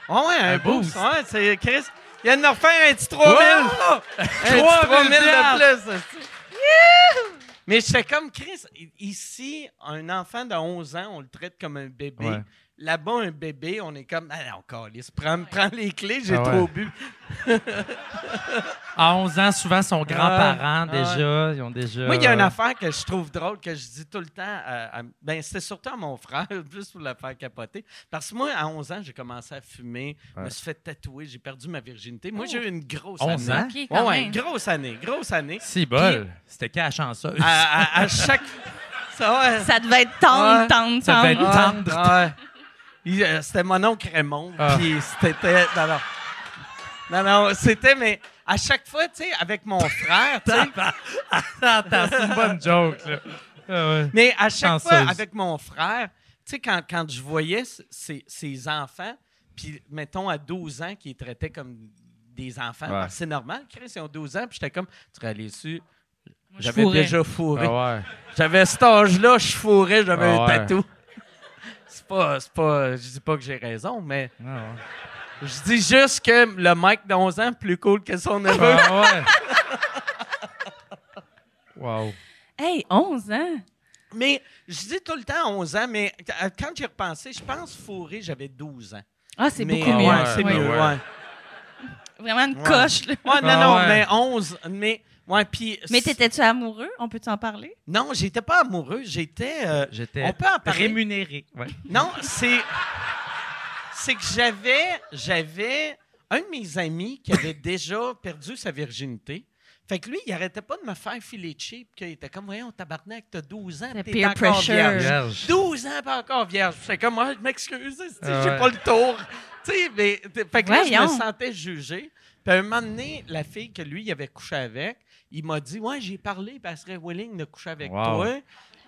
Speaker 3: Ouais, ouais, un,
Speaker 4: Un
Speaker 3: boost.
Speaker 4: boost.
Speaker 3: Ouais, c'est Chris. Il vient de Oh, nous refaire un petit 3000.
Speaker 4: Wow!
Speaker 3: Un petit 3000 de plus. Mais j'étais comme Chris. Ici, un enfant de 11 ans, on le traite comme un bébé.
Speaker 2: Ouais.
Speaker 3: Là-bas, un bébé, on est comme. Ah non, calisse, prends, prends les clés, j'ai
Speaker 2: Ah ouais.
Speaker 3: trop bu.
Speaker 4: À 11 ans, souvent, son grand-parent,
Speaker 3: ouais.
Speaker 4: déjà, ils ont déjà...
Speaker 3: Moi, il y a une affaire que je trouve drôle, que je dis tout le temps. à- à- ben, c'était surtout à mon frère, plus pour le faire capoter. Parce que moi, à 11 ans, j'ai commencé à fumer, je me suis fait tatouer, j'ai perdu ma virginité. Moi, j'ai eu une grosse
Speaker 4: 11
Speaker 3: année.
Speaker 4: ans?
Speaker 5: OK,
Speaker 3: Ouais,
Speaker 5: quand
Speaker 3: ouais,
Speaker 5: même.
Speaker 3: grosse année, grosse année.
Speaker 4: Si, bol. C'était qu'à la chanceuse.
Speaker 3: À, à- à chaque. Ça, ouais.
Speaker 5: Ça devait être tendre,
Speaker 3: Ouais.
Speaker 5: tendre,
Speaker 4: Ça devait
Speaker 5: tendre.
Speaker 4: être- tendre.
Speaker 3: Ah, ouais. Il, euh, c'était mon oncle Raymond.
Speaker 4: Ah.
Speaker 3: Puis c'était. Non, non. Non, non, c'était, mais à chaque fois, tu sais, avec mon frère, tu sais.
Speaker 4: Attends, c'est une bonne joke, là. Ah ouais.
Speaker 3: Mais à chaque
Speaker 4: Chanceuse.
Speaker 3: fois, avec mon frère, tu sais, quand, quand je voyais c- ses, ses enfants, puis mettons à 12 ans, qu'ils traitaient comme des enfants,
Speaker 2: Ouais.
Speaker 3: parce que c'est normal, Chris, ils ont 12 ans, puis j'étais comme, tu réalises-tu,
Speaker 5: je
Speaker 3: j'avais
Speaker 5: fourrais.
Speaker 3: déjà fourré.
Speaker 4: Ah ouais.
Speaker 3: J'avais cet âge-là, je fourrais, j'avais
Speaker 4: Ah
Speaker 3: un
Speaker 4: ouais.
Speaker 3: tatou. C'est pas, c'est pas, je dis pas que j'ai raison, mais
Speaker 4: Ah ouais.
Speaker 3: je dis juste que le mec de 11 ans, plus cool que son neveu.
Speaker 4: Ah ouais. Wow.
Speaker 5: Hey, 11 ans.
Speaker 3: Mais je dis tout le temps 11 ans, mais euh, quand j'ai repensé, je pense fourré, j'avais 12 ans.
Speaker 5: Ah, c'est
Speaker 3: Mais-
Speaker 5: beaucoup
Speaker 3: Ah
Speaker 5: mieux.
Speaker 3: ouais, c'est
Speaker 5: Ouais.
Speaker 3: mieux,
Speaker 4: ouais.
Speaker 3: ouais.
Speaker 5: Vraiment une
Speaker 3: Ouais.
Speaker 5: coche. Là.
Speaker 3: Ouais, non,
Speaker 4: Ah
Speaker 3: non,
Speaker 4: ouais.
Speaker 3: mais 11. Mais, ouais, puis.
Speaker 5: Mais t'étais-tu amoureux? On peut t'en parler?
Speaker 3: Non, j'étais pas amoureux, j'étais. euh,
Speaker 4: J'étais
Speaker 3: on peut en parler.
Speaker 4: rémunéré. Ouais.
Speaker 3: Non, c'est. C'est que j'avais. J'avais un de mes amis qui avait déjà perdu sa virginité. Fait que lui, il arrêtait pas de me faire filer cheap, qu'il était comme, voyons, tabarnak, t'as 12 ans,
Speaker 5: Le
Speaker 3: t'es
Speaker 5: peer
Speaker 3: encore
Speaker 5: pressure.
Speaker 3: vierge.
Speaker 4: Vierge.
Speaker 3: 12 ans, pas encore vierge. C'est comme, moi, m'excuser, si j'ai
Speaker 4: Ah ouais.
Speaker 3: pas le tour. Tu sais, mais. t- Fait que là, je me
Speaker 5: Voyons.
Speaker 3: sentais jugé. Puis à un moment donné, la fille que lui, il avait couché avec, il m'a dit, ouais, j'ai parlé, puis elle serait willing de coucher avec
Speaker 4: Wow.
Speaker 3: toi.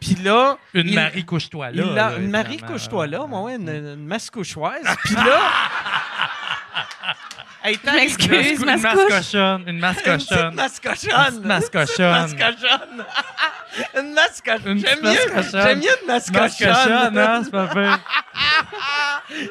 Speaker 3: Puis là.
Speaker 4: Une
Speaker 3: il-
Speaker 4: Marie couche-toi là.
Speaker 3: il l'a-
Speaker 4: là, hein.
Speaker 3: une Marie
Speaker 4: évidemment.
Speaker 3: couche-toi là, moi, ouais, une, une masse couchoise. Puis là. Elle est
Speaker 5: Je m'excuse.
Speaker 3: arrivée-
Speaker 5: Une
Speaker 4: Une
Speaker 5: masse
Speaker 4: masse
Speaker 5: couche.
Speaker 4: cochonne. Une masse
Speaker 3: Une petite
Speaker 4: cochonne.
Speaker 3: mascochonne.
Speaker 4: Une petite mascochonne.
Speaker 3: Une petite mascochonne. Une mascochonne.
Speaker 4: Une petite
Speaker 3: J'aime mieux,
Speaker 4: mascochonne.
Speaker 3: j'aime mieux une
Speaker 4: Une masse cochonne,
Speaker 3: mascochonne.
Speaker 4: hein, c'est pas fait.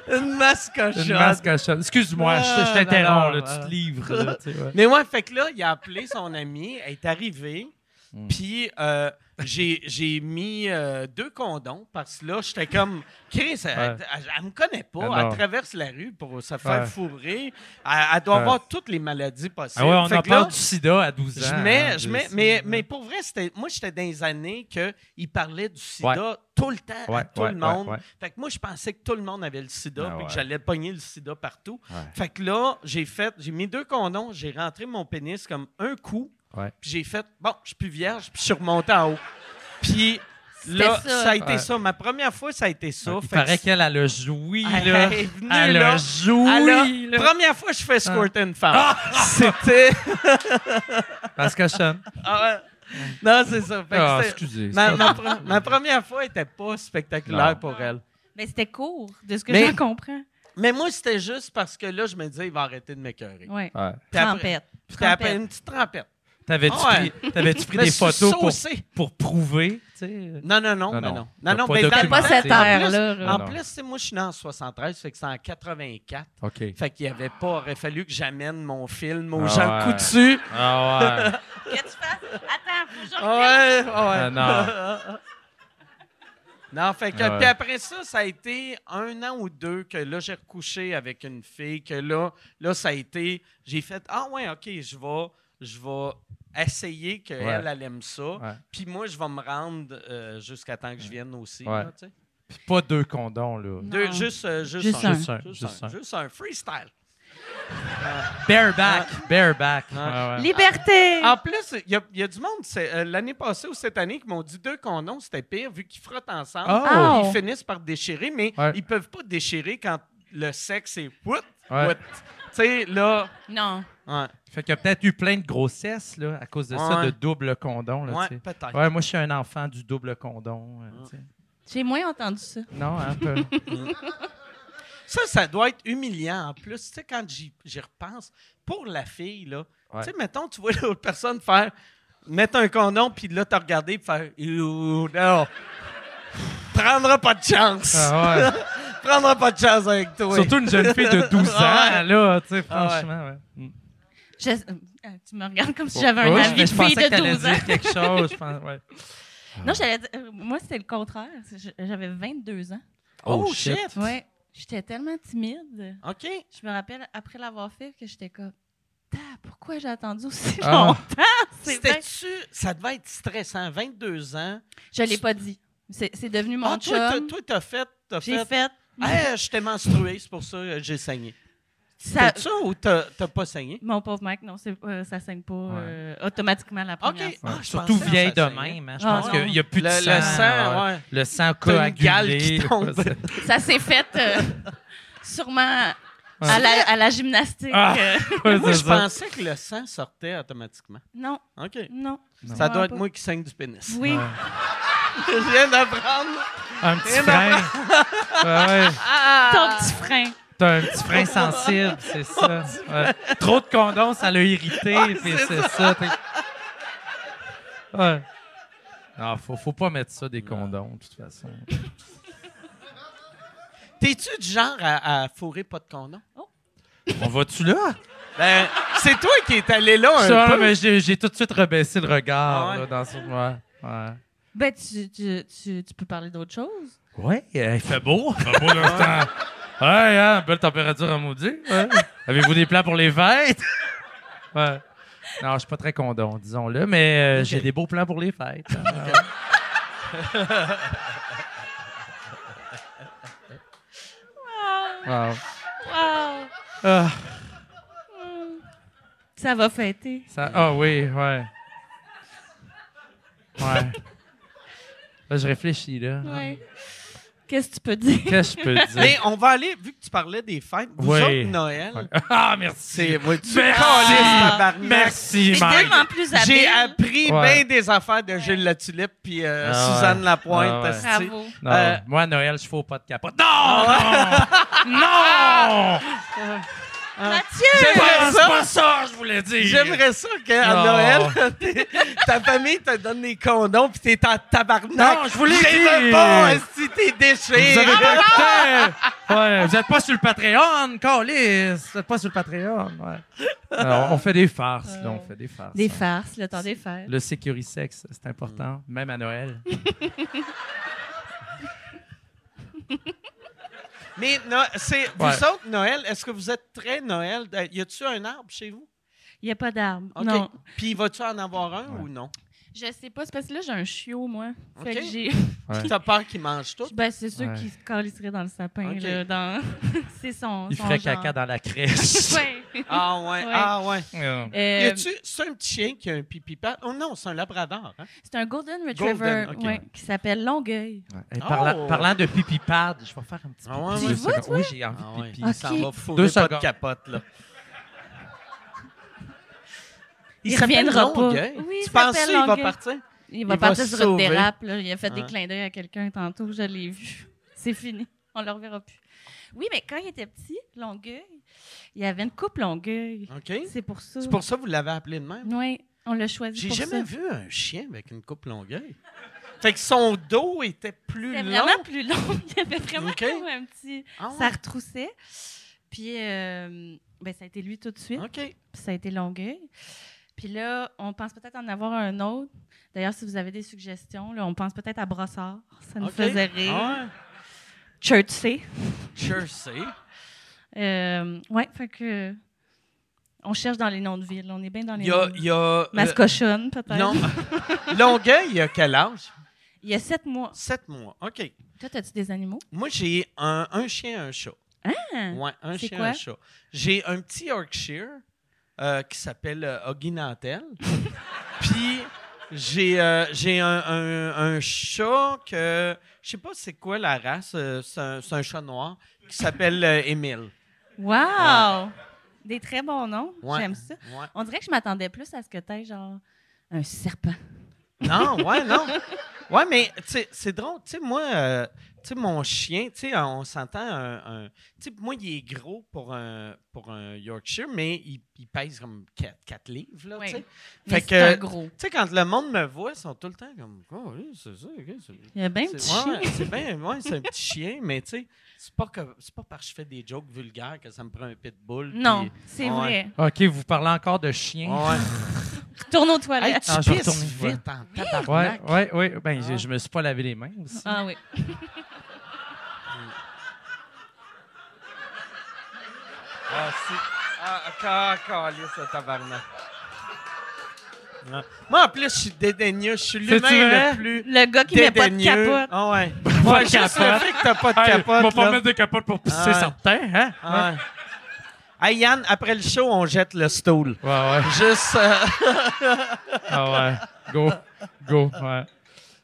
Speaker 3: Une mascochonne.
Speaker 4: Une masse cochonne. Excuse-moi, je, je
Speaker 3: Ah,
Speaker 4: t'interromps,
Speaker 3: non,
Speaker 4: là,
Speaker 3: non,
Speaker 4: tu
Speaker 3: non.
Speaker 4: te livres. Là, tu sais, ouais.
Speaker 3: Mais ouais, fait que là, il a appelé son ami, elle est arrivée,
Speaker 4: Hmm.
Speaker 3: puis euh, j'ai j'ai mis euh, deux condoms parce que là, j'étais comme, Chris, elle,
Speaker 4: Ouais.
Speaker 3: elle- elle me connaît pas,
Speaker 4: Ah non.
Speaker 3: elle traverse la rue pour se faire
Speaker 4: Ouais.
Speaker 3: fourrer, elle, elle doit
Speaker 4: Ouais.
Speaker 3: avoir toutes les maladies possibles.
Speaker 4: Ah ouais, on
Speaker 3: Fait
Speaker 4: en
Speaker 3: que là,
Speaker 4: parle du sida à 12
Speaker 3: je
Speaker 4: ans.
Speaker 3: mets,
Speaker 4: hein,
Speaker 3: je
Speaker 4: des-
Speaker 3: mets, mais, mais pour vrai, c'était, moi, j'étais dans les années qu'il parlait du sida
Speaker 4: Ouais.
Speaker 3: tout le temps à
Speaker 4: Ouais,
Speaker 3: tout
Speaker 4: ouais,
Speaker 3: le monde.
Speaker 4: ouais, ouais.
Speaker 3: Fait que moi, je pensais que tout le monde avait le sida
Speaker 2: Ah
Speaker 3: puis que
Speaker 2: ouais.
Speaker 3: j'allais pogner le sida partout.
Speaker 2: Ouais.
Speaker 3: Fait que là, j'ai fait, j'ai mis deux condoms, j'ai rentré mon pénis comme un coup,
Speaker 4: Ouais.
Speaker 3: puis j'ai fait, bon, je suis plus vierge, puis je suis remonté en haut. Puis là,
Speaker 5: C'était ça.
Speaker 3: ça. a été
Speaker 4: Ouais.
Speaker 3: ça. Ma première fois, ça a été ça.
Speaker 4: Il
Speaker 3: oh, Fait
Speaker 4: paraît
Speaker 3: que-
Speaker 4: qu'elle elle a joui,
Speaker 3: Elle
Speaker 4: là.
Speaker 3: est venue,
Speaker 4: Elle
Speaker 3: là.
Speaker 4: a joui,
Speaker 3: Alors,
Speaker 4: là. Ah.
Speaker 3: première fois, je fais squirt une femme. C'était.
Speaker 4: Masse cochonne.
Speaker 3: Ah ouais. Non, c'est ça. Fait que
Speaker 4: Ah,
Speaker 3: c'était-
Speaker 2: excusez. c'est
Speaker 3: Ma,
Speaker 2: pas-
Speaker 3: ma pre- ma première fois était pas spectaculaire
Speaker 2: Non.
Speaker 3: pour elle.
Speaker 5: Mais c'était court, de ce que
Speaker 3: Mais-
Speaker 5: j'en comprends.
Speaker 3: Mais moi, c'était juste parce que là, je me disais, il va arrêter de m'écœurer.
Speaker 5: Ouais.
Speaker 2: Ouais.
Speaker 3: Puis après-
Speaker 5: Trempette.
Speaker 3: puis t'as après
Speaker 5: Trempette.
Speaker 3: une petite trempette.
Speaker 4: T'avais-tu
Speaker 3: Ah ouais.
Speaker 4: pris, t'avais-tu pris
Speaker 3: Je me
Speaker 4: des
Speaker 3: suis
Speaker 4: photos pour,
Speaker 3: saucé.
Speaker 4: pour prouver? tu sais?
Speaker 3: Non, non,
Speaker 2: Non,
Speaker 3: non, mais
Speaker 2: non.
Speaker 3: non.
Speaker 4: T'as
Speaker 3: Non, non,
Speaker 4: pas
Speaker 3: mais dans le
Speaker 5: T'as pas
Speaker 3: temps,
Speaker 5: cette
Speaker 3: en plus-
Speaker 5: air-là. là.
Speaker 3: En
Speaker 4: Non.
Speaker 3: plus, tu sais, moi, je suis né en 73, fait que c'est en 84.
Speaker 4: OK.
Speaker 3: Fait qu'il y avait pas, aurait fallu que j'amène mon film aux
Speaker 4: Ah
Speaker 3: gens
Speaker 4: ouais.
Speaker 3: coutus.
Speaker 4: Ah ouais.
Speaker 5: Que tu fasses. Attends, faut que je
Speaker 3: Ah ouais, ah ouais.
Speaker 4: Ah
Speaker 3: non. fait que.
Speaker 4: Ah ouais.
Speaker 3: Puis après ça, ça a été un an ou deux que là, j'ai recouché avec une fille, que là, là ça a été. J'ai fait Ah ouais, OK, je vais, je vais essayer qu'elle,
Speaker 4: Ouais.
Speaker 3: elle, aime ça.
Speaker 4: Ouais.
Speaker 3: Puis moi, je vais me rendre euh, jusqu'à temps que je vienne aussi.
Speaker 4: Ouais.
Speaker 3: là, tu sais.
Speaker 4: Puis pas deux condoms, là.
Speaker 3: Deux- juste, euh, juste,
Speaker 5: Juste
Speaker 3: un.
Speaker 5: un.
Speaker 4: Juste un, juste un.
Speaker 3: Juste un freestyle.
Speaker 4: Bareback. Bareback.
Speaker 3: Ouais.
Speaker 4: Ah ouais.
Speaker 5: Liberté!
Speaker 3: En plus, il y, a- il y a du monde, c'est, euh, l'année passée ou cette année, qui m'ont dit deux condoms, c'était pire, vu qu'ils frottent ensemble.
Speaker 4: Oh.
Speaker 5: Ah.
Speaker 3: Ils finissent par déchirer, mais
Speaker 4: Ouais.
Speaker 3: ils peuvent pas déchirer quand le sexe est what?
Speaker 4: Ouais.
Speaker 3: what. Tu sais, là.
Speaker 5: Non.
Speaker 3: Ouais,
Speaker 4: Fait qu'il y a peut-être eu plein de grossesses, là, à cause de ça,
Speaker 3: Ouais.
Speaker 4: de double condom, là,
Speaker 3: ouais,
Speaker 4: tu sais.
Speaker 3: peut-être.
Speaker 4: Ouais, moi, je suis un enfant du double condom. euh, tu sais.
Speaker 5: J'ai moins entendu ça.
Speaker 4: Non, un peu.
Speaker 3: Ça, ça doit être humiliant en plus. Tu sais, quand j'y, j'y repense, pour la fille, là,
Speaker 4: Ouais.
Speaker 3: tu sais, mettons, tu vois l'autre personne faire. Mettre un condom, puis là, t'as regardé, puis faire. Ouh, non! Prendra pas de chance!
Speaker 4: Ah ouais.
Speaker 3: Prendra pas de chance avec toi!
Speaker 4: Surtout une jeune fille de 12 ans,
Speaker 3: Ouais.
Speaker 4: là, tu sais,
Speaker 3: Ah ouais.
Speaker 4: franchement. ouais.
Speaker 5: Je- Ah, Tu me regardes comme si j'avais un
Speaker 4: Ouais,
Speaker 5: avis
Speaker 4: Oh. mais
Speaker 5: de
Speaker 4: je pensais
Speaker 5: fille
Speaker 4: que t'allais
Speaker 5: de 12 ans.
Speaker 4: dire quelque chose. Je pense, ouais.
Speaker 5: Non, j'allais dire- euh, moi, c'était le contraire. C'est- je- J'avais 22 ans.
Speaker 3: Oh, shit.
Speaker 5: Ouais. J'étais tellement timide.
Speaker 3: OK.
Speaker 5: Je me rappelle, après l'avoir fait, que j'étais comme... Ah, Pourquoi j'ai attendu aussi
Speaker 4: Ah.
Speaker 5: longtemps? C'est bien-
Speaker 3: C'était-tu... Ça devait être stressant, 22 ans.
Speaker 5: Je l'ai pas dit. C'est c'est devenu mon
Speaker 3: Ah, toi, t'as-
Speaker 5: chum.
Speaker 3: toi, t'as fait... T'as
Speaker 5: J'ai
Speaker 3: fait...
Speaker 5: fait...
Speaker 3: Hey, je t'ai menstrué, c'est pour ça que j'ai saigné.
Speaker 5: Ça-
Speaker 3: T'as ça ou t'as t'as pas saigné?
Speaker 5: Mon pauvre Mike, non, c'est- euh, ça saigne pas euh, automatiquement la première
Speaker 3: OK.
Speaker 5: fois.
Speaker 3: Ah, je
Speaker 4: Surtout
Speaker 3: pensais que
Speaker 4: vieille
Speaker 3: ça
Speaker 4: de
Speaker 3: saignait.
Speaker 4: même. hein. Je
Speaker 5: Ah,
Speaker 4: pense
Speaker 5: non.
Speaker 4: qu'il n'y a plus
Speaker 3: Le,
Speaker 4: de sang.
Speaker 3: le sang,
Speaker 4: ouais.
Speaker 3: ouais.
Speaker 4: Le sang
Speaker 3: T'as une
Speaker 4: coagulé.
Speaker 3: gale qui tombe.
Speaker 5: Ça s'est fait euh, sûrement à
Speaker 4: Ouais.
Speaker 5: la, à la gymnastique.
Speaker 4: Ah.
Speaker 5: euh.
Speaker 3: Moi, je pensais que le sang sortait automatiquement.
Speaker 5: non,
Speaker 3: OK.
Speaker 5: non.
Speaker 4: Non.
Speaker 3: Ça doit
Speaker 5: Ouais,
Speaker 3: être
Speaker 5: pas.
Speaker 3: moi qui saigne du pénis.
Speaker 5: Oui.
Speaker 3: Je viens d'apprendre.
Speaker 4: Un petit frein. Ouais, ouais.
Speaker 5: Ton petit frein.
Speaker 4: T'as un petit frein sensible, c'est ça. Ouais. Trop de condoms, ça l'a irrité, puis c'est ça. t'es- Ouais. Non, faut, faut pas mettre ça des condoms, de toute façon.
Speaker 3: T'es-tu du genre à, à fourrer pas de condom?
Speaker 4: On va-tu là?
Speaker 3: Ben, c'est toi qui es allé là un
Speaker 4: Ça,
Speaker 3: peu.
Speaker 4: mais j'ai j'ai tout de suite rebaissé le regard
Speaker 3: Ah ouais?
Speaker 4: là, dans ce ouais. Ouais.
Speaker 5: Ben, tu, tu, tu, tu peux parler d'autre chose.
Speaker 4: Ouais, euh, il fait beau. Il fait beau là, c'est un- Ouais, hein, belle température à maudit. ouais. Avez-vous des plans pour les fêtes? ouais. Non, je suis pas très condom, disons-le, mais euh, j'ai des beaux plans pour les fêtes. hein. Ah, Wow.
Speaker 5: Wow.
Speaker 4: Ah,
Speaker 5: Ça va fêter.
Speaker 4: ça- ah oui, ouais. Ouais. Là, je réfléchis, là.
Speaker 3: Ah.
Speaker 5: Ouais. Qu'est-ce que tu peux dire?
Speaker 4: Qu'est-ce que je peux dire?
Speaker 3: Mais on va aller, vu que tu parlais des fêtes, vous
Speaker 4: Oui.
Speaker 3: autres, Noël,
Speaker 4: Ah, merci.
Speaker 3: c'est... vois-tu,
Speaker 4: Merci.
Speaker 3: calice, tabarnak.
Speaker 4: Merci,
Speaker 5: T'es
Speaker 4: Mike.
Speaker 5: tellement plus habile.
Speaker 3: J'ai appris
Speaker 4: Ouais.
Speaker 3: bien des affaires de Gilles La Tulipe puis euh,
Speaker 4: Ah ouais.
Speaker 3: Suzanne Lapointe.
Speaker 4: Ah ouais.
Speaker 3: asti.
Speaker 5: Bravo.
Speaker 4: Non,
Speaker 3: Euh,
Speaker 4: moi, à Noël, je fais au pas de capote. Non! Non! non!
Speaker 3: Ah.
Speaker 5: Mathieu!
Speaker 3: J'aimerais
Speaker 4: Pense
Speaker 3: ça,
Speaker 4: pas ça, je voulais dire!
Speaker 3: j'aimerais ça qu'à
Speaker 4: Non.
Speaker 3: Noël, t'es- ta famille te donne des condoms puis t'es en tabarnak.
Speaker 4: Non, je vous l'ai
Speaker 3: Je les
Speaker 4: dit.
Speaker 3: veux pas, si t'es déchiré. Ah!
Speaker 4: Vous avez pas écouté! Ouais, vous êtes pas sur le Patreon, Calis! Vous êtes pas sur le Patreon, ouais. Alors, on fait des farces, là, on fait des farces.
Speaker 5: Des
Speaker 4: hein.
Speaker 5: farces, le temps des fêtes.
Speaker 4: Le sécurisex, c'est important, même à Noël.
Speaker 3: Mais no- c'est vous
Speaker 4: Ouais.
Speaker 3: autres, Noël, est-ce que vous êtes très Noël? Euh, Y a-tu un arbre chez vous?
Speaker 5: Il n'y a pas d'arbre.
Speaker 3: OK.
Speaker 5: Non.
Speaker 3: Puis vas-tu en avoir un ou non?
Speaker 5: Je sais pas, c'est parce que là, j'ai un chiot, moi. Fait
Speaker 3: OK.
Speaker 5: que j'ai.
Speaker 4: Ouais.
Speaker 3: T'as peur qu'il mange tout?
Speaker 5: Ben, c'est sûr
Speaker 4: Ouais.
Speaker 5: qu'il se calisserait dans le sapin,
Speaker 3: OK.
Speaker 5: là. Dans... c'est son.
Speaker 4: Il
Speaker 5: son
Speaker 4: ferait
Speaker 5: genre.
Speaker 4: caca dans la crèche.
Speaker 5: Ouais.
Speaker 3: Ah ouais,
Speaker 5: Ouais.
Speaker 3: ah ouais.
Speaker 4: Ouais.
Speaker 3: Y
Speaker 5: Euh,
Speaker 3: a-tu, c'est un petit chien qui a un pipi pad? Oh non, c'est un labrador. hein?
Speaker 5: c'est un Golden Retriever
Speaker 3: Golden, OK.
Speaker 5: ouais, qui s'appelle Longueuil.
Speaker 4: Hey, parla-
Speaker 3: Oh!
Speaker 4: Parlant de pipi pad, je vais faire un petit
Speaker 3: Ah
Speaker 4: pipi.
Speaker 3: ouais,
Speaker 4: deux
Speaker 3: ouais.
Speaker 4: secondes.
Speaker 5: Tu vas, toi?
Speaker 4: Oui, j'ai envie
Speaker 3: Ah
Speaker 4: de
Speaker 3: ouais.
Speaker 4: pipi.
Speaker 5: Ok.
Speaker 3: Ça va fourrer
Speaker 4: Deux
Speaker 3: pas de
Speaker 4: secondes.
Speaker 3: capote, là.
Speaker 5: Il
Speaker 3: s'appelle
Speaker 5: reviendra pas.
Speaker 3: Longueuil.
Speaker 5: Oui, il
Speaker 3: tu penses
Speaker 5: s'appelle
Speaker 3: qu'il va
Speaker 5: Longueuil.
Speaker 3: partir?
Speaker 5: Il va
Speaker 3: Il va
Speaker 5: partir
Speaker 3: se
Speaker 5: sur une
Speaker 3: sauver.
Speaker 5: dérape. là. Il a fait des
Speaker 3: Ouais.
Speaker 5: clins d'œil à quelqu'un tantôt, je l'ai vu. C'est fini. On le reverra plus. Oui, mais quand il était petit, Longueuil, il y avait une coupe Longueuil.
Speaker 3: OK.
Speaker 5: C'est pour ça.
Speaker 3: C'est pour ça que vous l'avez appelé de même?
Speaker 5: Oui, on l'a choisi
Speaker 3: J'ai
Speaker 5: pour
Speaker 3: jamais
Speaker 5: ça.
Speaker 3: vu un chien avec une coupe longueuil. Fait que son dos était plus
Speaker 5: C'était
Speaker 3: long.
Speaker 5: vraiment plus long. Il y avait vraiment
Speaker 3: OK.
Speaker 5: comme un petit...
Speaker 3: Ah ouais.
Speaker 5: Ça retroussait. Puis, euh, ben, ça a été lui tout de suite.
Speaker 3: OK.
Speaker 5: Puis ça a été Longueuil. Puis là, on pense peut-être en avoir un autre. D'ailleurs, si vous avez des suggestions, là, on pense peut-être à Brossard. Ça nous
Speaker 3: OK.
Speaker 5: faisait rire.
Speaker 3: Ah
Speaker 5: Churchy.
Speaker 3: ouais. Jersey.
Speaker 5: Euh, ouais, fait que. On cherche dans les noms de villes. On est hein. bien dans les
Speaker 3: Il y a.
Speaker 5: noms.
Speaker 3: il y a, euh,
Speaker 5: Mascochonne, peut-être.
Speaker 3: non. Longueuil, il a quel âge?
Speaker 5: Il y a sept mois.
Speaker 3: Sept mois. OK.
Speaker 5: Toi, as-tu des animaux?
Speaker 3: Moi, j'ai un, un chien, un chat.
Speaker 5: Ah!
Speaker 3: Ouais, un
Speaker 5: C'est
Speaker 3: chien,
Speaker 5: quoi?
Speaker 3: un chat. J'ai un petit Yorkshire euh, qui s'appelle euh, Huggy Nantel. Puis j'ai euh, j'ai un, un- un chat que je sais pas c'est quoi la race, euh, c'est un, c'est un chat noir qui s'appelle euh, Émile.
Speaker 5: Wow! Des très bons noms.
Speaker 3: Ouais.
Speaker 5: J'aime ça.
Speaker 3: Ouais.
Speaker 5: On dirait que je m'attendais plus à ce que t'aies, genre, un serpent.
Speaker 3: Non, ouais, non. Ouais, mais tu sais, c'est drôle. Tu sais, moi, euh, tu sais, mon chien, tu sais, on s'entend un. un- tu sais, moi, il est gros pour un, pour un Yorkshire, mais il, il pèse comme 4, livres, là,
Speaker 5: Oui.
Speaker 3: tu sais.
Speaker 5: Mais
Speaker 3: Fait
Speaker 5: c'est
Speaker 3: que-
Speaker 5: un gros.
Speaker 3: Tu sais, quand le monde me voit, ils sont tout le temps comme. Oh, oui, c'est ça, ok, c'est-
Speaker 5: Il y a bien un petit
Speaker 3: c'est
Speaker 5: chien.
Speaker 3: ouais, c'est bien, ouais, c'est un petit chien, mais tu sais, c'est pas, que- c'est pas parce que je fais des jokes vulgaires que ça me prend un pitbull.
Speaker 5: Non,
Speaker 3: puis-
Speaker 5: c'est
Speaker 3: Ouais.
Speaker 5: vrai.
Speaker 4: OK, vous parlez encore de chien.
Speaker 3: Ouais.
Speaker 5: Retourne aux
Speaker 3: Hey,
Speaker 5: toilettes.
Speaker 3: tu
Speaker 4: Ah, je vais
Speaker 3: pisses
Speaker 4: retourner, ouais.
Speaker 3: vite
Speaker 5: hein,
Speaker 3: en
Speaker 4: Ouais,
Speaker 3: tabarnak.
Speaker 4: ouais, ouais. Ben,
Speaker 3: Ah.
Speaker 4: je, je me suis pas lavé les mains aussi.
Speaker 5: Ah oui.
Speaker 3: Ah, si. Ah, ca- calice, ce tabarnak. Ouais. Moi, en plus, je suis dédaigneux. Je suis
Speaker 4: C'est-tu
Speaker 3: l'humain
Speaker 4: vrai?
Speaker 3: le plus
Speaker 5: Le gars qui met pas de
Speaker 3: dédaigneux.
Speaker 5: capote.
Speaker 3: Ah ouais.
Speaker 4: Pas
Speaker 3: Ouais,
Speaker 4: de
Speaker 3: juste le
Speaker 4: capote.
Speaker 3: fait que t'as pas de
Speaker 4: Hey,
Speaker 3: capote.
Speaker 4: on va pas
Speaker 3: là.
Speaker 4: mettre des capotes pour pisser
Speaker 3: Ah.
Speaker 4: certains, hein?
Speaker 3: Ah ouais. Hey, Yann, après le show, on jette le stool.
Speaker 4: Ouais, ouais.
Speaker 3: Juste. euh,
Speaker 4: Ah ouais. Go. Go. Ouais.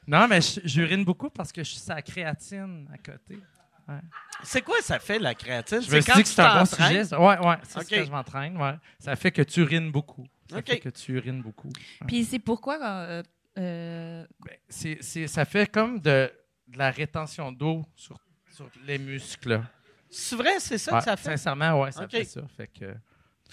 Speaker 4: Non, mais je- j'urine beaucoup parce que je suis sa créatine à côté.
Speaker 3: C'est quoi ça fait, la créatine?
Speaker 4: Je me suis
Speaker 3: quand
Speaker 4: dit que
Speaker 3: tu
Speaker 4: c'est un bon
Speaker 3: t'entraînes?
Speaker 4: sujet. ça. Ouais, ouais. C'est
Speaker 3: Ok.
Speaker 4: ce que je m'entraîne. Ouais. Ça fait que tu urines beaucoup. Ça
Speaker 3: Ok.
Speaker 4: fait que tu urines beaucoup.
Speaker 5: Puis c'est pourquoi. euh, euh,
Speaker 4: Ben, c'est, c'est- ça fait comme de, de la rétention d'eau sur, sur les muscles.
Speaker 3: C'est vrai, c'est ça
Speaker 4: Ouais,
Speaker 3: que ça fait.
Speaker 4: Sincèrement, ouais, ça
Speaker 3: Ok.
Speaker 4: fait ça. Fait que,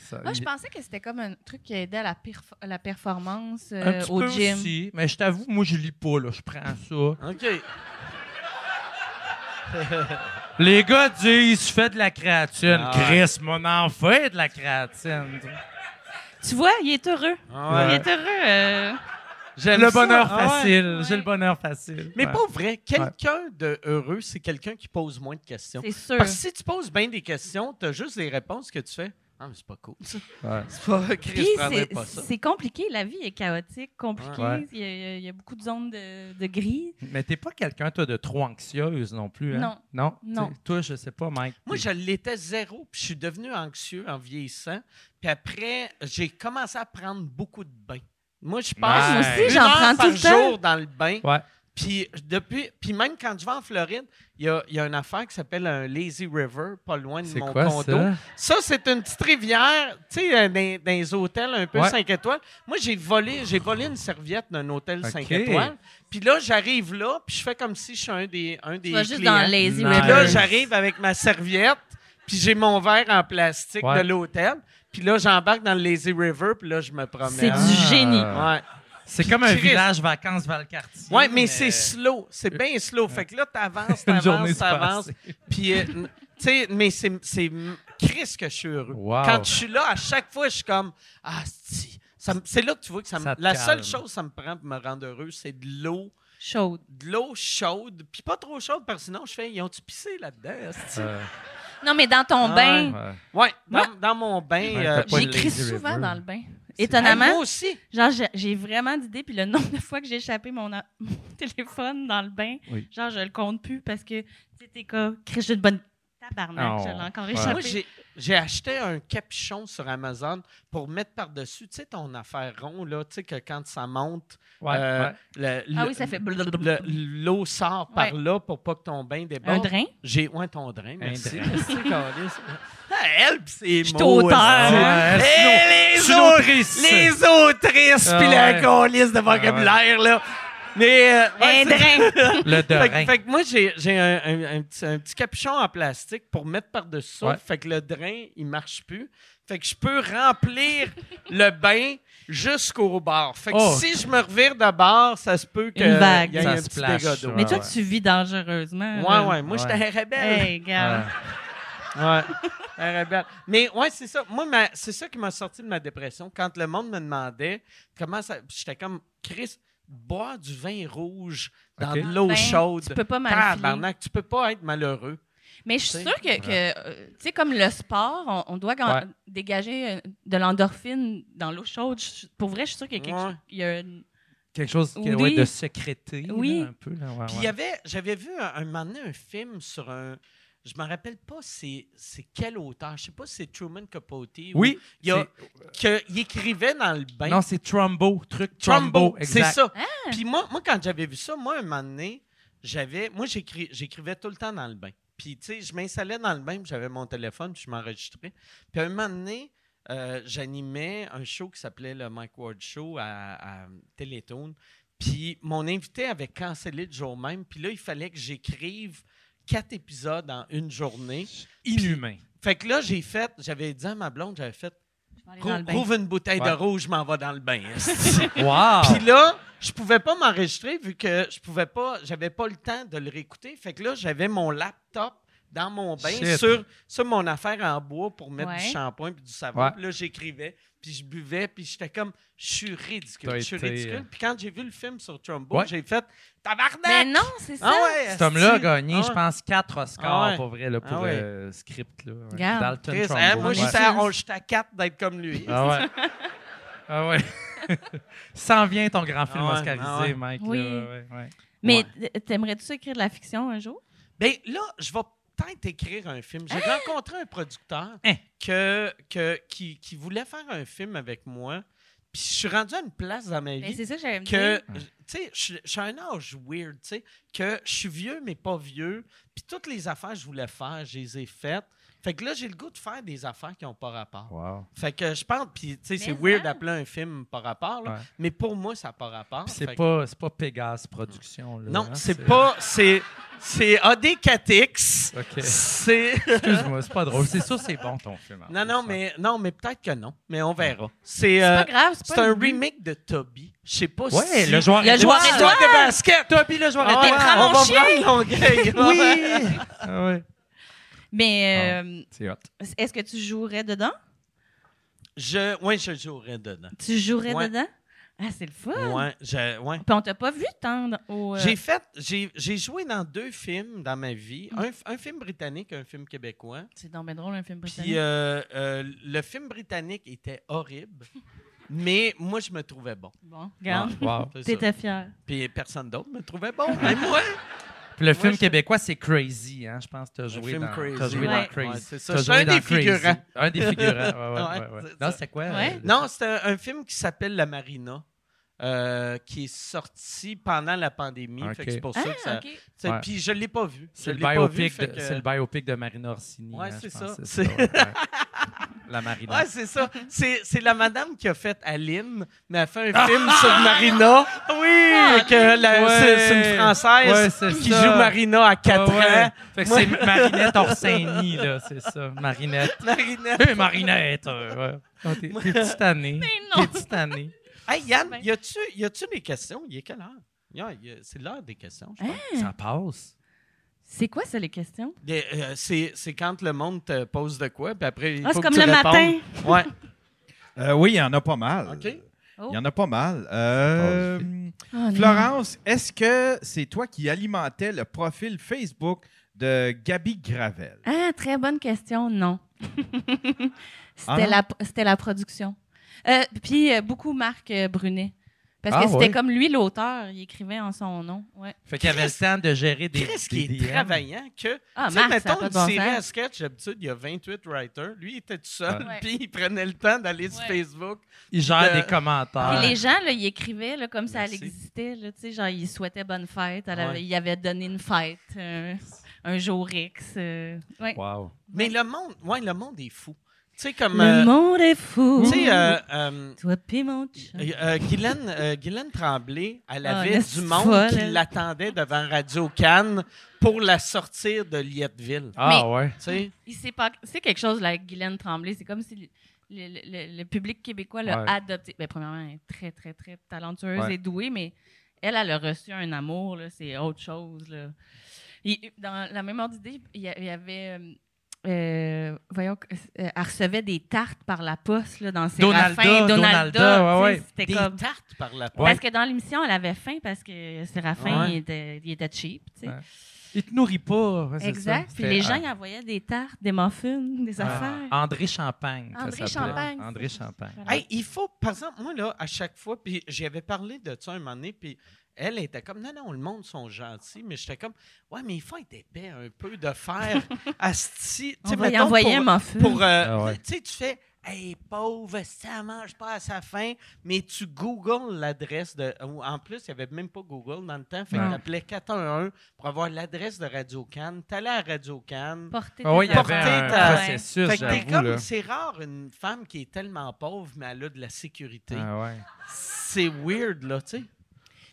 Speaker 4: ça-
Speaker 5: Moi, je pensais que c'était comme un truc qui aidait à la, perf- la performance
Speaker 4: un
Speaker 5: euh,
Speaker 4: petit
Speaker 5: au
Speaker 4: peu
Speaker 5: gym.
Speaker 4: aussi, mais je t'avoue, moi, je lis pas. Là. Je prends ça.
Speaker 3: OK.
Speaker 4: Les gars disent, je fais de la créatine.
Speaker 3: Ah ouais.
Speaker 4: Chris, mon en fait de la créatine.
Speaker 5: Tu vois, il est heureux.
Speaker 3: Ah ouais.
Speaker 5: Il est heureux. euh,
Speaker 3: J'aime
Speaker 4: Le
Speaker 3: ça.
Speaker 4: bonheur
Speaker 3: Ah ouais.
Speaker 4: facile.
Speaker 5: ouais.
Speaker 4: J'ai le bonheur facile.
Speaker 3: Mais
Speaker 4: Ouais.
Speaker 3: pas vrai. Quelqu'un de heureux, c'est quelqu'un qui pose moins de questions.
Speaker 5: c'est sûr.
Speaker 3: Parce que si tu poses bien des questions, tu as juste les réponses que tu fais. Ah, mais c'est pas cool. ça.
Speaker 4: Ouais.
Speaker 3: C'est pas Chris,
Speaker 5: Puis
Speaker 3: je prendrais
Speaker 5: c'est-
Speaker 3: pas ça.
Speaker 5: c'est compliqué. La vie est chaotique, compliquée.
Speaker 4: Ouais.
Speaker 5: Il, y a- il y a, il y a beaucoup de zones de, de gris.
Speaker 4: Mais t'es pas quelqu'un, toi, de trop anxieuse non plus. hein?
Speaker 5: Non.
Speaker 4: Non.
Speaker 5: Non.
Speaker 4: T'sais, Toi, je sais pas, Mike.
Speaker 3: Moi, je l'étais zéro, puis je suis devenu anxieux en vieillissant. Puis après, j'ai commencé à prendre beaucoup de bains. Moi, je passe
Speaker 4: Ah, moi aussi,
Speaker 3: une
Speaker 5: j'en
Speaker 3: heure
Speaker 5: prends
Speaker 3: par
Speaker 5: tout le temps.
Speaker 3: jour dans le bain.
Speaker 4: Ouais.
Speaker 3: Puis depuis, puis même quand je vais en Floride, il y a, il y a une affaire qui s'appelle un lazy river, pas loin de
Speaker 4: C'est
Speaker 3: mon
Speaker 4: quoi
Speaker 3: condo.
Speaker 4: ça?
Speaker 3: Ça, c'est une petite rivière, tu sais, euh, dans, dans les hôtels un peu
Speaker 4: Ouais.
Speaker 3: 5 étoiles. Moi, j'ai volé, j'ai volé une serviette d'un hôtel 5
Speaker 4: Ok.
Speaker 3: étoiles. Puis là, j'arrive là, puis je fais comme si je suis un des, un des
Speaker 5: Tu vas juste
Speaker 3: clients.
Speaker 5: dans le
Speaker 4: Nice.
Speaker 5: Lazy
Speaker 3: Puis là,
Speaker 5: River.
Speaker 3: j'arrive avec ma serviette, puis j'ai mon verre en plastique
Speaker 4: Ouais.
Speaker 3: de l'hôtel. Puis là, j'embarque dans le Lazy River, puis là, je me promène. Ah.
Speaker 5: C'est du
Speaker 4: Ah.
Speaker 5: génie.
Speaker 3: Ouais.
Speaker 4: C'est comme un
Speaker 3: Chris.
Speaker 4: village vacances Valcartier.
Speaker 3: Ouais, mais c'est slow. C'est bien slow. Fait que là, t'avances,
Speaker 4: Une journée
Speaker 3: t'avances, t'avances.
Speaker 4: se passe.
Speaker 3: Puis, euh, n- tu sais, mais c'est, c'est Chris que je suis heureux.
Speaker 4: Wow.
Speaker 3: Quand je suis là, à chaque fois, je suis comme Ah, si. Ça me- c'est là que tu vois que ça me-
Speaker 4: Ça te
Speaker 3: la seule
Speaker 4: calme.
Speaker 3: chose que ça me prend pour me rendre heureux, c'est de l'eau.
Speaker 5: Chaude.
Speaker 3: De l'eau chaude, puis pas trop chaude, parce que sinon, je fais Ils ont-tu pissé là-dedans? asti?
Speaker 4: Euh,
Speaker 5: Non, mais dans ton
Speaker 3: Ah,
Speaker 5: bain,
Speaker 4: ouais.
Speaker 3: Ouais, dans,
Speaker 5: Moi-
Speaker 3: dans mon bain.
Speaker 4: Ouais,
Speaker 3: euh,
Speaker 4: t'as pas de
Speaker 5: j'écris
Speaker 4: Lazy
Speaker 5: souvent
Speaker 4: River.
Speaker 5: dans le bain.
Speaker 3: hey,
Speaker 5: Étonnamment,
Speaker 3: moi aussi.
Speaker 5: genre, j'ai- j'ai vraiment d'idées. Puis le nombre de fois que j'ai échappé mon, a- mon téléphone dans le bain,
Speaker 4: Oui.
Speaker 5: genre, je le compte plus parce que, tu sais, t'es comme, Chris, j'ai une bonne tabarnak.
Speaker 4: Oh.
Speaker 5: Je l'ai encore
Speaker 4: Ouais.
Speaker 5: échappé.
Speaker 3: Moi, j'ai- j'ai acheté un capuchon sur Amazon pour mettre par-dessus, tu sais, ton affaire rond, là, tu sais, que quand ça monte,
Speaker 4: Ouais,
Speaker 3: euh,
Speaker 4: ouais.
Speaker 3: le-
Speaker 5: ah
Speaker 3: le-
Speaker 5: oui, ça fait
Speaker 3: le- l'eau sort par
Speaker 5: Ouais.
Speaker 3: là pour pas que ton bain
Speaker 5: un
Speaker 3: déborde.
Speaker 5: drain.
Speaker 3: J'ai ouais, ton drain, merci.
Speaker 4: drain.
Speaker 3: Merci, Carlis. Ah, Elle, pis ses
Speaker 5: suis
Speaker 3: mots,
Speaker 5: auteur,
Speaker 3: hein.
Speaker 4: hein.
Speaker 3: Hey,
Speaker 4: Je
Speaker 3: les
Speaker 4: suis une
Speaker 3: autres,
Speaker 4: autrice.
Speaker 3: les autrices,
Speaker 4: Ah
Speaker 3: puis la
Speaker 4: ouais.
Speaker 3: Carlis de
Speaker 4: ouais.
Speaker 3: vocabulaire, là. Mais, euh, ouais, c'est-
Speaker 5: Un drain.
Speaker 4: Le
Speaker 3: fait, que-
Speaker 4: Dorin.
Speaker 3: fait que moi, j'ai, j'ai un, un- un petit, un petit capuchon en plastique pour mettre par-dessus ça.
Speaker 4: Ouais.
Speaker 3: Fait que le drain, il marche plus. Fait que je peux remplir le bain jusqu'au bord. Fait que
Speaker 4: Oh.
Speaker 3: si je me revire de bord, ça se peut que
Speaker 5: Une vague.
Speaker 3: y ait
Speaker 4: Ça
Speaker 3: un
Speaker 4: se
Speaker 3: petit
Speaker 4: plash,
Speaker 3: dégât d'eau.
Speaker 5: Mais
Speaker 4: Ouais,
Speaker 5: toi,
Speaker 4: ouais.
Speaker 5: tu vis dangereusement.
Speaker 3: Ouais,
Speaker 5: là.
Speaker 3: ouais. Moi,
Speaker 4: Ouais.
Speaker 3: j'étais un rebelle.
Speaker 5: Hey, gars.
Speaker 3: Ouais. Un rebelle. Mais ouais, c'est ça. Moi, ma- c'est ça qui m'a sorti de ma dépression. Quand le monde me demandait comment ça. J'étais comme, Chris, bois du vin rouge dans
Speaker 4: Ok.
Speaker 3: de l'eau
Speaker 5: Ben,
Speaker 3: chaude.
Speaker 5: Tu peux pas mal filer.
Speaker 3: Tabarnak, tu peux pas être malheureux.
Speaker 5: Mais je suis
Speaker 3: Tu sais.
Speaker 5: sûre que, que, euh, tu sais, comme le sport, on, on doit gan-
Speaker 4: Ouais.
Speaker 5: dégager euh, de l'endorphine dans l'eau chaude. Je- pour vrai, je suis sûre qu'il y a quelque
Speaker 3: Ouais.
Speaker 5: chose. il y a une-
Speaker 4: Quelque chose qui,
Speaker 5: Oui.
Speaker 4: ouais, de secrété. là,
Speaker 5: Oui.
Speaker 4: un peu, là, ouais,
Speaker 3: Puis
Speaker 4: Ah ouais.
Speaker 3: il y avait, j'avais vu un, un moment donné un film sur un. Je me rappelle pas c'est, c'est quel auteur. Je sais pas si c'est Truman Capote. ou-
Speaker 4: Oui.
Speaker 3: Il, y a- que- il écrivait dans le bain.
Speaker 4: c'est- Non, c'est Trumbo. Truc
Speaker 3: Hein? Trumbo,
Speaker 4: Trumbo.
Speaker 3: c'est
Speaker 4: exact.
Speaker 3: ça.
Speaker 5: Ah.
Speaker 3: Puis moi, moi, quand j'avais vu ça, moi, un moment donné, j'avais, moi, j'écris- j'écrivais tout le temps dans le bain. Puis, tu sais, je m'installais dans le bain, puis j'avais mon téléphone, puis je m'enregistrais. Puis, à un moment donné, euh, j'animais un show qui s'appelait le Mike Ward Show à, à Télétoon. Puis mon invité avait cancellé le jour même. Puis là, il fallait que j'écrive quatre épisodes en une journée.
Speaker 4: Inhumain.
Speaker 3: Fait que là, j'ai fait, j'avais dit à ma blonde, j'avais fait,
Speaker 5: Je vais aller dans le bain.
Speaker 3: trouve une bouteille
Speaker 4: Ouais.
Speaker 3: de rouge, je m'en vais dans le bain.
Speaker 4: Wow!
Speaker 3: Puis là, je pouvais pas m'enregistrer vu que je pouvais pas, j'avais pas le temps de le réécouter. Fait que là, j'avais mon laptop dans mon bain
Speaker 4: Shit.
Speaker 3: sur, sur mon affaire en bois pour mettre
Speaker 5: Ouais.
Speaker 3: du shampoing puis du savon.
Speaker 4: Ouais.
Speaker 3: Puis là, j'écrivais, puis je buvais, puis j'étais comme, je suis ridicule,
Speaker 4: T'as
Speaker 3: je suis
Speaker 4: été, euh,
Speaker 3: ridicule. Puis quand j'ai vu le film sur Trumbo,
Speaker 4: Ouais.
Speaker 3: j'ai fait, tabarnak!
Speaker 5: Mais non, c'est ça.
Speaker 3: Ah ouais,
Speaker 4: Cet homme-là a
Speaker 3: esti.
Speaker 4: gagné,
Speaker 3: Ah ouais.
Speaker 4: je pense, quatre Oscars
Speaker 3: Ah ouais.
Speaker 4: pour vrai, là, pour
Speaker 3: Ah ouais.
Speaker 4: euh, script. Là, ouais.
Speaker 5: Regarde.
Speaker 4: Dalton
Speaker 3: Chris,
Speaker 4: Trumbo.
Speaker 3: hein, moi,
Speaker 5: Ouais.
Speaker 3: j'étais à- on- j'étais à quatre d'être comme lui.
Speaker 4: Ah ouais. ah ouais. S'en vient ton grand film
Speaker 3: Ah ouais,
Speaker 4: oscarisé,
Speaker 3: ah ouais.
Speaker 4: Mike.
Speaker 5: Oui.
Speaker 4: là, ouais, ouais.
Speaker 5: Mais t- t'aimerais-tu ça écrire de la fiction un jour?
Speaker 3: Ben là, je vais peut-être écrire un film. J'ai
Speaker 5: Hein?
Speaker 3: rencontré un producteur
Speaker 4: Hein?
Speaker 3: que, que, qui, qui voulait faire un film avec moi. Puis je suis rendu à une place dans ma
Speaker 5: Ben,
Speaker 3: vie
Speaker 5: c'est ça que j'allais me
Speaker 3: que,
Speaker 5: dire.
Speaker 3: tu sais, je suis- je suis à un âge weird, tu sais, que je suis vieux, mais pas vieux. Puis toutes les affaires que je voulais faire, je les ai faites. Fait que là, j'ai le goût de faire des affaires qui n'ont pas rapport.
Speaker 4: Wow.
Speaker 3: Fait que je pense, puis tu sais, c'est
Speaker 5: Mais
Speaker 3: weird
Speaker 5: ça.
Speaker 3: d'appeler un film pas rapport, là,
Speaker 4: Ouais.
Speaker 3: mais pour moi, ça n'a pas rapport.
Speaker 4: Puis C'est
Speaker 3: Fait que-
Speaker 4: pas, c'est pas Pégase Productions. là,
Speaker 3: Non,
Speaker 4: hein,
Speaker 3: c'est pas. C'est c'est ADKTX.
Speaker 4: OK.
Speaker 3: C'est.
Speaker 4: Excuse-moi, c'est pas drôle. C'est sûr, c'est bon ton film. en
Speaker 3: Non,
Speaker 4: plus,
Speaker 3: non,
Speaker 4: hein.
Speaker 3: mais, non, mais peut-être que non. Mais on verra.
Speaker 5: C'est
Speaker 3: C'est euh,
Speaker 5: pas grave, c'est
Speaker 3: c'est
Speaker 5: pas
Speaker 3: un
Speaker 5: le but.
Speaker 3: remake de Toby. Je sais pas si.
Speaker 4: Ouais, le joueur
Speaker 5: Le
Speaker 4: étoile.
Speaker 5: joueur
Speaker 3: Le
Speaker 5: étoile.
Speaker 3: joueur de basket.
Speaker 4: Toby, le joueur
Speaker 3: Ah ouais,
Speaker 5: T'es
Speaker 4: étoile.
Speaker 3: on va
Speaker 5: tranché.
Speaker 3: prendre Longueuil.
Speaker 4: Oui! Ah ouais.
Speaker 3: Ah.
Speaker 5: Mais euh,
Speaker 4: C'est hot.
Speaker 5: est-ce que tu jouerais dedans?
Speaker 3: Je, ouais, je jouerai dedans.
Speaker 5: Tu jouerais
Speaker 3: Ouais.
Speaker 5: dedans? Ah, c'est le fun.
Speaker 3: Ouais, je, ouais.
Speaker 5: Puis on t'a pas vu tendre au. euh,
Speaker 3: J'ai fait, j'ai j'ai joué dans deux films dans ma vie,
Speaker 5: Mm.
Speaker 3: un, un film britannique, un film québécois.
Speaker 5: C'est donc bien drôle, un film britannique.
Speaker 3: Puis euh, euh, le film britannique était horrible, mais moi je me trouvais bon.
Speaker 5: Bon, regarde.
Speaker 4: Wow.
Speaker 3: ah, C'est ça.
Speaker 5: T'étais fier.
Speaker 3: Puis personne d'autre me trouvait bon, mais moi.
Speaker 4: Puis le
Speaker 3: Moi,
Speaker 4: film
Speaker 3: je-
Speaker 4: québécois, c'est Crazy, hein? Je pense que tu as joué
Speaker 3: film
Speaker 4: dans
Speaker 3: Crazy.
Speaker 4: t'as joué dans
Speaker 5: Ouais.
Speaker 4: Crazy.
Speaker 3: Ouais, c'est ça.
Speaker 4: T'as
Speaker 3: Je suis
Speaker 4: joué
Speaker 3: un
Speaker 4: dans
Speaker 3: des
Speaker 4: Crazy.
Speaker 3: figurants.
Speaker 4: Un des figurants, ouais, ouais,
Speaker 3: Ouais,
Speaker 4: ouais. ouais.
Speaker 3: c'est
Speaker 4: Non,
Speaker 3: ça.
Speaker 4: c'est quoi?
Speaker 5: Ouais.
Speaker 4: euh,
Speaker 3: Non, c'est un, un film qui s'appelle La Marina, euh, qui est sorti pendant la pandémie. Fait
Speaker 4: Ok.
Speaker 3: que c'est pour
Speaker 5: Ah,
Speaker 3: ça que ça.
Speaker 5: OK.
Speaker 3: tu sais,
Speaker 4: Ouais.
Speaker 3: Puis je ne l'ai pas vu. Je
Speaker 4: C'est le,
Speaker 3: l'ai pas vu,
Speaker 4: biopic
Speaker 3: fait
Speaker 4: de-
Speaker 3: que-
Speaker 4: c'est le biopic de Marina Orsini.
Speaker 3: Ouais,
Speaker 4: hein,
Speaker 3: c'est
Speaker 4: je pense,
Speaker 3: ça.
Speaker 4: ouais, ouais. La Marina.
Speaker 3: Ouais, c'est ça. C'est c'est la madame qui a fait Aline, mais elle a fait un film sur Marina. Oui! que la-
Speaker 4: Ouais.
Speaker 3: c'est- C'est une
Speaker 4: Ouais,
Speaker 3: Française
Speaker 4: c'est
Speaker 3: qui
Speaker 4: ça.
Speaker 3: joue Marina à 4
Speaker 4: Ouais, ouais.
Speaker 3: ans.
Speaker 4: Fait que
Speaker 3: Moi-
Speaker 4: c'est Marinette Orsini, là, c'est ça. Marinette.
Speaker 3: Marina.
Speaker 4: Hé, Marinette! euh, ouais. Oh, T'es t'es petite année.
Speaker 5: non.
Speaker 4: T'es petite année.
Speaker 3: Hey, Yann,
Speaker 5: Ben.
Speaker 3: y a-tu y a-tu des questions? Il est quelle heure? Yeah, y a- c'est l'heure des questions,
Speaker 5: Hein?
Speaker 3: je pense.
Speaker 4: Ça passe.
Speaker 5: C'est quoi ça, les questions?
Speaker 3: Des- euh, c'est c'est quand le monde te pose de quoi, puis après, il
Speaker 5: Ah,
Speaker 3: faut
Speaker 5: c'est
Speaker 3: que
Speaker 5: comme
Speaker 3: tu
Speaker 5: le matin.
Speaker 3: répondes. Ouais.
Speaker 2: Euh, oui, il y en a pas mal.
Speaker 3: OK.
Speaker 5: Oh.
Speaker 2: Il y en a pas mal. Euh,
Speaker 5: Oh, non.
Speaker 2: Florence, est-ce que c'est toi qui alimentais le profil Facebook de Gabi Gravel?
Speaker 5: Ah, très bonne question. Non. c'était,
Speaker 2: Ah, non?
Speaker 5: La, c'était la production. Euh, Puis euh, beaucoup Marc euh, Brunet. Parce
Speaker 4: Ah,
Speaker 5: que c'était
Speaker 4: ouais.
Speaker 5: comme lui, l'auteur. Il écrivait en son nom. Ouais.
Speaker 4: Fait qu'il y avait le temps de gérer des.
Speaker 3: Qu'est-ce qui
Speaker 4: des
Speaker 3: est
Speaker 4: DM.
Speaker 3: travaillant que.
Speaker 5: Ah,
Speaker 3: tu sais,
Speaker 5: Marc, ça n'a
Speaker 3: mettons
Speaker 5: pas
Speaker 3: une
Speaker 5: de bon
Speaker 3: série à
Speaker 5: sens.
Speaker 3: sketch, d'habitude, il y a 28 writers. Lui, il était tout seul,
Speaker 5: Ouais.
Speaker 3: puis il prenait le temps d'aller sur
Speaker 5: Ouais.
Speaker 3: Facebook.
Speaker 4: Il gère
Speaker 3: De-
Speaker 4: des commentaires.
Speaker 5: Puis les gens, là, ils écrivaient là, comme ça, elle
Speaker 3: Merci.
Speaker 5: existait. Là, tu sais, genre, ils souhaitaient bonne fête. Elle avait-
Speaker 3: Ouais.
Speaker 5: Il avait donné une fête euh, un jour X. euh, ouais.
Speaker 4: Wow.
Speaker 3: Mais le monde, ouais, le monde est fou. Tu sais, comme.
Speaker 5: Le
Speaker 3: euh,
Speaker 5: monde est fou.
Speaker 3: tu sais, euh, euh,
Speaker 5: Toi pis mon chum.
Speaker 3: euh, euh, Guylaine, euh, Guylaine Tremblay, elle
Speaker 5: Ah,
Speaker 3: avait
Speaker 5: la
Speaker 3: du
Speaker 5: petite
Speaker 3: monde
Speaker 5: folle,
Speaker 3: qui
Speaker 5: elle.
Speaker 3: l'attendait devant Radio Cannes pour la sortir de Lietteville. Tu
Speaker 4: Ah ouais.
Speaker 3: sais?
Speaker 5: Il s'est pas... C'est quelque chose, là, avec Guylaine Tremblay. C'est comme si le, le- le- le public québécois l'a
Speaker 4: Ouais.
Speaker 5: adopté. Ben, premièrement, elle est très, très, très talentueuse
Speaker 4: Ouais.
Speaker 5: et douée, mais elle, elle a reçu un amour. là, C'est autre chose. là. Et euh, dans la même ordre d'idée, il y a- il y avait... euh, euh, voyons, euh, elle recevait des tartes par la poste là, dans ses
Speaker 4: Donalda,
Speaker 5: raffins.
Speaker 4: Donalda, ouais,
Speaker 5: tu sais,
Speaker 4: ouais.
Speaker 5: C'était
Speaker 3: Des
Speaker 5: comme...
Speaker 3: tartes par la
Speaker 4: Ouais.
Speaker 5: Parce que dans l'émission, elle avait faim parce que Séraphin,
Speaker 3: Ouais.
Speaker 5: il, était, il était cheap. tu sais.
Speaker 4: Ouais. Il te nourrit pas. ouais, c'est
Speaker 5: Exact.
Speaker 4: ça.
Speaker 5: Puis les
Speaker 4: C'était-
Speaker 5: gens,
Speaker 3: euh,
Speaker 5: ils envoyaient des tartes, des muffins, des
Speaker 4: Ah.
Speaker 5: affaires.
Speaker 4: André Champagne. ça
Speaker 5: André
Speaker 4: s'appelait.
Speaker 5: Champagne,
Speaker 4: André
Speaker 5: c'est ça.
Speaker 4: Champagne.
Speaker 5: Voilà.
Speaker 3: Hey, il faut, par exemple, moi, là, à chaque fois, puis j'avais parlé de ça un moment donné, puis elle était comme, non, non, le monde sont gentils, mais j'étais comme, ouais, mais il faut être épais un peu de faire asti. Tu
Speaker 5: On
Speaker 3: sais,
Speaker 5: va y
Speaker 3: mettons,
Speaker 5: envoyer
Speaker 3: pour-
Speaker 5: un muffin.
Speaker 3: pour, euh,
Speaker 4: Ah ouais.
Speaker 3: Tu sais, tu fais, hey, pauvre, ça mange pas à sa faim, mais tu googles l'adresse de. ou En plus, il n'y avait même pas Google dans le temps, fait que
Speaker 4: Non.
Speaker 3: t'appelais 411 pour avoir l'adresse de Radio-Can. T'allais à Radio-Can.
Speaker 5: porter
Speaker 4: Ah ouais, il y avait
Speaker 3: Porter
Speaker 4: un
Speaker 3: ta-
Speaker 4: processus,
Speaker 3: Fait que t'es
Speaker 4: j'avoue.
Speaker 3: comme,
Speaker 4: là.
Speaker 3: c'est rare une femme qui est tellement pauvre, mais elle a de la sécurité.
Speaker 4: Ah ouais.
Speaker 3: C'est weird, là, tu sais.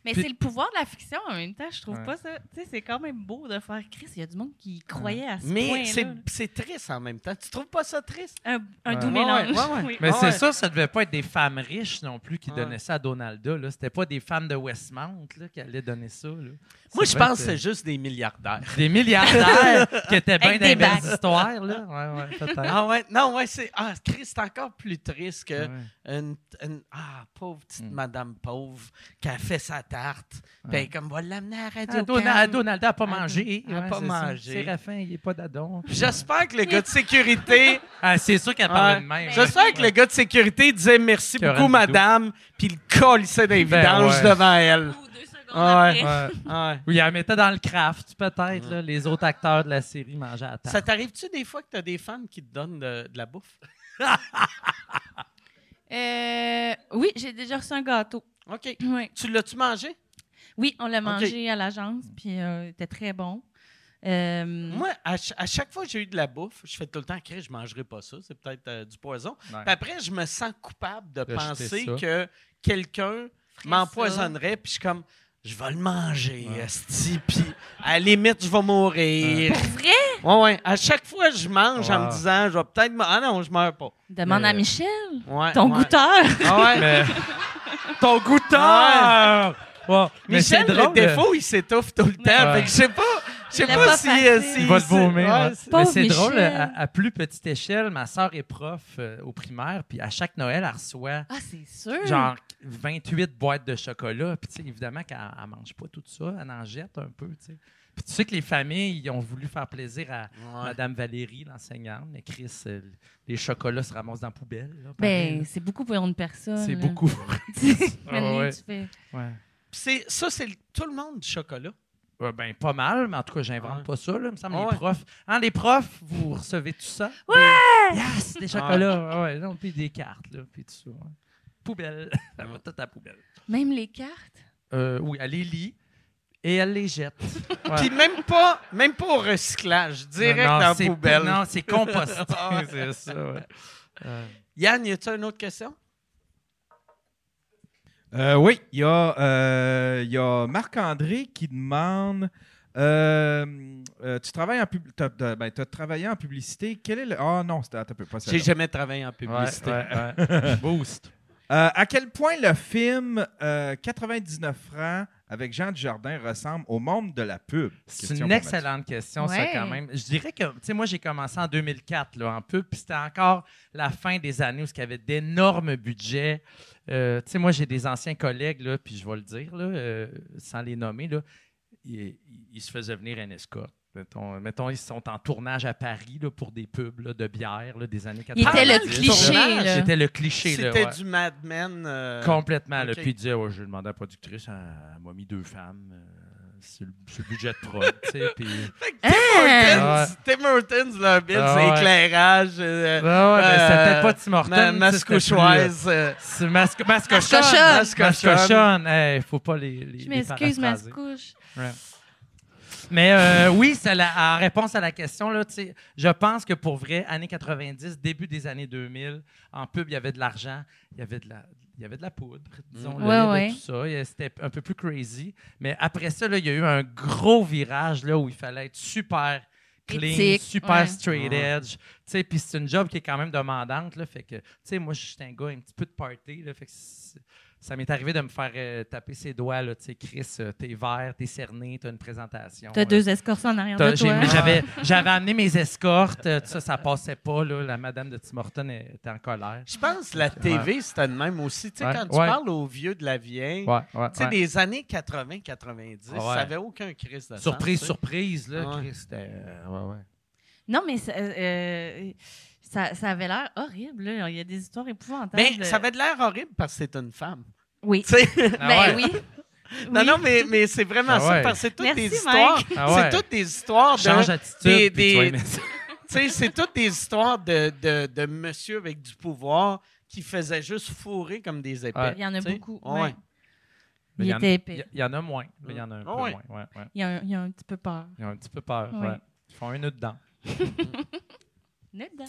Speaker 5: Mais
Speaker 4: Puis-
Speaker 5: c'est le pouvoir de la fiction en même temps, je trouve
Speaker 4: Ouais.
Speaker 5: pas ça. Tu sais, c'est quand même beau de faire Chris. Il y a du monde qui y croyait à ce
Speaker 3: Mais
Speaker 5: point-là.
Speaker 3: c'est
Speaker 5: là.
Speaker 3: c'est triste en même temps. Tu trouves pas ça triste?
Speaker 5: Un, un
Speaker 4: Ouais.
Speaker 5: doux
Speaker 4: Ouais,
Speaker 5: mélange.
Speaker 3: ouais, ouais.
Speaker 5: oui.
Speaker 4: Mais
Speaker 3: Ah
Speaker 4: c'est
Speaker 3: ouais.
Speaker 4: ça, ça devait pas être des femmes riches non plus qui
Speaker 3: Ouais.
Speaker 4: donnaient ça à Donalda. là. C'était pas des femmes de Westmount là, qui allaient donner ça. là.
Speaker 3: Moi,
Speaker 4: Ça
Speaker 3: je
Speaker 4: devait
Speaker 3: pense que
Speaker 4: être,
Speaker 3: c'est juste des milliardaires.
Speaker 4: euh, Des milliardaires qui étaient bien
Speaker 5: Avec
Speaker 4: dans les
Speaker 5: des
Speaker 4: belles
Speaker 5: bagues.
Speaker 4: histoires. Là. Ouais, ouais, peut-être.
Speaker 3: Ah ouais, non, ouais, c'est. Ah, Chris, c'est encore plus triste que
Speaker 4: Ouais.
Speaker 3: une, une- Ah, pauvre petite
Speaker 4: Mm.
Speaker 3: madame pauvre qui a fait sa tarte. Puis elle est comme, va l'amener à la radio.
Speaker 4: Ah, Dona-
Speaker 3: Can.
Speaker 4: Donalda n'a pas
Speaker 3: Ah,
Speaker 4: mangé.
Speaker 3: elle a
Speaker 4: Ouais,
Speaker 3: pas
Speaker 4: c'est ça.
Speaker 3: mangé.
Speaker 4: Séraphin, il n'est pas d'adon.
Speaker 3: J'espère que le gars de sécurité.
Speaker 4: Ah, c'est sûr qu'elle parlait
Speaker 3: Ouais.
Speaker 4: de même.
Speaker 3: J'espère que le gars de sécurité disait merci
Speaker 4: Qu'il y aurait
Speaker 3: beaucoup,
Speaker 4: une vidéo.
Speaker 3: madame, puis il collissait des
Speaker 4: Ben
Speaker 3: vidanges
Speaker 4: ouais.
Speaker 3: devant elle.
Speaker 5: Ou deux secondes
Speaker 3: Ah ouais.
Speaker 5: après.
Speaker 4: Ouais.
Speaker 3: Ouais.
Speaker 4: Ou il la mettait dans le craft, peut-être. là, Les autres acteurs de la série mangeaient à
Speaker 3: Ça
Speaker 4: table.
Speaker 3: t'arrive-tu des fois que t'as des fans qui te donnent de, de la bouffe?
Speaker 5: Euh, oui, j'ai déjà reçu un gâteau.
Speaker 3: OK.
Speaker 5: Oui,
Speaker 3: Tu l'as-tu mangé?
Speaker 5: Oui, on l'a mangé à l'agence, puis euh, il était très bon. Euh,
Speaker 3: Moi, à, ch- à chaque fois que j'ai eu de la bouffe, je fais tout le temps, Chris, je mangerai pas ça, c'est peut-être euh, du poison.
Speaker 4: Ouais.
Speaker 3: Puis après, je me sens coupable de,
Speaker 4: De
Speaker 3: penser
Speaker 4: jeter ça.
Speaker 3: que quelqu'un
Speaker 5: ferais
Speaker 3: m'empoisonnerait, puis je suis comme, je vais le manger,
Speaker 4: Ouais.
Speaker 3: esti, puis à la limite, je vais mourir.
Speaker 5: ça. Vrai?
Speaker 3: Ouais, ouais. À chaque fois, je mange en
Speaker 4: Wow.
Speaker 3: me disant, je vais peut-être. me- Ah non, je meurs pas.
Speaker 5: Demande
Speaker 4: Mais-
Speaker 5: à Michel,
Speaker 3: Ouais,
Speaker 5: ton
Speaker 3: ouais.
Speaker 5: goûteur.
Speaker 3: Ah ouais.
Speaker 4: Mais- Ton goûteur! Ouais. Mais
Speaker 3: Michel,
Speaker 4: c'est
Speaker 3: le
Speaker 4: drôle, euh,
Speaker 3: défaut, il s'étouffe tout le temps.
Speaker 4: Ouais.
Speaker 3: Fait que je sais pas, je sais
Speaker 5: Il l'a
Speaker 3: pas
Speaker 5: pas
Speaker 3: si,
Speaker 5: passé.
Speaker 3: euh, si-
Speaker 4: Il va te
Speaker 3: si-
Speaker 4: vomir.
Speaker 3: ouais,
Speaker 4: ouais.
Speaker 3: c'est-
Speaker 4: Mais
Speaker 5: Pauvre
Speaker 4: c'est drôle,
Speaker 5: Michel.
Speaker 4: à, à plus petite échelle, ma sœur est prof euh, au primaire, puis à chaque Noël, elle reçoit
Speaker 5: Ah, c'est sûr.
Speaker 4: genre 28 boîtes de chocolat. Puis tu sais, évidemment qu'elle ne mange pas tout ça, elle en jette un peu. tu sais. Puis tu sais que les familles ils ont voulu faire plaisir à Madame Valérie, l'enseignante, mais Chris, euh, les chocolats se ramassent dans la poubelle. là, pareil,
Speaker 5: Ben,
Speaker 4: là.
Speaker 5: c'est beaucoup pour une personne.
Speaker 4: c'est
Speaker 5: Ah, là.
Speaker 4: beaucoup.
Speaker 5: Tu sais,
Speaker 4: Ah,
Speaker 5: maintenant,
Speaker 4: ouais.
Speaker 5: tu fais-
Speaker 4: Ouais.
Speaker 3: Pis c'est- ça, c'est le- tout le monde du chocolat.
Speaker 4: Euh, ben, pas mal, mais en tout cas, j'invente
Speaker 3: Ouais.
Speaker 4: pas ça. Là, il me semble
Speaker 3: Ah
Speaker 4: les
Speaker 3: ouais.
Speaker 4: profs. Hein, les profs, vous recevez tout ça?
Speaker 5: Ouais!
Speaker 4: Des- Yes! Des chocolats, ouais, ouais, non, puis des cartes, là, puis tout ça. ouais. Poubelle. elle va tout à la poubelle.
Speaker 5: Même les cartes.
Speaker 4: Euh, oui, elle les lit et elle les jette. Ouais.
Speaker 3: Puis même pas, même pas au recyclage, direct
Speaker 4: Non, non,
Speaker 3: dans la
Speaker 4: c'est-
Speaker 3: poubelle.
Speaker 4: Non, c'est composté. c'est ça, ouais. Euh,
Speaker 3: Yann, y a-tu une autre question?
Speaker 2: Euh, oui, il y a, euh, il y a Marc-André qui demande euh, euh, Tu travailles en pub- t'as- t'as- ben, t'as travaillé en publicité. Quel est le. Ah non, c'était attends un peu, pas
Speaker 3: J'ai
Speaker 2: celle-là.
Speaker 3: jamais travaillé en publicité.
Speaker 4: ouais, ouais. Boost.
Speaker 2: Euh, à quel point le film euh, 99 francs avec Jean Dujardin ressemble au monde de la pub
Speaker 4: C'est
Speaker 2: Question
Speaker 4: une
Speaker 2: pour Mathieu.
Speaker 4: excellente question, ça,
Speaker 5: Ouais.
Speaker 4: quand même. Je dirais que, tu sais, moi, j'ai commencé en 2004, là, en pub, puis c'était encore la fin des années où il y avait d'énormes budgets. Euh, tu sais, moi, j'ai des anciens collègues, là, puis je vais le dire, là, euh, sans les nommer, là, ils, ils se faisaient venir un escorte. Mettons, mettons, ils sont en tournage à Paris là, pour des pubs là, de bière là, des années 90.
Speaker 5: était
Speaker 3: le
Speaker 4: là.
Speaker 3: cliché,
Speaker 5: là.
Speaker 4: C'était le cliché. là,
Speaker 3: C'était
Speaker 4: ouais.
Speaker 3: du Mad Men. euh,
Speaker 4: Complètement.
Speaker 3: ok.
Speaker 4: Là. Puis il disait, ouais, j'ai demandé à la productrice, elle, elle m'a mis deux femmes. euh, c'est le, c'est le budget de prod. tu sais, puis...
Speaker 3: Fait que Tim
Speaker 4: Ah.
Speaker 3: Hortons, Tim Hortons, leur bid,
Speaker 4: Ah
Speaker 3: c'est
Speaker 4: ouais.
Speaker 3: éclairage, euh,
Speaker 4: Ouais, ouais, mais
Speaker 3: Euh,
Speaker 4: c'était pas Tim Hortons.
Speaker 3: ma-
Speaker 4: ça,
Speaker 3: mascouchoise,
Speaker 4: c'était plus,
Speaker 3: euh,
Speaker 4: euh, C'est masque mascochonne.
Speaker 5: Mascochonne.
Speaker 3: Mascochonne.
Speaker 4: Mascochonne. Hey, faut pas les. les
Speaker 5: Je
Speaker 4: les
Speaker 5: m'excuse, ma
Speaker 4: paraphraser.
Speaker 5: couche.
Speaker 4: Mais euh, oui, c'est la- en réponse à la question, là, tu sais, je pense que pour vrai, années 90, début des années 2000, en pub, il y avait de l'argent, il y avait de la. Il y avait de la poudre, disons,
Speaker 5: Mm.
Speaker 4: là, il y
Speaker 5: Ouais,
Speaker 4: avait
Speaker 5: ouais.
Speaker 4: tout ça. Il y a- C'était un peu plus crazy. Mais après ça, là, il y a eu un gros virage là, où il fallait être super clean,
Speaker 5: Éthique,
Speaker 4: super
Speaker 5: ouais.
Speaker 4: straight
Speaker 3: Ouais.
Speaker 4: edge. Tu sais, Puis c'est une job qui est quand même demandante. Là, fait que, tu sais, moi, je suis un gars un petit peu de party. Là, fait que c'est- ça m'est arrivé de me faire euh, taper ses doigts. Là, tu sais, Chris, euh, t'es vert, t'es cerné, t'as une présentation.
Speaker 5: T'as
Speaker 4: Euh,
Speaker 5: deux escorts en arrière
Speaker 4: T'as-
Speaker 5: de
Speaker 4: j'ai-
Speaker 5: toi.
Speaker 4: J'avais, j'avais amené mes escortes. euh, tout ça, ça passait pas. Là. La madame de Tim Horton était en colère.
Speaker 3: Je pense que la TV, c'était de même aussi. Tu sais,
Speaker 4: Ouais,
Speaker 3: quand tu
Speaker 4: ouais.
Speaker 3: parles aux vieux de la vieille,
Speaker 4: Ouais, ouais,
Speaker 3: tu sais,
Speaker 4: ouais.
Speaker 3: des années 80-90,
Speaker 4: Ouais.
Speaker 3: ça n'avait aucun crise de sens, tu
Speaker 4: Surprise,
Speaker 3: sais.
Speaker 4: surprise. Là,
Speaker 3: Ouais.
Speaker 4: Chris, c'était, euh, ouais, ouais.
Speaker 5: Non, mais ça, euh, ça, ça avait l'air horrible. là. Il y a des histoires épouvantables.
Speaker 3: Mais Ben, ça avait de l'air horrible parce que c'est une femme.
Speaker 5: Oui.
Speaker 3: Tu sais,
Speaker 5: Ben
Speaker 4: Ah ouais.
Speaker 5: oui.
Speaker 3: Non,
Speaker 5: Oui.
Speaker 3: non, mais, mais c'est vraiment
Speaker 4: Ah
Speaker 3: ça,
Speaker 4: ouais.
Speaker 3: parce que c'est toutes
Speaker 5: Merci,
Speaker 3: des
Speaker 5: Mike.
Speaker 3: histoires.
Speaker 4: Ah ouais.
Speaker 3: C'est toutes des histoires de.
Speaker 4: Change
Speaker 3: Tu
Speaker 4: d'attitude.
Speaker 3: des-
Speaker 4: puis tu vas
Speaker 3: des-
Speaker 4: aimer ça.
Speaker 3: sais, c'est toutes des histoires de, de, de monsieur avec du pouvoir qui faisait juste fourrer comme des épées.
Speaker 4: Ouais.
Speaker 5: Il y en a
Speaker 3: Tu sais,
Speaker 5: beaucoup.
Speaker 3: ouais.
Speaker 5: ouais.
Speaker 4: Mais
Speaker 5: Il
Speaker 4: y en-
Speaker 5: était épais.
Speaker 4: Il y, en a moins. mais Il y en a un
Speaker 3: Ah
Speaker 4: peu
Speaker 3: ouais.
Speaker 4: moins. ouais, ouais.
Speaker 5: Il y, a un, il y a un petit peu peur.
Speaker 4: Ils ont un petit peu peur.
Speaker 5: Oui.
Speaker 4: ouais. Ils font un nœud dedans.
Speaker 5: Nul dedans.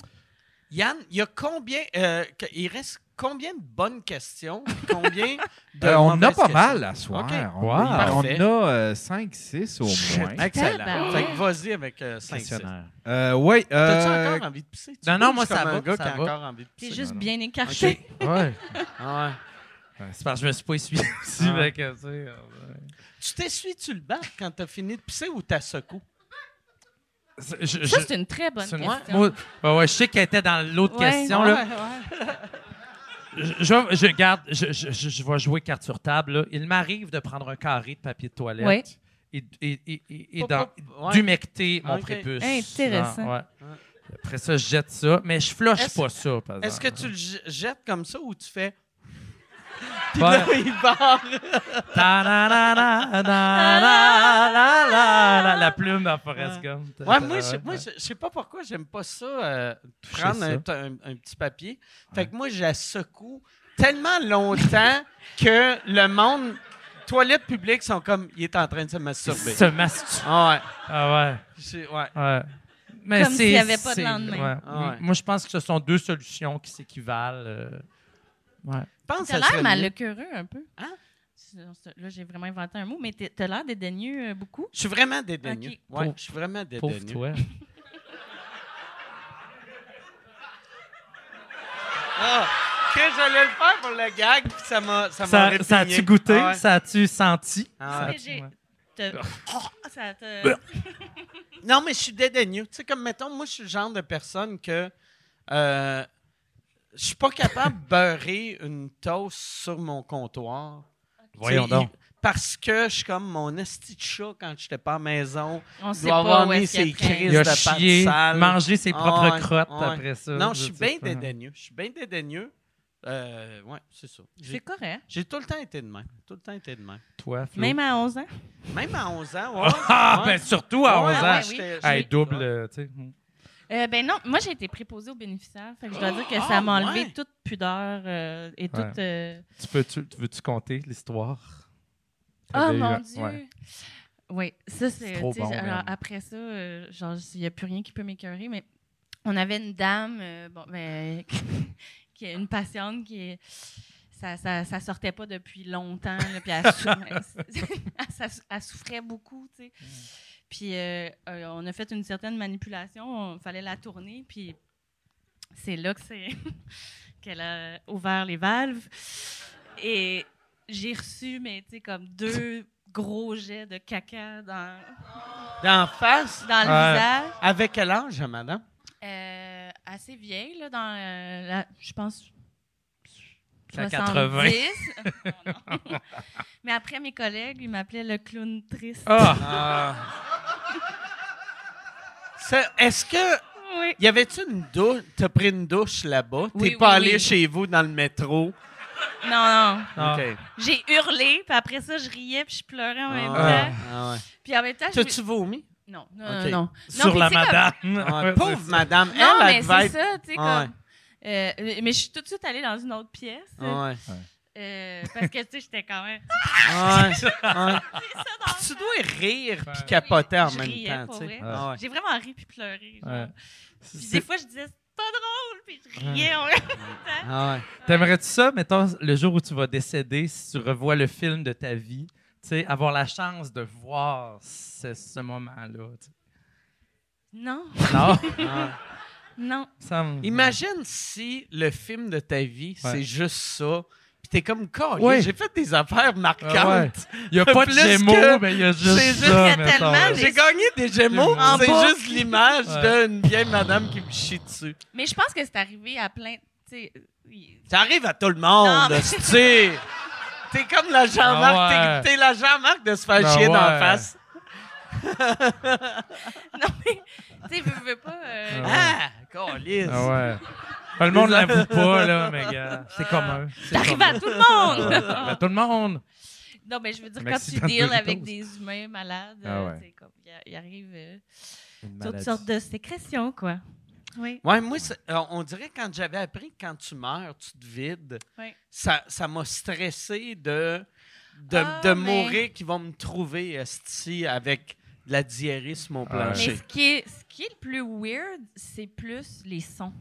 Speaker 3: Yann, il y a combien. euh, que- il reste combien de bonnes questions, puis combien de
Speaker 2: Euh, on en a
Speaker 3: mauvaises
Speaker 2: pas
Speaker 3: questions.
Speaker 2: mal à soir.
Speaker 3: OK.
Speaker 2: On,
Speaker 4: Wow.
Speaker 3: Parfait.
Speaker 2: on a 5-6 au
Speaker 3: Shit.
Speaker 2: moins.
Speaker 3: Excellent.
Speaker 5: Tabarnak.
Speaker 3: Fait que vas-y avec 5
Speaker 4: Questionnaire.
Speaker 2: Euh, oui.
Speaker 3: T'as-tu
Speaker 2: euh,
Speaker 3: encore envie de pisser? Tu
Speaker 4: non, non,
Speaker 3: bouges
Speaker 4: moi, ça
Speaker 3: comme
Speaker 4: va,
Speaker 3: un gars
Speaker 4: ça
Speaker 3: qui a
Speaker 4: va.
Speaker 3: encore envie de
Speaker 5: C'est
Speaker 3: pisser.
Speaker 5: juste
Speaker 2: non, non.
Speaker 5: bien écarté.
Speaker 3: Ok.
Speaker 4: Ouais.
Speaker 3: Ah ouais.
Speaker 4: C'est parce que je me suis pas essuyé dessus.
Speaker 3: Ah.
Speaker 4: fait que, tu sais, euh, ouais.
Speaker 3: Tu t'essuies-tu le bac quand t'as fini de pisser ou t'as secoué?
Speaker 4: C'est- je-
Speaker 5: Ça,
Speaker 4: je-
Speaker 5: c'est une très bonne
Speaker 4: c'est une-
Speaker 5: question.
Speaker 4: moi- ouais, ouais, je sais qu'elle était dans l'autre
Speaker 5: Ouais.
Speaker 4: question.
Speaker 3: Ouais,
Speaker 4: là.
Speaker 3: ouais.
Speaker 4: Je, je- je garde, je, je- je- je vais jouer carte sur table. là. Il m'arrive de prendre un carré de papier de toilette
Speaker 5: Oui.
Speaker 4: et, et- et- et- et
Speaker 3: Pop,
Speaker 4: d'en-
Speaker 3: pop, ouais.
Speaker 4: d'humecter mon
Speaker 3: Ok.
Speaker 4: prépuce.
Speaker 5: Intéressant.
Speaker 4: Ah, ouais. Après ça, je jette ça, mais je flush
Speaker 3: Est-ce-
Speaker 4: pas ça. par
Speaker 3: Est-ce que
Speaker 4: exemple.
Speaker 3: tu le je- jettes comme ça ou tu fais. Puis
Speaker 4: Ouais.
Speaker 3: là, il barre.
Speaker 4: Ta-na-na-na-na-na-na-na-na, La plume dans Forrest Gump.
Speaker 3: Ouais, moi, je, moi, je- je sais pas pourquoi j'aime pas ça, euh,
Speaker 4: Toucher
Speaker 3: prendre
Speaker 4: ça.
Speaker 3: Un, t- un- un petit papier. Fait que moi, je la secoue tellement longtemps que le monde, toilettes publiques sont comme, il est en train de se masturber.
Speaker 4: se masturbe.
Speaker 3: Ah
Speaker 4: Ah ouais.
Speaker 3: ouais, j'ai- ouais.
Speaker 4: Ouais. Mais
Speaker 5: Comme
Speaker 4: c'est-
Speaker 5: s'il y avait pas de
Speaker 4: c'est-
Speaker 5: lendemain.
Speaker 4: ouais.
Speaker 3: Ah ouais.
Speaker 4: Moi, je pense que ce sont deux solutions qui s'équivalent. euh, Ouais.
Speaker 3: Je pense que ça
Speaker 5: T'as l'air
Speaker 3: serait mieux.
Speaker 5: malheureux un peu.
Speaker 3: Hein?
Speaker 5: Là, j'ai vraiment inventé un mot, mais t'es- t'as l'air dédaigneux euh, beaucoup.
Speaker 3: Je suis vraiment dédaigneux.
Speaker 5: Ok.
Speaker 3: Ouais,
Speaker 4: Pauvre-
Speaker 3: je suis vraiment
Speaker 4: Pauvre
Speaker 3: dédaigneux.
Speaker 4: toi.
Speaker 3: Ah, que j'allais le faire pour le gag, puis ça m'a ça m'a
Speaker 4: Ça,
Speaker 3: répugné.
Speaker 4: ça a-tu goûté?
Speaker 3: Ah ouais.
Speaker 4: Ça a-tu senti?
Speaker 3: Ah ouais.
Speaker 5: Mais j'ai- t'as- Oh, Ça te-
Speaker 3: Non, mais je suis dédaigneux. Tu sais, comme, mettons, moi, je suis le genre de personne que... euh, je suis pas capable de beurrer une toast sur mon comptoir.
Speaker 4: Voyons
Speaker 3: Tu sais,
Speaker 4: donc.
Speaker 3: il- Parce que je suis comme mon esti de chat quand j'étais pas à la maison.
Speaker 5: On
Speaker 3: Il
Speaker 5: sait
Speaker 3: doit
Speaker 5: pas
Speaker 3: avoir
Speaker 5: où
Speaker 3: mis
Speaker 5: est-ce
Speaker 3: ses
Speaker 5: qu'il traîne.
Speaker 3: crises
Speaker 4: Il a
Speaker 3: de pâtes
Speaker 4: chié,
Speaker 3: sales.
Speaker 4: mangé ses
Speaker 3: Ah
Speaker 4: propres
Speaker 3: ouais,
Speaker 4: crottes
Speaker 3: ah ouais.
Speaker 4: après ça.
Speaker 3: non, je suis
Speaker 4: sais
Speaker 3: bien
Speaker 4: pas.
Speaker 3: dédaigneux. Je suis bien dédaigneux. Euh, ouais, c'est ça.
Speaker 5: C'est
Speaker 3: J'ai-
Speaker 5: correct.
Speaker 3: J'ai tout le temps été de même. Tout le temps été de même.
Speaker 4: Toi, Flo.
Speaker 5: Même à 11 ans.
Speaker 3: Même à 11 ans, ouais.
Speaker 4: Ah,
Speaker 3: ouais.
Speaker 4: ben surtout à
Speaker 3: Ouais,
Speaker 4: 11
Speaker 3: ouais,
Speaker 4: ans.
Speaker 5: oui.
Speaker 3: j'étais-
Speaker 4: Hey,
Speaker 3: j'ai-
Speaker 4: double,
Speaker 3: ouais.
Speaker 4: euh, tu sais. hum.
Speaker 5: Euh, ben non, moi j'ai été préposée aux bénéficiaires. Fait que je dois dire que
Speaker 3: Ah,
Speaker 5: ça m'a enlevé
Speaker 3: ouais.
Speaker 5: toute pudeur euh, et
Speaker 4: Ouais.
Speaker 5: toute. euh,
Speaker 4: Tu peux-tu, tu veux-tu compter l'histoire?
Speaker 5: Oh
Speaker 4: T'avais eu
Speaker 5: mon
Speaker 4: un-
Speaker 5: Dieu!
Speaker 4: E ouais.
Speaker 5: Oui, ça
Speaker 4: C'est
Speaker 5: c'est.
Speaker 4: trop
Speaker 5: tu sais,
Speaker 4: bon,
Speaker 5: alors,
Speaker 4: man.
Speaker 5: après ça, euh, genre, il n'y a plus rien qui peut m'écœurer, mais on avait une dame, euh, bon, ben, qui est une patiente qui est. Ça, ça, ça sortait pas depuis longtemps, là, puis elle, sou- elle sou- elle souffrait beaucoup, tu sais. Puis euh, euh, on a fait une certaine manipulation, il fallait la tourner, puis c'est là que c'est qu'elle a ouvert les valves. Et j'ai reçu, mais tu sais, comme deux gros jets de caca dans,
Speaker 3: D'en face,
Speaker 5: dans le
Speaker 4: Ouais.
Speaker 5: visage.
Speaker 3: avec quel âge, madame?
Speaker 5: Euh, assez vieille, là, dans euh, la- je pense.
Speaker 4: À
Speaker 5: 70.
Speaker 4: 80.
Speaker 5: Non, non. Mais après, mes collègues, ils m'appelaient le clown triste.
Speaker 4: Ah!
Speaker 3: Ça- Est-ce que.
Speaker 5: Oui.
Speaker 3: Y avait-tu une douche? T'as pris une douche là-bas? T'es
Speaker 5: Oui, oui,
Speaker 3: pas allé
Speaker 5: oui.
Speaker 3: chez vous dans le métro?
Speaker 5: Non, non.
Speaker 4: Ah.
Speaker 3: OK.
Speaker 5: J'ai hurlé, puis après ça, je riais, puis je pleurais en même
Speaker 3: Ah,
Speaker 5: temps.
Speaker 3: ah ouais.
Speaker 5: Puis en même temps, je. me-
Speaker 3: T'as-tu vomi?
Speaker 5: Non, non, non,
Speaker 3: Ok.
Speaker 5: non. Non,
Speaker 4: Sur
Speaker 5: puis
Speaker 4: la
Speaker 5: tu sais, comme-
Speaker 4: madame.
Speaker 3: Ah,
Speaker 4: Ouais,
Speaker 3: pauvre
Speaker 4: c'est-
Speaker 3: madame, elle,
Speaker 5: Non,
Speaker 3: elle
Speaker 5: mais
Speaker 3: devait
Speaker 5: c'est
Speaker 3: être...
Speaker 5: ça, tu sais,
Speaker 3: Ah ouais.
Speaker 5: comme. Euh, mais je suis tout de suite allée dans une autre pièce.
Speaker 3: Ah ouais.
Speaker 5: euh, parce que, tu sais, j'étais quand même.
Speaker 3: Ah ouais. Ah ouais.
Speaker 5: C'est ça dans le
Speaker 3: Tu dois rire puis
Speaker 4: Ouais.
Speaker 3: capoter en
Speaker 5: Je
Speaker 3: même
Speaker 5: riais,
Speaker 3: temps,
Speaker 5: pour
Speaker 3: tu sais.
Speaker 5: vrai.
Speaker 3: Ah ouais.
Speaker 5: J'ai vraiment ri puis pleuré. genre.
Speaker 4: Ouais.
Speaker 5: Puis
Speaker 4: C'est-
Speaker 5: des fois, je disais, c'est pas drôle, puis je riais en même temps.
Speaker 3: Ah ouais.
Speaker 4: T'aimerais-tu ça, mettons, le jour où tu vas décéder, si tu revois le film de ta vie, tu sais, avoir la chance de voir ce, ce moment-là? tu sais?
Speaker 5: Non,
Speaker 4: Non?
Speaker 3: Ah ouais.
Speaker 5: non.
Speaker 4: ça me-
Speaker 3: Imagine si le film de ta vie,
Speaker 4: Ouais.
Speaker 3: c'est juste ça. Puis t'es comme, Calé,
Speaker 4: Ouais.
Speaker 3: j'ai fait des affaires marquantes.
Speaker 4: Ah ouais. Il n'y a pas de
Speaker 3: Plus
Speaker 4: gémeaux,
Speaker 3: que-
Speaker 4: mais il y a juste
Speaker 3: c'est juste
Speaker 4: ça,
Speaker 5: qu'il y a
Speaker 4: mettons.
Speaker 5: tellement
Speaker 3: J'ai gagné des Gémeaux,
Speaker 4: En
Speaker 3: c'est
Speaker 5: bas.
Speaker 3: juste l'image
Speaker 4: Ouais.
Speaker 3: d'une vieille madame qui me chie dessus.
Speaker 5: Mais je pense que c'est arrivé à plein. Tu sais, euh, il-
Speaker 3: Ça arrive à tout le monde,
Speaker 5: Non, mais-
Speaker 3: tu sais. T'es comme la Jean-Marc,
Speaker 4: Ah ouais.
Speaker 3: t'es, t'es la Jean-Marc de se faire
Speaker 4: Ah
Speaker 3: chier dans la
Speaker 4: ouais.
Speaker 3: face.
Speaker 5: Non, mais. Tu sais, veux, veux pas.
Speaker 4: Ah
Speaker 5: euh,
Speaker 4: ouais.
Speaker 3: Ah, câlisse.
Speaker 4: Ah ouais. Ben, le monde l'avoue pas, là, mais gars, c'est commun. C'est
Speaker 5: T'arrives
Speaker 4: commun.
Speaker 5: à tout le monde!
Speaker 3: Ah,
Speaker 4: T'arrives à tout le monde.
Speaker 5: Non, mais je veux dire,
Speaker 4: Un
Speaker 5: quand tu
Speaker 4: accident de
Speaker 5: deals avec
Speaker 4: Doritos.
Speaker 5: des humains malades,
Speaker 2: Ah
Speaker 5: euh,
Speaker 2: ouais.
Speaker 5: tu sais, comme, il, il arrive euh, toutes sortes de sécrétions, quoi. Oui.
Speaker 3: Ouais, moi, c'est- euh, on dirait quand j'avais appris que quand tu meurs, tu te vides,
Speaker 5: Ouais.
Speaker 3: ça, ça m'a stressé de, de,
Speaker 5: Ah,
Speaker 3: de
Speaker 5: mais-
Speaker 3: mourir qu'ils vont me trouver esti, avec de la diarrhée sur mon
Speaker 2: Ah ouais.
Speaker 5: Mais
Speaker 3: plancher.
Speaker 5: ce qui, est, ce qui est le plus weird, c'est plus les sons.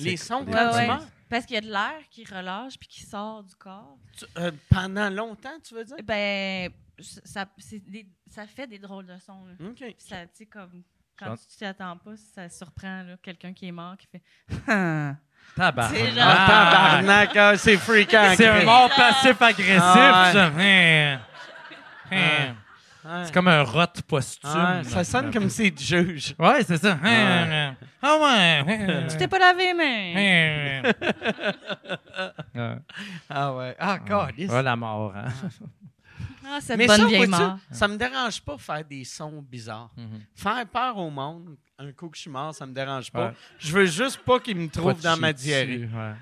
Speaker 3: Les sons
Speaker 5: Ouais,
Speaker 3: quand tu
Speaker 5: ouais.
Speaker 3: meurs?
Speaker 5: Parce qu'il y a de l'air qui relâche puis qui sort du corps.
Speaker 3: Tu- euh, pendant longtemps, tu veux dire?
Speaker 5: Ben, ça, c'est des- ça fait des drôles de sons. là.
Speaker 4: Euh,
Speaker 3: OK.
Speaker 5: Puis ça, tu sais, comme quand
Speaker 4: Chante.
Speaker 5: tu t'y attends pas, ça surprend là, quelqu'un qui est mort qui fait.
Speaker 4: Tabarnak.
Speaker 5: C'est genre-
Speaker 3: Ah, tabarnak, ah, c'est fréquent.
Speaker 4: C'est un mort passif-agressif.
Speaker 3: Ah ouais. Ah.
Speaker 4: ça. Hein. Hein. C'est comme un rot posthume.
Speaker 3: ça sonne comme si c'est du juge.
Speaker 4: Ouais, c'est ça. Hein. Ah ouais.
Speaker 5: Tu t'es pas lavé, mais.
Speaker 4: Hein. Ouais.
Speaker 3: Ah ouais. Ah, câlisse.
Speaker 4: Ah, eh. la mort. hein.
Speaker 5: Ah, cette
Speaker 3: Mais
Speaker 5: bonne
Speaker 3: ça,
Speaker 5: vieille
Speaker 3: vois-tu,
Speaker 5: mort.
Speaker 3: ça me dérange pas faire des sons bizarres.
Speaker 4: Mhm.
Speaker 3: Faire peur au monde, un coup que je suis mort, ça me dérange pas.
Speaker 4: Ouais.
Speaker 3: Je veux juste pas qu'ils me
Speaker 4: Pas
Speaker 3: trouvent
Speaker 4: de
Speaker 3: dans ma
Speaker 4: chier dessus,
Speaker 3: diarrhée.
Speaker 4: ouais.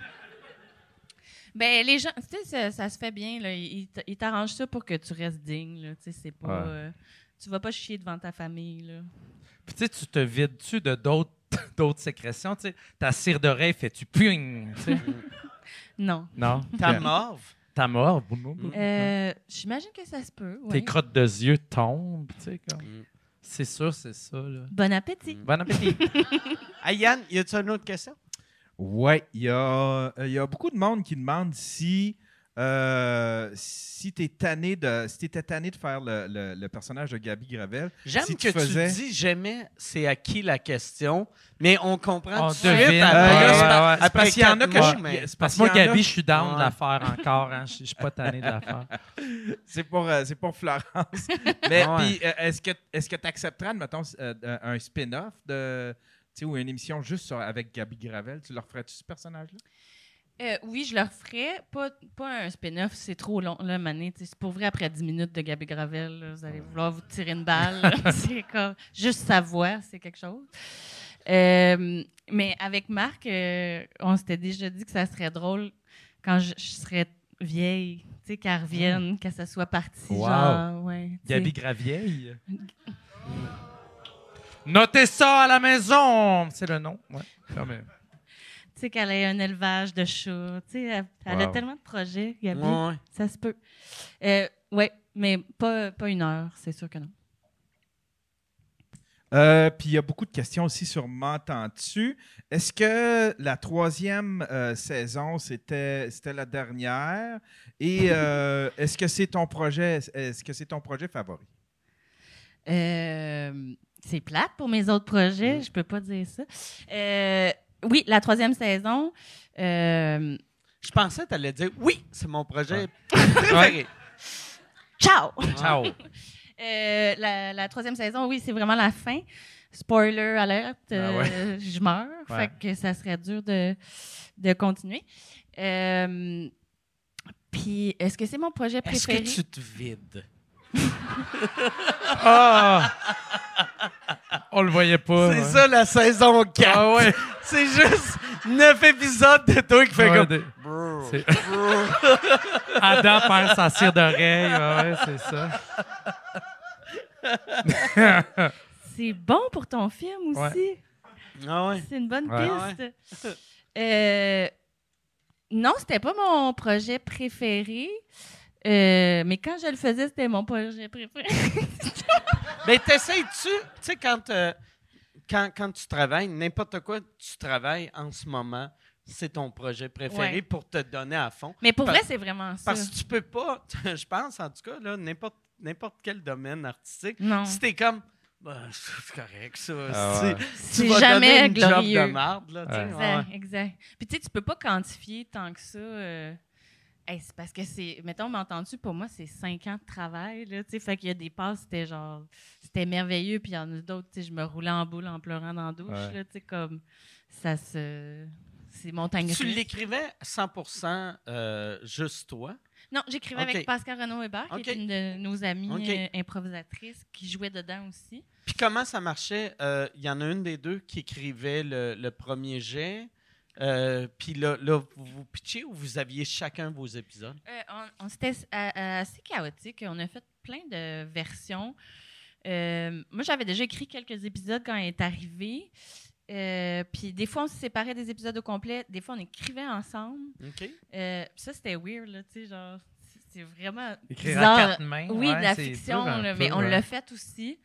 Speaker 5: Ben, les gens, tu sais, ça, ça se fait bien. Là. Ils, t- ils t'arrangent ça pour que tu restes digne. Là. Tu sais, c'est pas.
Speaker 4: Ouais.
Speaker 5: euh, tu vas pas chier devant ta famille. Là.
Speaker 4: Puis tu sais, tu te vides-tu de d'autres d'autres sécrétions? Tu sais, ta cire d'oreille fait-tu puing? tu sais?
Speaker 5: Non.
Speaker 4: non?
Speaker 3: Ta
Speaker 4: Ouais.
Speaker 3: morve,
Speaker 4: Ta mort? boum, boum, boum.
Speaker 5: Euh, J'imagine que ça se peut. ouais.
Speaker 4: Mm-hmm. Tes crottes de yeux tombent. tu sais, comme.
Speaker 3: Mm.
Speaker 4: C'est sûr, c'est ça. Là. Ben,
Speaker 5: Bon appétit.
Speaker 4: Bon appétit.
Speaker 3: Hey, Yann, y a-tu une autre question?
Speaker 2: Ouais, il y, a- euh, il y a beaucoup de monde qui demande si, euh, si tu tanné de si t'étais tanné de faire le, le- le personnage de Gabi Gravel.
Speaker 3: J'aime
Speaker 2: Si
Speaker 3: que
Speaker 2: tu faisais-
Speaker 3: tu dis jamais c'est à qui la question, mais on comprend
Speaker 4: On
Speaker 3: tout de suite.
Speaker 4: devine.
Speaker 2: Euh,
Speaker 3: après-
Speaker 4: Ah, Ouais,
Speaker 3: c'est
Speaker 4: ouais,
Speaker 3: pas-
Speaker 4: ouais.
Speaker 3: après
Speaker 2: Parce qu'il y en a
Speaker 3: quatre
Speaker 2: que
Speaker 3: mois,
Speaker 2: je-
Speaker 3: mais
Speaker 2: c'est
Speaker 4: Parce
Speaker 2: parce
Speaker 4: que moi,
Speaker 2: qu'il y en a-
Speaker 4: Gabi, je suis down de
Speaker 3: Ouais.
Speaker 4: la faire encore. hein. Je je suis pas tanné de la faire.
Speaker 2: C'est pour, euh, c'est pour Florence. Mais
Speaker 3: Ah ouais.
Speaker 2: puis, euh, est-ce que est-ce que t'accepterais, mettons, euh, un spin-off de tu sais, ou une émission juste sur- avec Gabi Gravel, tu leur ferais-tu ce personnage-là?
Speaker 5: Euh, oui, je le referais. Pas, pas un spin-off, c'est trop long. Là, mané, c'est pour vrai, après 10 minutes de Gabi Gravel, là, vous allez vouloir vous tirer une balle. là. c'est comme, juste sa voix, c'est quelque chose. Euh, mais avec Marc, euh, on s'était déjà dit que ça serait drôle quand je, je serais vieille, tu sais, qu'elle revienne, qu'elle se soit partie.
Speaker 4: Mm. Wow.
Speaker 5: Genre, ouais, tu sais.
Speaker 4: Gabi Gravieille. Notez ça à la maison! C'est le nom. Ouais. Non, mais-
Speaker 5: Tu sais, qu'elle ait un élevage de chats. Tu sais, elle, elle a
Speaker 4: Wow. Mm.
Speaker 5: tellement de projets,
Speaker 3: Ouais,
Speaker 5: Gabi.
Speaker 3: ouais.
Speaker 5: Ça se peut. Euh, oui, mais pas, pas une heure, c'est sûr que non.
Speaker 2: Euh, Puis il y a beaucoup de questions aussi sur M'entends-tu. Est-ce que la troisième euh, saison, c'était c'était la dernière? Et euh, est-ce que c'est ton projet est-ce que c'est ton projet favori?
Speaker 5: Euh, c'est plate pour mes autres projets, je peux pas dire ça. Euh, oui, la troisième saison. euh,
Speaker 3: Je pensais que tu allais dire oui, c'est mon projet
Speaker 4: Ouais.
Speaker 3: préféré.
Speaker 5: ciao!
Speaker 4: Ciao!
Speaker 5: Euh, la, la troisième saison, oui, c'est vraiment la fin. Spoiler alerte, euh, je meurs.
Speaker 4: Ouais.
Speaker 5: Fait que ça serait dur de, de continuer. Euh, Puis, est-ce que c'est mon projet
Speaker 3: Est-ce
Speaker 5: préféré?
Speaker 3: que tu te vides?
Speaker 4: Ah! On le voyait pas.
Speaker 3: C'est
Speaker 4: ouais.
Speaker 3: ça la saison 4.
Speaker 4: Ah ouais.
Speaker 3: C'est juste neuf épisodes de toi qui fait
Speaker 4: Ouais,
Speaker 3: comme.
Speaker 4: de-
Speaker 3: Brrr,
Speaker 4: c'est-
Speaker 3: brrr.
Speaker 4: Adam perd sa cire d'oreille. Ouais, ouais, c'est ça.
Speaker 5: C'est bon pour ton film
Speaker 4: Ouais.
Speaker 5: aussi.
Speaker 3: Ah ouais.
Speaker 5: C'est une bonne
Speaker 4: Ouais.
Speaker 5: piste. Euh, non, c'était pas mon projet préféré. Euh, mais quand je le faisais, c'était mon projet préféré.
Speaker 3: Mais Ben, t'essayes-tu, tu sais, quand, euh, quand, quand tu travailles, n'importe quoi, tu travailles en ce moment, c'est ton projet préféré
Speaker 5: Ouais.
Speaker 3: pour te donner à fond.
Speaker 5: Mais pour
Speaker 3: Par-
Speaker 5: vrai, c'est vraiment ça.
Speaker 3: Parce que tu peux pas, je pense en tout cas, là, n'importe, n'importe quel domaine artistique,
Speaker 5: Non,
Speaker 3: si t'es comme, Ben, c'est correct ça,
Speaker 4: Ah
Speaker 3: c'est-
Speaker 4: ouais.
Speaker 3: tu
Speaker 5: c'est
Speaker 3: vas donner
Speaker 5: jamais
Speaker 3: une
Speaker 5: glorieux.
Speaker 3: job de marde, là, tu sais,
Speaker 4: Ouais.
Speaker 3: ouais.
Speaker 5: Exact, exact. Puis tu sais, tu peux pas quantifier tant que ça. euh, hey, c'est parce que c'est, mettons, m'entends-tu, pour moi, c'est cinq ans de travail, là, tu sais, fait qu'il y a des passes, c'était genre, c'était merveilleux, puis il y en a d'autres, tu sais, je me roulais en boule en pleurant dans la douche,
Speaker 4: Ouais.
Speaker 5: là, tu sais, comme, ça se... C'est montagne
Speaker 3: Tu
Speaker 5: russe.
Speaker 3: l'écrivais 100% euh, juste toi.
Speaker 5: Non, j'écrivais
Speaker 3: Ok.
Speaker 5: avec Pascal Renaud Hébert,
Speaker 3: Ok.
Speaker 5: qui est une de nos amies
Speaker 3: Ok.
Speaker 5: euh, improvisatrices, qui jouait dedans aussi.
Speaker 3: Puis comment ça marchait? Euh, Il y en a une des deux qui écrivait le, le premier jet. euh, puis là, là, vous vous pitchiez ou vous aviez chacun vos épisodes?
Speaker 5: Euh, on on- c'était euh, euh, assez chaotique. On a fait plein de versions. Euh, moi, j'avais déjà écrit quelques épisodes quand elle est arrivée. Euh, puis des fois, on se séparait des épisodes au complet. Des fois, on écrivait ensemble.
Speaker 3: OK.
Speaker 5: Euh, ça, c'était weird, là, tu sais, genre, c'est- c'est vraiment
Speaker 4: Écrire
Speaker 5: bizarre.
Speaker 4: à quatre mains.
Speaker 5: Oui,
Speaker 4: ouais,
Speaker 5: de la
Speaker 4: c'est
Speaker 5: fiction,
Speaker 4: dur un
Speaker 5: là,
Speaker 4: peu,
Speaker 5: mais on
Speaker 4: ouais.
Speaker 5: l'a fait aussi.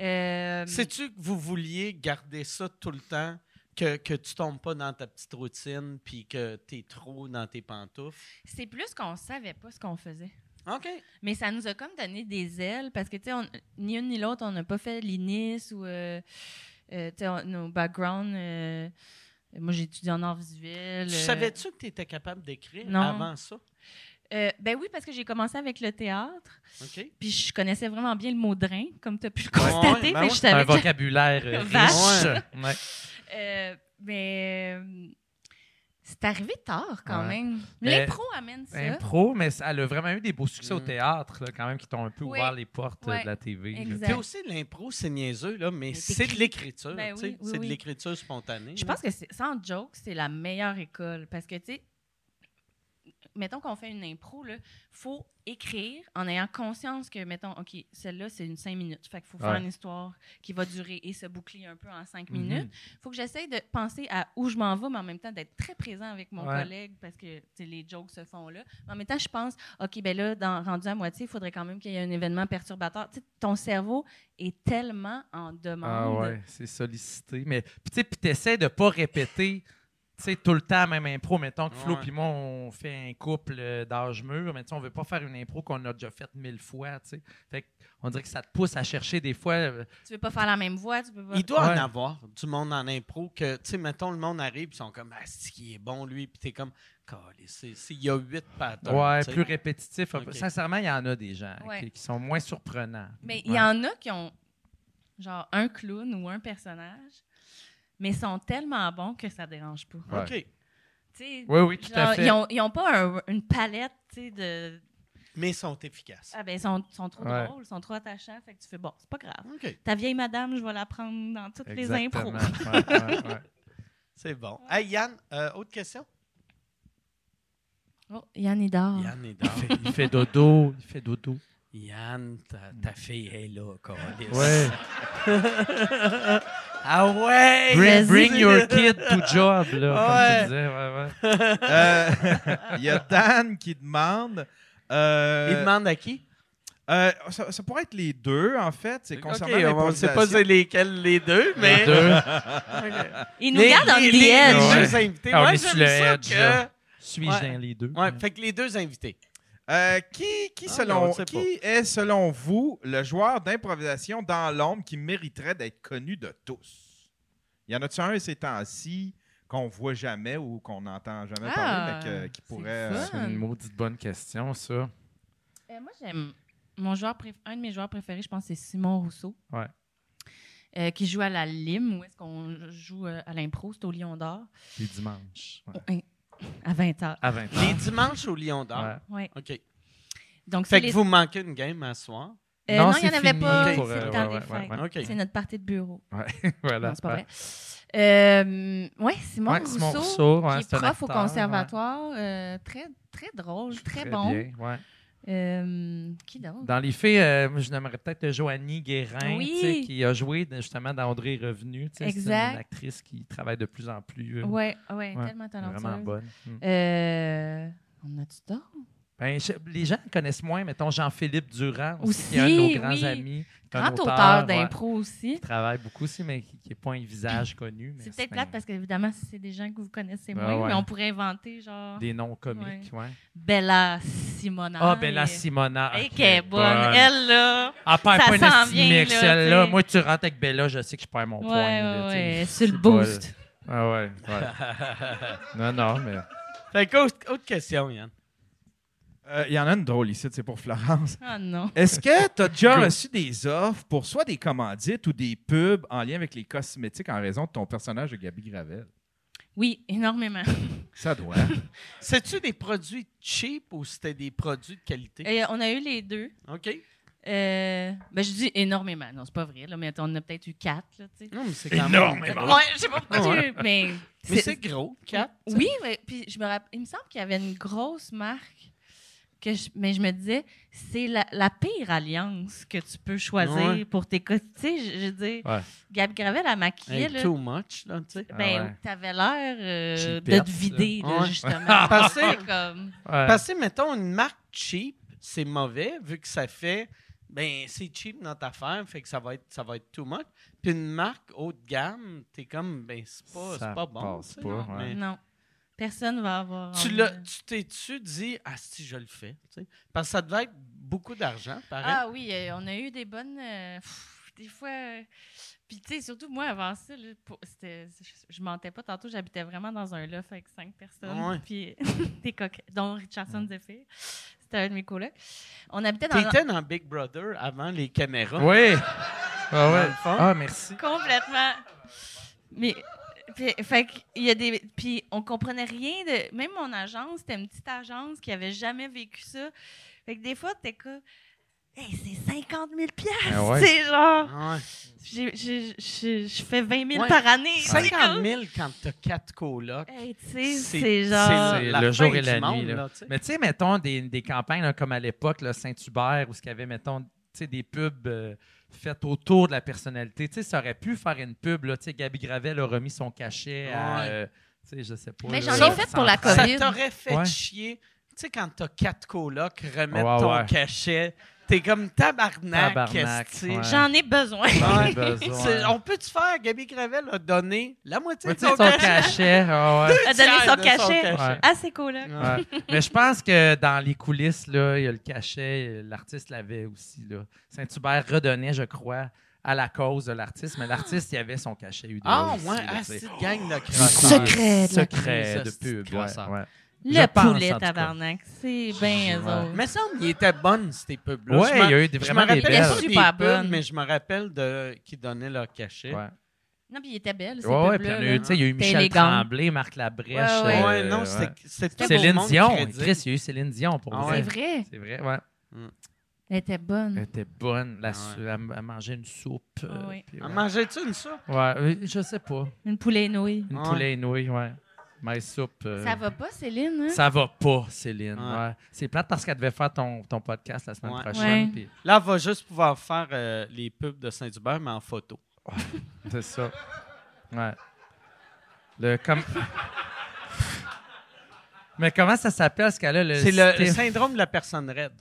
Speaker 5: Euh,
Speaker 3: Sais-tu que vous vouliez garder ça tout le temps que, que tu tombes pas dans ta petite routine puis que tu es trop dans tes pantoufles.
Speaker 5: C'est plus qu'on savait pas ce qu'on faisait.
Speaker 3: OK.
Speaker 5: Mais ça nous a comme donné des ailes parce que, tu sais, on- ni une ni l'autre, on n'a pas fait l'INIS ou, euh, euh, tu sais, on- nos backgrounds. euh, moi, j'ai étudié en arts visuels.
Speaker 3: Tu
Speaker 5: euh,
Speaker 3: savais-tu que tu étais capable d'écrire
Speaker 5: Non.
Speaker 3: avant ça?
Speaker 5: euh, ben oui, parce que j'ai commencé avec le théâtre.
Speaker 3: OK.
Speaker 5: Puis je connaissais vraiment bien le mot drain, comme tu as pu le constater.
Speaker 3: ben
Speaker 5: fait que
Speaker 3: oui.
Speaker 5: je
Speaker 4: C'est un
Speaker 5: savais que-
Speaker 4: vocabulaire euh,
Speaker 5: Vache.
Speaker 4: riche. Ouais.
Speaker 5: Euh, mais euh, c'est arrivé tard quand
Speaker 4: Ouais. ben,
Speaker 5: même.
Speaker 3: Ben,
Speaker 4: Mais-
Speaker 5: L'impro amène ça.
Speaker 4: Impro, mais ça- elle a vraiment eu des beaux succès au
Speaker 3: Mm.
Speaker 4: théâtre, là, quand même, qui t'ont un peu
Speaker 5: Oui.
Speaker 4: ouvert les portes euh,
Speaker 5: Ouais.
Speaker 4: de la TV. là.
Speaker 5: Exact.
Speaker 3: Puis aussi, l'impro, c'est niaiseux, là, mais,
Speaker 5: Ben Mais
Speaker 3: c'est
Speaker 5: t'écris.
Speaker 3: de l'écriture.
Speaker 5: Ben
Speaker 3: tu sais.
Speaker 5: oui, oui,
Speaker 3: c'est
Speaker 5: oui.
Speaker 3: de l'écriture spontanée.
Speaker 5: Je
Speaker 3: là.
Speaker 5: pense
Speaker 4: Mm.
Speaker 5: que c'est sans joke, c'est la meilleure école parce que tu sais mettons qu'on fait une impro là, faut écrire en ayant conscience que mettons OK, celle-là c'est une cinq minutes, fait qu'il faut
Speaker 4: Ouais.
Speaker 5: faire une histoire qui va durer et se boucler un peu en cinq
Speaker 4: Mhm.
Speaker 5: minutes. Faut que j'essaye de penser à où je m'en vais mais en même temps d'être très présent avec mon
Speaker 4: Ouais.
Speaker 5: collègue parce que tu sais, les jokes se font là. Mais en même temps, je pense OK, ben là dans rendu à moitié, il faudrait quand même qu'il y ait un événement perturbateur. Tu sais, ton cerveau est tellement en demande.
Speaker 4: Ah ouais, c'est sollicité. Mais puis tu sais, puis t'essaies de pas répéter. Tu sais, tout le temps, même impro, mettons que Flo
Speaker 3: Ouais.
Speaker 4: puis moi, on fait un couple euh, d'âge mûr, mais tu sais, on veut pas faire une impro qu'on a déjà faite mille fois, tu sais. Fait que on dirait que ça te pousse à chercher des fois... euh,
Speaker 5: Tu veux pas faire la même voix, tu peux pas
Speaker 3: Il doit
Speaker 4: Ouais.
Speaker 3: en avoir du monde en impro que, tu sais, mettons, le monde arrive, ils sont comme, ah, c'est qui est bon, lui, puis t'es comme, Calé, c'est- c'est- il y a huit patterns.
Speaker 4: ouais,
Speaker 3: tu sais.
Speaker 4: plus répétitif. un peu.
Speaker 3: Ok.
Speaker 4: Sincèrement, il y en a des gens
Speaker 5: Ouais.
Speaker 4: qui, qui sont moins surprenants.
Speaker 5: Mais il
Speaker 4: Ouais.
Speaker 5: y en a qui ont genre un clown ou un personnage, mais sont tellement bons que ça dérange pas.
Speaker 4: Ouais.
Speaker 3: OK.
Speaker 5: Tu sais,
Speaker 4: Oui, oui, tout à
Speaker 5: genre,
Speaker 4: fait.
Speaker 5: ils, ont, ils ont pas un- une palette, tu sais, de...
Speaker 3: Mais ils sont efficaces.
Speaker 5: Ah ben, ils sont, sont trop
Speaker 4: Ouais.
Speaker 5: drôles, ils sont trop attachants, fait que tu fais, bon, c'est pas grave.
Speaker 3: OK.
Speaker 5: Ta vieille madame, je vais la prendre dans toutes
Speaker 4: Exactement.
Speaker 5: les impros.
Speaker 4: Ouais, ouais, ouais.
Speaker 3: C'est bon. Hey, Yann, euh, autre question?
Speaker 5: Oh, Yann, il dort.
Speaker 3: Yann est dehors.
Speaker 4: Il fait- il fait dodo, il fait dodo.
Speaker 3: Yann, ta, ta fille est là, Calé.
Speaker 4: Ouais.
Speaker 3: Ah ouais!
Speaker 4: Bring, bring
Speaker 3: Vas-y.
Speaker 4: your kid to job, là,
Speaker 3: Ouais.
Speaker 4: comme tu disais. Ouais, ouais.
Speaker 2: Euh, Il y a Dan qui demande. euh,
Speaker 3: Il demande à qui?
Speaker 2: euh, ça, ça pourrait être les deux, en fait. C'est concernant
Speaker 3: Ok, on ne sait pas c'est lesquels les deux, mais.
Speaker 4: Deux.
Speaker 5: Il nous garde on the edge.
Speaker 3: Les
Speaker 4: Ouais.
Speaker 3: deux invités.
Speaker 4: Ah, on
Speaker 3: Moi,
Speaker 4: est sur
Speaker 3: j'aime
Speaker 4: le
Speaker 3: ça
Speaker 4: edge,
Speaker 3: que-
Speaker 4: là. Suis-je
Speaker 3: Ouais.
Speaker 4: dans les deux?
Speaker 3: Ouais, fait que les deux invités.
Speaker 2: Euh, qui qui,
Speaker 3: Ah,
Speaker 2: selon,
Speaker 3: on le sait
Speaker 2: qui est, selon vous, le joueur d'improvisation dans l'ombre qui mériterait d'être connu de tous? Il y en a-tu un ces temps-ci qu'on voit jamais ou qu'on n'entend jamais
Speaker 5: Ah,
Speaker 2: parler, mais que- qui
Speaker 5: c'est
Speaker 2: pourrait...
Speaker 5: le
Speaker 2: euh,
Speaker 5: fun.
Speaker 4: C'est une maudite bonne question, ça.
Speaker 5: Euh, moi, j'aime. Mon joueur préf- Un de mes joueurs préférés, je pense, c'est Simon Rousseau.
Speaker 4: Ouais.
Speaker 5: Euh, qui joue à la Lime, où est-ce qu'on joue euh, à l'impro, c'est au Lion d'Or,
Speaker 4: Les dimanches. ouais.
Speaker 5: à 20h.
Speaker 4: À 20
Speaker 3: Les dimanches au Lion d'Or.
Speaker 4: ans.
Speaker 5: Ouais.
Speaker 3: OK.
Speaker 5: Donc,
Speaker 3: Fait
Speaker 5: c'est
Speaker 3: que
Speaker 5: les-
Speaker 3: vous manquez une game à soir.
Speaker 5: Euh,
Speaker 4: Non,
Speaker 5: non, il n'y en
Speaker 4: c'est
Speaker 5: avait
Speaker 4: fini
Speaker 5: pas.
Speaker 4: pour,
Speaker 5: c'est
Speaker 4: euh,
Speaker 5: le temps
Speaker 4: ouais,
Speaker 5: des
Speaker 4: ouais,
Speaker 5: fêtes.
Speaker 4: ouais.
Speaker 3: OK.
Speaker 5: C'est notre partie de bureau.
Speaker 4: voilà.
Speaker 5: Non, c'est pas vrai. Euh, ouais, Simon
Speaker 4: Ouais,
Speaker 5: Rousseau,
Speaker 4: Simon Rousseau, ouais,
Speaker 5: qui
Speaker 4: c'est
Speaker 5: est
Speaker 4: un
Speaker 5: prof au
Speaker 4: acteur, ouais.
Speaker 5: conservatoire, euh, très, très drôle, très, bon.
Speaker 4: bien, ouais.
Speaker 5: Euh, qui d'autre?
Speaker 4: Dans les faits, euh, moi, je nommerais peut-être Joanie Guérin,
Speaker 5: Oui.
Speaker 4: tu sais, qui a joué de- justement dans André est Revenu. tu sais, C'est une
Speaker 5: Exact.
Speaker 4: actrice qui travaille de plus en plus. euh,
Speaker 5: Ouais, ouais,
Speaker 4: Ouais,
Speaker 5: tellement talentueuse.
Speaker 4: Vraiment bonne. Mm.
Speaker 5: Euh, on a du temps?
Speaker 4: Ben, je- les gens connaissent moins, mettons Jean-Philippe Durand, aussi,
Speaker 5: Aussi,
Speaker 4: qui est un de nos grands
Speaker 5: oui.
Speaker 4: amis. qui est un
Speaker 5: Grand auteur,
Speaker 4: ouais,
Speaker 5: d'impro aussi.
Speaker 4: qui travaille beaucoup aussi, mais qui n'est pas un visage connu. mais
Speaker 5: C'est
Speaker 4: un-
Speaker 5: peut-être plate parce qu'évidemment, si c'est des gens que vous connaissez
Speaker 4: Ben
Speaker 5: moins,
Speaker 4: ouais.
Speaker 5: mais on pourrait inventer genre
Speaker 4: Des noms comiques, ouais.
Speaker 5: Bella Simona.
Speaker 4: Ah, Bella Simona.
Speaker 5: Et
Speaker 4: ok,
Speaker 5: qu'elle est bonne. Elle, là.
Speaker 4: Elle perd
Speaker 5: Ça
Speaker 4: pas une
Speaker 5: s'en
Speaker 4: estime
Speaker 5: vient,
Speaker 4: avec
Speaker 5: là,
Speaker 4: celle-là.
Speaker 5: t'sais.
Speaker 4: Moi, tu rentres avec Bella, je sais que je perds mon
Speaker 5: Ouais,
Speaker 4: point. là,
Speaker 5: ouais,
Speaker 4: tu sais.
Speaker 5: ouais. Sur
Speaker 4: C'est
Speaker 5: le
Speaker 4: pas-
Speaker 5: boost.
Speaker 4: Ah ouais, ouais. non, non, mais...
Speaker 3: Fait que autre, autre question, Yann.
Speaker 2: euh, Il y en a une drôle ici, c'est pour Florence.
Speaker 5: Ah non.
Speaker 2: Est-ce que tu as déjà
Speaker 4: Go.
Speaker 2: reçu des offres pour soit des commandites ou des pubs en lien avec les cosmétiques en raison de ton personnage de Gabi Gravel?
Speaker 5: Oui, énormément.
Speaker 2: Ça doit.
Speaker 3: C'est-tu des produits cheap ou c'était des produits de qualité?
Speaker 5: Et euh, on a eu les deux.
Speaker 3: OK.
Speaker 5: Euh, ben, je dis énormément. Non, c'est pas vrai, là, mais on a peut-être eu quatre, là, tu sais.
Speaker 3: Non, mais c'est quand même-
Speaker 2: Énormément!
Speaker 5: Ouais, je sais pas pourquoi j'ai eu, mais...
Speaker 3: Mais c'est gros, quatre.
Speaker 5: Oui, ouais. puis je me rappelle, il me semble qu'il y avait une grosse marque, que je- mais je me disais, c'est la, la pire alliance que tu peux choisir
Speaker 3: Ouais.
Speaker 5: pour tes cos- Tu sais, je, je veux dire,
Speaker 4: Ouais.
Speaker 5: Gab Gravel à maquiller,
Speaker 3: Hey,
Speaker 5: là,
Speaker 3: too much, là, tu sais.
Speaker 5: ben,
Speaker 4: Ah ouais.
Speaker 5: t'avais l'air euh, de
Speaker 4: Cheapette,
Speaker 5: te vider,
Speaker 3: là.
Speaker 5: là,
Speaker 3: Ouais.
Speaker 5: justement.
Speaker 3: Parce que-
Speaker 5: C'est comme...
Speaker 4: Ouais.
Speaker 3: Parce que, mettons, une marque cheap, c'est mauvais vu que ça fait ben c'est cheap notre affaire, fait que ça va être ça va être too much. Puis une marque haut de gamme, t'es comme ben c'est pas,
Speaker 2: Ça
Speaker 3: c'est pas bon.
Speaker 2: passe
Speaker 3: tu sais,
Speaker 2: pas,
Speaker 3: non,
Speaker 2: ouais.
Speaker 3: mais-
Speaker 5: Non. Personne va avoir.
Speaker 3: Tu
Speaker 5: envie.
Speaker 3: l'as- tu t'es-tu dit Ah si je le fais? Tu sais, Parce que ça devait être beaucoup d'argent, pareil.
Speaker 5: Ah oui, euh, on a eu des bonnes. euh, pff, des fois. euh, puis, tu sais, surtout moi, avant ça, là, pour- c'était- je, je mentais pas. Tantôt, j'habitais vraiment dans un loft avec cinq personnes.
Speaker 3: Ah Ouais.
Speaker 5: Puis, des coquins, dont Richardson Zephyr. C'était un de mes colocs. On habitait dans.
Speaker 3: T'étais dans Big Brother avant les caméras.
Speaker 4: Oui. Ah,
Speaker 3: Dans
Speaker 4: ouais.
Speaker 3: le fond.
Speaker 4: ah merci.
Speaker 5: Complètement. Mais. Puis, fait que, il y a des. Puis, on comprenait rien de. Même mon agence, c'était une petite agence qui avait jamais vécu ça. Fait que des fois, t'es comme. Hey, c'est 50 000
Speaker 4: Ah ouais.
Speaker 5: C'est genre.
Speaker 3: Ah ouais.
Speaker 5: J'ai- j'ai- j'ai- Je fais 20 000
Speaker 3: Ouais.
Speaker 5: par année. c'est
Speaker 3: 50
Speaker 5: comme-
Speaker 3: 000 quand t'as quatre colocs.
Speaker 5: Hey, tu sais,
Speaker 3: C'est-
Speaker 5: c'est genre.
Speaker 3: c'est
Speaker 4: C'est
Speaker 3: la
Speaker 4: le
Speaker 3: fin
Speaker 4: jour et
Speaker 3: du
Speaker 4: la
Speaker 3: monde,
Speaker 4: nuit. là.
Speaker 3: là, tu sais.
Speaker 4: Mais tu sais, mettons des, des campagnes là, comme à l'époque, là, Saint-Hubert, où ce qu'il y avait, mettons, tu sais, des pubs euh, faites autour de la personnalité. Tu sais, ça aurait pu faire une pub. Là, tu sais, Gabi Gravel a remis son cachet à.
Speaker 3: Ouais.
Speaker 4: euh, tu sais, je sais pas.
Speaker 5: Mais
Speaker 4: là,
Speaker 5: j'en ai fait pour la
Speaker 4: 130.
Speaker 5: COVID.
Speaker 3: Ça t'aurait fait
Speaker 4: Ouais.
Speaker 3: chier. Tu sais, quand t'as quatre colocs, remettre
Speaker 4: Ouais,
Speaker 3: ton
Speaker 4: ouais.
Speaker 3: cachet, t'es comme tabarnak.
Speaker 4: Tabarnak,
Speaker 3: esti.
Speaker 4: ouais.
Speaker 5: J'en ai besoin.
Speaker 3: Ah,
Speaker 4: J'ai besoin.
Speaker 3: C'est- On peut-tu faire? Gabi Gravel a donné la moitié
Speaker 4: Ouais,
Speaker 3: de
Speaker 4: tu sais,
Speaker 3: son,
Speaker 4: son cachet. ah ouais.
Speaker 5: Elle a donné
Speaker 3: tiers
Speaker 5: son
Speaker 3: de son
Speaker 5: cachet Ah,
Speaker 3: cachet.
Speaker 5: à ses colocs.
Speaker 4: Ouais. Mais je pense que dans les coulisses, là, il y a le cachet, euh, l'artiste l'avait aussi. là. Saint-Hubert redonnait, je crois, à la cause de l'artiste, mais l'artiste, il avait son cachet UDA
Speaker 3: Ah,
Speaker 4: aussi,
Speaker 3: ouais,
Speaker 4: là,
Speaker 3: ah,
Speaker 4: tu sais.
Speaker 3: c'est une gang de
Speaker 4: Des
Speaker 3: crosseurs.
Speaker 4: secrets
Speaker 3: de
Speaker 4: secret
Speaker 3: la
Speaker 4: de
Speaker 3: crise, c'est
Speaker 4: pub. ouais,
Speaker 3: crasseur.
Speaker 4: ouais.
Speaker 5: Le
Speaker 4: Je pense, en
Speaker 5: poulet,
Speaker 4: tout cas.
Speaker 5: tabarnak. C'est bien eux
Speaker 4: Ouais.
Speaker 5: autres.
Speaker 3: Mais ça, il était bonne, ces pubs-là.
Speaker 4: Ouais,
Speaker 3: Je m'en-
Speaker 4: il y a eu des-
Speaker 3: je
Speaker 4: vraiment
Speaker 3: me
Speaker 4: des
Speaker 3: rappelle
Speaker 5: belles.
Speaker 3: pas des
Speaker 5: Super
Speaker 3: pubs,
Speaker 5: bonnes.
Speaker 3: mais je me rappelle de qui donnait leur cachet.
Speaker 4: Ouais.
Speaker 5: Non, puis il était belle. ces
Speaker 4: Ouais, ouais, puis
Speaker 5: pubs-là,
Speaker 4: il y en a eu,
Speaker 5: là.
Speaker 4: tu sais, il y a eu
Speaker 5: T'es
Speaker 4: Michel
Speaker 5: élégant.
Speaker 4: Tremblay, Marc Labrèche.
Speaker 5: Ouais,
Speaker 3: Ouais,
Speaker 5: Ah ouais.
Speaker 4: euh,
Speaker 3: non,
Speaker 4: ouais.
Speaker 3: c'était c'était tout le
Speaker 4: Céline
Speaker 3: monde
Speaker 4: Dion.
Speaker 3: qui crédit.
Speaker 4: Chris, il y a eu Céline Dion pour
Speaker 3: Ah
Speaker 4: vrai.
Speaker 5: C'est
Speaker 3: ouais.
Speaker 5: vrai.
Speaker 4: C'est vrai, ouais.
Speaker 5: Elle était
Speaker 4: Elle
Speaker 5: bonne.
Speaker 4: était bonne. La
Speaker 3: Ah
Speaker 4: su- elle, m- elle mangeait une soupe. euh,
Speaker 5: Ouais.
Speaker 4: puis
Speaker 3: Ah,
Speaker 4: ouais.
Speaker 3: Mangeais-tu une soupe?
Speaker 4: Ouais, euh, je sais pas.
Speaker 5: Une poulet nouille.
Speaker 4: Une
Speaker 3: Ouais.
Speaker 4: poulet et nouilles, ouais. Mais soupe. euh,
Speaker 5: Ça va pas, Céline? Hein?
Speaker 4: Ça va pas, Céline.
Speaker 3: Ouais.
Speaker 4: ouais. C'est plate parce qu'elle devait faire ton, ton podcast la semaine
Speaker 3: Ouais.
Speaker 5: Ouais.
Speaker 4: prochaine. puis-
Speaker 3: Là, elle va juste pouvoir faire euh, les pubs de Saint-Hubert, mais en photo.
Speaker 4: C'est ça. Ouais. Le com- Mais comment ça s'appelle ce qu'elle a le
Speaker 3: C'est le, le
Speaker 4: stiff?
Speaker 3: syndrome de la personne raide.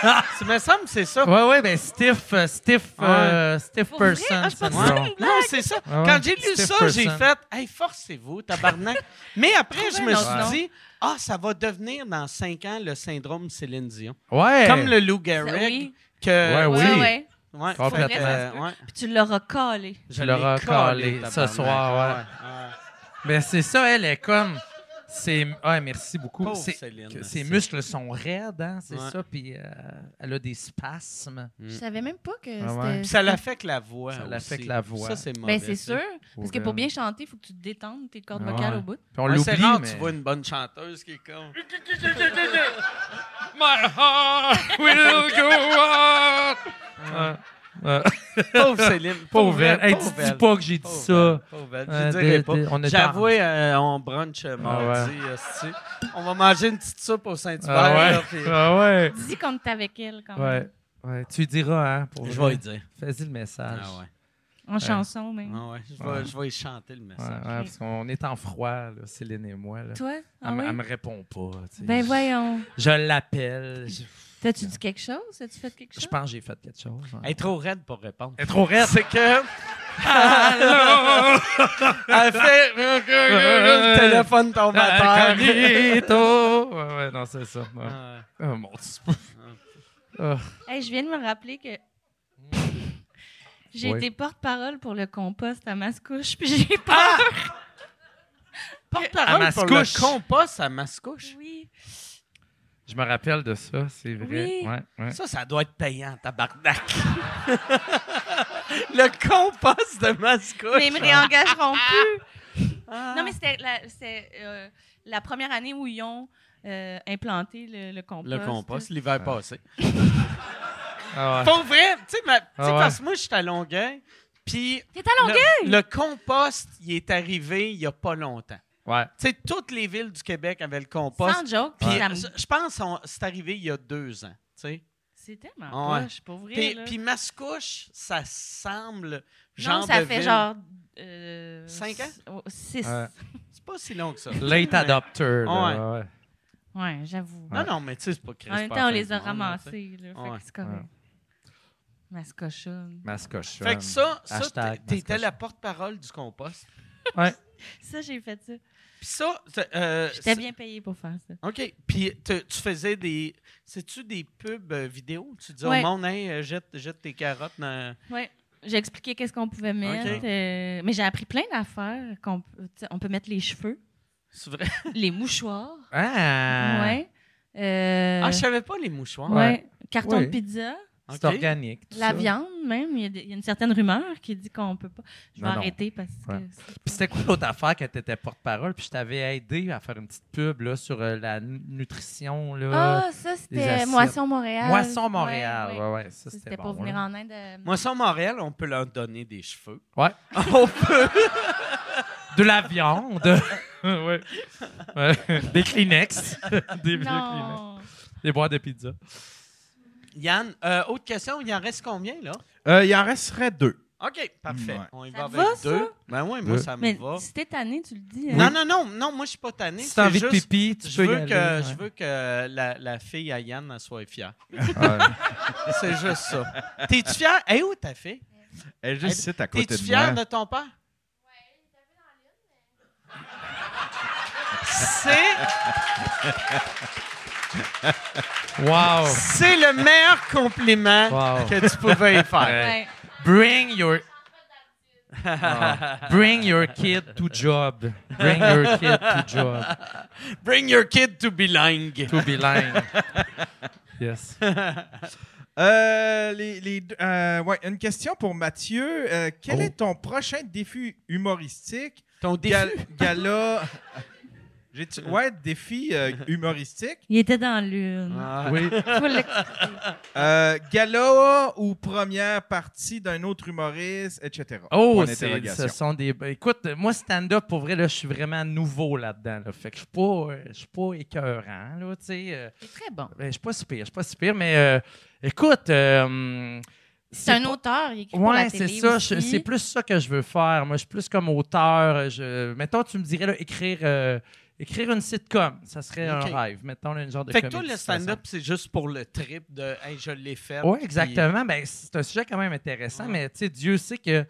Speaker 3: Ça me semble que c'est ça.
Speaker 4: Ouais ouais, ben stiff euh, stiff
Speaker 3: Ouais.
Speaker 4: euh, stiff
Speaker 5: Pour vrai?
Speaker 4: person.
Speaker 5: Ah, je pensais
Speaker 4: syndrome.
Speaker 5: que-
Speaker 3: Non, c'est ça.
Speaker 4: Ah ouais.
Speaker 3: Quand j'ai lu
Speaker 4: Stiff
Speaker 3: ça, j'ai
Speaker 4: person.
Speaker 3: fait Hey, forcez-vous, tabarnak. Mais après, je
Speaker 5: Trouvez
Speaker 3: me
Speaker 5: un
Speaker 3: suis
Speaker 5: autre
Speaker 3: dit Ah, ça va devenir dans cinq ans le syndrome Céline Dion.
Speaker 4: Ouais.
Speaker 3: Comme le Lou Gehrig.
Speaker 5: Ça, oui.
Speaker 3: Que...
Speaker 4: Ouais, Ah oui.
Speaker 5: Ouais, ouais.
Speaker 3: Ouais,
Speaker 4: Complètement.
Speaker 3: fait que, euh, ouais.
Speaker 5: Puis tu l'auras collé.
Speaker 3: Je
Speaker 4: l'aurais
Speaker 3: l'ai collé,
Speaker 4: collé ce
Speaker 3: tabarnak.
Speaker 4: soir, ouais. Ben c'est ça elle est comme c'est ouais, merci beaucoup.
Speaker 3: Pauvre
Speaker 4: C'est-
Speaker 3: Céline,
Speaker 4: que
Speaker 3: hein, c'est-
Speaker 4: ses muscles sont raides hein, c'est
Speaker 3: Ouais.
Speaker 4: ça puis euh, elle a des spasmes.
Speaker 3: Mm.
Speaker 5: Je savais même pas que
Speaker 4: Ah ouais.
Speaker 5: c'était.
Speaker 3: Puis ça l'affecte la voix.
Speaker 4: Ça
Speaker 3: aussi.
Speaker 4: l'affecte la voix.
Speaker 3: Ça, c'est mauvais.
Speaker 5: Ben, c'est sûr. Parce que
Speaker 4: Pour
Speaker 5: pour bien
Speaker 4: elle.
Speaker 5: chanter, il faut que tu te détendes tes cordes
Speaker 4: Ouais.
Speaker 5: vocales au bout.
Speaker 4: Puis on
Speaker 3: Ouais, c'est
Speaker 4: l'oublie
Speaker 3: rare,
Speaker 4: mais
Speaker 3: tu vois une bonne chanteuse qui est comme.
Speaker 4: My heart will go on. Ouais. Ouais.
Speaker 3: Pauvre Céline.
Speaker 4: Pauvre elle. Hey, dis-
Speaker 3: pauvre
Speaker 4: dis
Speaker 3: elle.
Speaker 4: pas que j'ai dit
Speaker 3: Pauvre
Speaker 4: ça.
Speaker 3: elle, pauvre elle.
Speaker 4: Euh,
Speaker 3: Je dirais
Speaker 4: de-
Speaker 3: pas.
Speaker 4: de- on est Ah,
Speaker 3: J'avoue, euh, on brunch euh, mardi. esti. On va manger une petite soupe au Saint-Hubert. là, puis-
Speaker 4: Ah ouais.
Speaker 5: Dis qu'on est avec elle quand même.
Speaker 4: Ouais. Ouais, tu lui diras, hein, pour
Speaker 3: Je vais
Speaker 4: vrai.
Speaker 3: y dire.
Speaker 4: Fais-y le message.
Speaker 3: Ah ouais.
Speaker 5: En chanson, même.
Speaker 3: Ah ouais, Je, vais,
Speaker 4: Ouais.
Speaker 3: je vais y chanter le
Speaker 4: Ouais,
Speaker 3: message.
Speaker 4: ouais, parce qu'on est en froid, là, Céline et moi. Là.
Speaker 5: Toi?
Speaker 4: elle,
Speaker 5: Ah
Speaker 4: m-
Speaker 5: oui?
Speaker 4: elle me répond pas. tu sais.
Speaker 5: Ben voyons.
Speaker 4: Je l'appelle. Je,
Speaker 5: T'as-tu dit quelque chose? As-tu fait quelque chose?
Speaker 4: je pense que j'ai fait quelque chose. hein.
Speaker 3: Elle est trop raide pour répondre.
Speaker 4: Elle est trop raide.
Speaker 3: C'est que. Elle fait. Le téléphone
Speaker 4: Ah,
Speaker 3: tombe à terre.
Speaker 4: Alcanito. Ouais, ouais, non, c'est ça. Ouais.
Speaker 3: Ah,
Speaker 4: Oh, mon Dieu. Ah.
Speaker 5: Hey, je viens de me rappeler que j'ai
Speaker 4: Oui.
Speaker 5: été porte-parole pour le compost à Mascouche, puis j'ai peur.
Speaker 3: Ah! Porte-parole
Speaker 4: À
Speaker 3: pour le
Speaker 4: Mascouche.
Speaker 3: compost à Mascouche.
Speaker 5: Oui.
Speaker 4: Je me rappelle de ça, c'est vrai.
Speaker 5: Oui.
Speaker 4: Ouais, ouais.
Speaker 3: Ça, ça doit être payant, tabarnak. le compost de Mascouche.
Speaker 5: Mais ils me réengageront plus.
Speaker 3: Ah.
Speaker 5: Non, mais c'était la, c'était, euh, la première année où ils ont euh, implanté le, le compost.
Speaker 3: Le compost, l'hiver passé.
Speaker 4: Ah ouais.
Speaker 3: Pour vrai, tu sais, ma- tu sais,
Speaker 4: Ah ouais.
Speaker 3: parce que moi, je suis à Longueuil, puis
Speaker 5: T'es à Longueuil?
Speaker 3: le, le compost, il est arrivé il n'y a pas longtemps.
Speaker 4: Ouais.
Speaker 3: Tu sais, toutes les villes du Québec avaient le compost.
Speaker 5: Sans joke.
Speaker 3: Puis,
Speaker 5: puis ça me-
Speaker 3: je- je pense que c'est arrivé il y a deux ans, tu sais.
Speaker 5: C'est tellement
Speaker 3: Ouais.
Speaker 5: poche, pour vrai.
Speaker 3: Puis,
Speaker 5: là.
Speaker 3: puis Mascouche, ça semble genre
Speaker 5: non, ça
Speaker 3: de
Speaker 5: fait
Speaker 3: ville-
Speaker 5: genre... euh,
Speaker 3: Cinq ans?
Speaker 5: s- oh, Six.
Speaker 4: Ouais.
Speaker 3: C'est pas si long que ça.
Speaker 4: Late adopter. là, ouais.
Speaker 5: Ouais, j'avoue.
Speaker 3: Non, non, mais tu sais, c'est pas Chris
Speaker 5: En même
Speaker 3: Parfait
Speaker 5: temps, on les a
Speaker 3: du monde, là, tu sais.
Speaker 5: ramassés. Là, fait
Speaker 3: Ouais.
Speaker 5: que c'est correct. Mascochonne.
Speaker 4: Mascochon.
Speaker 3: Fait que ça, ça t-
Speaker 4: Hashtag
Speaker 3: t'étais
Speaker 4: mascochon.
Speaker 3: la porte-parole du compost.
Speaker 5: Ça, j'ai fait ça.
Speaker 3: Puis ça, c'est, euh,
Speaker 5: J'étais
Speaker 3: c'est-
Speaker 5: bien payée pour faire ça.
Speaker 3: OK. Puis te- tu faisais des. C'est-tu des pubs euh, vidéo? Tu disais
Speaker 5: Ouais.
Speaker 3: au monde, Hey, euh, jette, jette tes carottes dans.
Speaker 5: Oui. J'ai expliqué qu'est-ce qu'on pouvait mettre. euh, mais j'ai appris plein d'affaires. qu'on peut- tu sais, on peut mettre les cheveux,
Speaker 3: C'est vrai?
Speaker 5: les mouchoirs.
Speaker 4: Ah!
Speaker 5: Ouais. Euh,
Speaker 3: Ah, je savais pas les mouchoirs.
Speaker 5: ouais. Carton
Speaker 4: Ouais.
Speaker 5: de pizza.
Speaker 3: OK.
Speaker 4: C'est organique. tout
Speaker 5: La
Speaker 4: ça.
Speaker 5: viande, même. Il y, a des- il y a une certaine rumeur qui dit qu'on peut pas. Je vais
Speaker 4: Non, non.
Speaker 5: arrêter parce que.
Speaker 4: Ouais.
Speaker 5: c'est
Speaker 4: Puis c'était quoi l'autre affaire quand t'étais porte-parole? Puis je t'avais aidé à faire une petite pub là, sur euh, la nu- nutrition. Là.
Speaker 5: Ah, ça,
Speaker 4: des
Speaker 5: c'était
Speaker 4: assiettes.
Speaker 5: Moisson Oh, Montréal.
Speaker 4: Moisson Montréal.
Speaker 5: Ouais,
Speaker 4: Ouais,
Speaker 5: ouais.
Speaker 4: ouais, Ça,
Speaker 5: Ça,
Speaker 4: c'était
Speaker 5: C'était
Speaker 4: bon,
Speaker 5: pour venir
Speaker 4: là.
Speaker 5: en aide. euh,
Speaker 3: Moisson Montréal, on peut leur donner des cheveux.
Speaker 4: Ouais.
Speaker 3: On peut.
Speaker 4: De la viande. Ouais. Ouais. Des Kleenex. Des vieux Kleenex.
Speaker 5: non.
Speaker 4: Des boîtes de pizza.
Speaker 3: Yann, euh, autre question, il en reste combien, là?
Speaker 2: Euh, il en resterait deux.
Speaker 3: OK, parfait.
Speaker 2: Ouais.
Speaker 3: On y
Speaker 5: Ça
Speaker 3: va
Speaker 5: te
Speaker 3: avec
Speaker 5: va, ça?
Speaker 3: deux. Ben oui, moi,
Speaker 4: Deux.
Speaker 3: ça me
Speaker 5: Mais
Speaker 3: va.
Speaker 5: si t'es tanné, tu le dis. hein.
Speaker 3: Non, non, non, non, moi, je suis pas tanné.
Speaker 4: Si
Speaker 3: c'est
Speaker 4: t'as envie de
Speaker 3: juste-
Speaker 4: pipi, tu
Speaker 3: Je
Speaker 4: peux y
Speaker 3: veux,
Speaker 4: aller,
Speaker 3: que,
Speaker 4: ouais.
Speaker 3: je veux que la, la fille à Yann elle soit fière. C'est juste ça. T'es-tu fière? Hé, où ta fille?
Speaker 2: Elle est juste ici, à côté
Speaker 3: T'es-tu
Speaker 2: de
Speaker 3: fière
Speaker 2: moi.
Speaker 3: de ton père? C'est,
Speaker 4: Wow.
Speaker 3: c'est le meilleur compliment
Speaker 4: Wow.
Speaker 3: que tu pouvais y faire.
Speaker 5: Ouais.
Speaker 4: Bring your. Bring your kid to job. Bring your kid to job.
Speaker 3: Bring your kid to be lying.
Speaker 4: To be lying. Yes.
Speaker 2: Euh, les, les deux- euh, ouais, une question pour Mathieu. Euh, quel
Speaker 4: Oh.
Speaker 2: est ton prochain défi humoristique?
Speaker 3: Ton défi.
Speaker 2: Gal- gala. J'ai-tu- Ouais, défi euh, humoristique.
Speaker 5: Il était dans l'une.
Speaker 3: Ah.
Speaker 4: Oui.
Speaker 5: Faut l'expliquer.
Speaker 2: Euh, gala ou première partie d'un autre humoriste, etc.
Speaker 4: Oh,
Speaker 2: Point
Speaker 4: c'est-
Speaker 2: d'interrogation.
Speaker 4: ce sont des. ben, Écoute, moi, stand-up, pour vrai, là, je suis vraiment nouveau là-dedans. là. Fait que je suis pas, euh, je suis pas écœurant, là, tu sais. euh,
Speaker 5: Il est très bon.
Speaker 4: ben, je suis pas si pire, je suis pas si pire, mais euh, écoute. euh,
Speaker 5: C'est un auteur, il écrit pour la
Speaker 4: Ouais, c'est
Speaker 5: télé
Speaker 4: ça. je-
Speaker 5: aussi.
Speaker 4: C'est plus ça que je veux faire. Moi, je suis plus comme auteur. Je, mettons, tu me dirais là, écrire, euh, écrire une sitcom. Ça serait
Speaker 3: Ok.
Speaker 4: un rêve. Mettons, là, une genre de
Speaker 3: Fait que toi,
Speaker 4: comédie
Speaker 3: le
Speaker 4: situation.
Speaker 3: stand-up, c'est juste pour le trip de hey, je l'ai fait.
Speaker 4: Oui,
Speaker 3: puis-
Speaker 4: exactement. Ben, c'est un sujet quand même intéressant,
Speaker 3: Ouais.
Speaker 4: mais tu sais, Dieu sait que